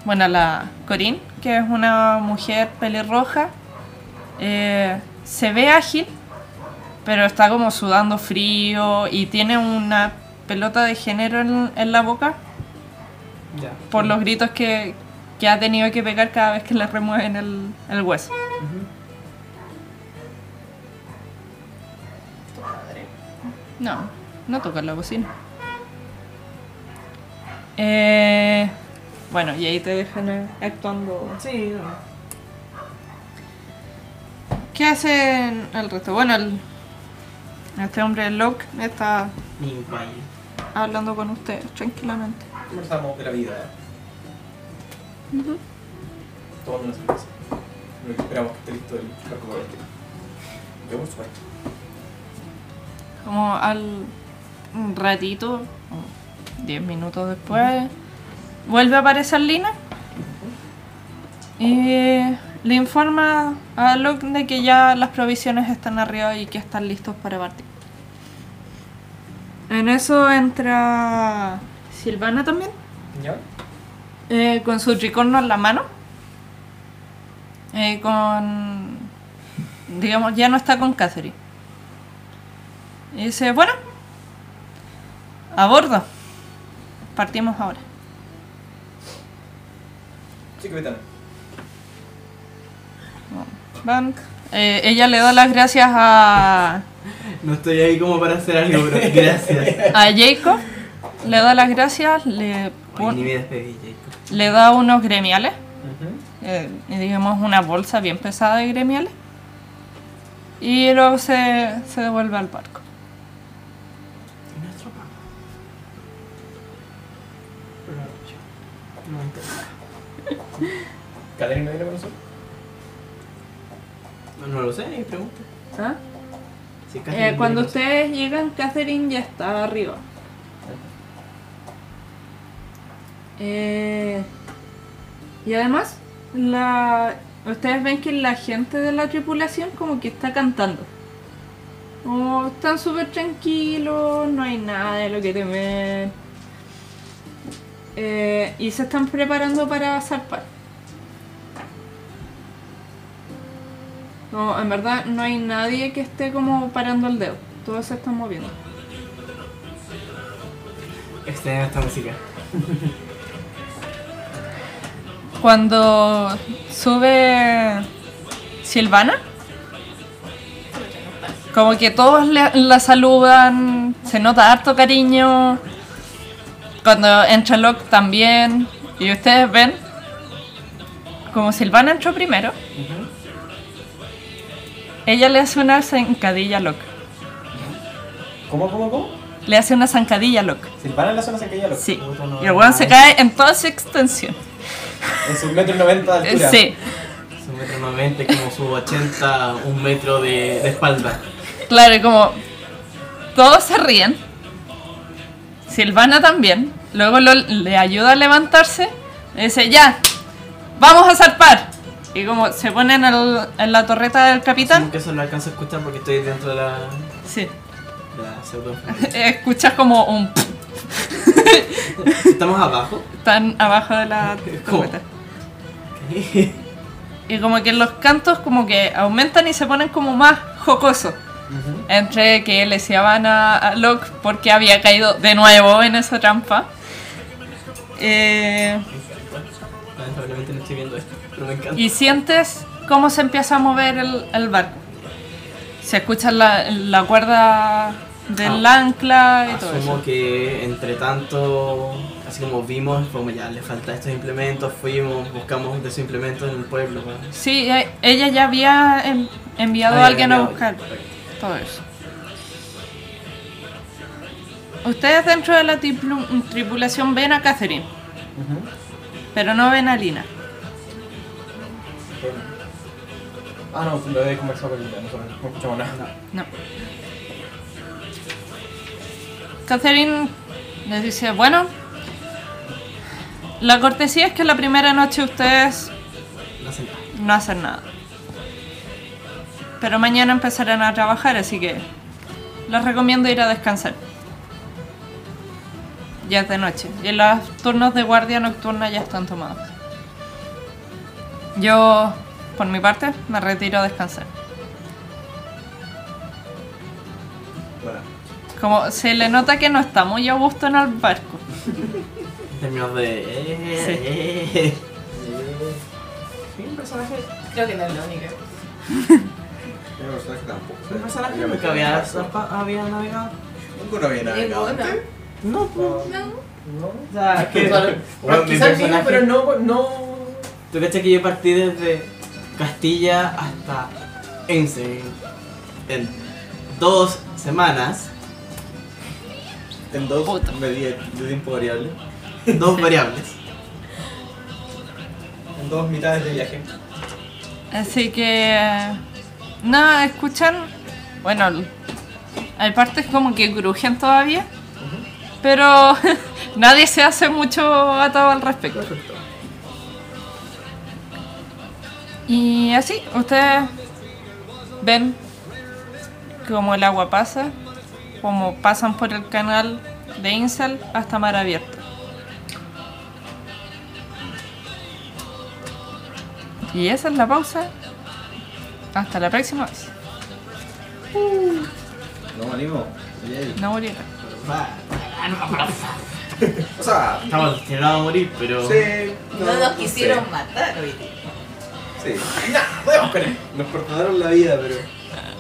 S2: Bueno, la Corín, que es una mujer pelirroja, eh, se ve ágil, pero está como sudando frío y tiene una pelota de género en- en la boca.
S1: Ya.
S2: por los gritos que, que ha tenido que pegar cada vez que le remueven el, el hueso. No, no toca la bocina. Eh, bueno, y ahí te dejan eh, actuando.
S1: Sí, no.
S2: ¿Qué hacen el resto? Bueno, el- este hombre Locke está
S1: Ni baile.
S2: hablando con ustedes tranquilamente.
S8: Conversamos de la vida. Tomando una cerveza. este. Lo que esperamos que esté listo el barco para partir. Yo, por supuesto.
S2: Como al un ratito, o 10 minutos después, vuelve a aparecer Lina. Y le informa a Locke de que ya las provisiones están arriba y que están listos para partir. En eso entra Silvana también,
S1: ¿Ya?
S2: eh, con su tricorno en la mano. Eh, con. Digamos, ya no está con Catherine. Y dice: Bueno, a bordo. Partimos ahora.
S1: Sí, capitán.
S2: Bank. Eh, ella le da las gracias a,
S5: No estoy ahí como para hacer algo, pero gracias.
S2: a Jacob. Le da las gracias, le,
S5: Oye,
S2: pon-
S5: ni me despedí, Jacob.
S2: le da unos gremiales,
S1: Ujú.
S2: eh, digamos una bolsa bien pesada de gremiales. Y luego se, se devuelve al barco.
S5: ¿Y nuestro papá?
S1: Pero no, yo- no me interesa. ¿Catherine no viene con nosotros?
S5: No, no lo sé, ahí pregunto. ¿Ah? Si es que
S2: Eh,
S5: alguien
S2: cuando
S5: tiene cosas.
S2: ustedes llegan, Catherine ya está arriba. Eh, y además, la, ustedes ven que la gente de la tripulación como que está cantando. Oh, están súper tranquilos, no hay nada de lo que temer. Eh, y se están preparando para zarpar. No, en verdad no hay nadie que esté como parando el dedo. Todos se están moviendo.
S5: Extraño esta música.
S2: Cuando sube Silvana, como que todos le- la saludan, se nota harto cariño. Cuando entra Locke también, y ustedes ven como Silvana entró primero, ella le hace una zancadilla a Locke.
S1: ¿Cómo, cómo, cómo?
S2: Le hace una zancadilla a Locke.
S1: Silvana en la zona se caía loco.
S2: Sí.
S5: Puta, no,
S2: Y el weón se
S5: no.
S2: cae en toda su extensión.
S1: En sus metros noventa de
S2: Eh,
S1: altura.
S2: Sí,
S5: Es un metro noventa, como su 80, un metro de, de espalda.
S2: claro, y como todos se ríen. Silvana también. Luego lo- le ayuda a levantarse. Le dice, ya, vamos a zarpar. Y como se pone en, el- en la torreta del
S5: Como
S2: capitán.
S5: que eso lo alcanzo a escuchar porque estoy dentro de la,
S2: Sí.
S5: de la pseudo.
S2: Escuchas como un...
S5: Estamos abajo.
S2: Están abajo de la
S5: ¿Cómo?
S2: torreta. Y como que los cantos como que aumentan y se ponen como más jocosos. Entre que le deseaban a, a Locke porque había caído de nuevo en esa trampa. Eh,
S5: Lamentablemente no estoy viendo esto, pero me encanta.
S2: y sientes cómo se empieza a mover el, el barco. Se escucha la, la cuerda del ancla y todo
S5: Asumo
S2: eso.
S5: que entre tanto, así como vimos, como ya le falta estos implementos, fuimos, buscamos de esos implementos en el pueblo. ¿no?
S2: Sí, e- ella ya había en- enviado
S5: Ah,
S2: a
S5: ya,
S2: alguien
S5: ya,
S2: a
S5: ya.
S2: buscar todo eso. Ustedes dentro de la triplu- tripulación ven a Catherine, pero no ven a Lina.
S1: Ah, no, lo he conversado con Lina, nosotros no escuchamos nada.
S2: No. Catherine les dice, bueno, la cortesía es que la primera noche ustedes
S5: No sé,
S2: no hacen nada. Pero mañana empezarán a trabajar, así que les recomiendo ir a descansar. Ya es de noche. Y los turnos de guardia nocturna ya están tomados. Yo, por mi parte, me retiro a descansar.
S7: Bueno,
S2: Como se le nota que no está muy a gusto en el barco.
S5: en términos de. eh, eh.
S1: Sí, un personaje.
S6: Creo que no es la única.
S7: yo no sé que tampoco.
S5: Un personaje nunca había, había navegado.
S7: Nunca había navegado.
S6: Ninguna.
S7: antes.
S5: No, pues.
S6: No.
S1: No.
S5: O sea, que.
S1: Bueno,
S5: Bueno, mi
S1: quizás vino,
S5: personaje-
S1: pero no. no...
S5: Tú cachas que yo partí desde Castilla hasta Ense en dos semanas,
S7: En dos
S2: Puta.
S7: medidas de tiempo variable.
S5: dos variables.
S1: En dos mitades de viaje.
S2: Así que. Nada, escuchan. Bueno, l- Aparte es como que crujen todavía. Pero nadie se hace mucho atado al respecto.
S1: Perfecto.
S2: Y así, ustedes ven como el agua pasa, como pasan por el canal de Insel hasta mar abierto. Y esa es la pausa. Hasta la próxima vez.
S7: No, animo. Yay.
S2: No murieron.
S7: O sea,
S5: Estamos destinados a morir, pero.
S7: sí.
S6: No nos
S7: sé.
S6: quisieron matar hoy día.
S7: Sí.
S1: Nah, podemos con él. Nos perdonaron la vida, pero.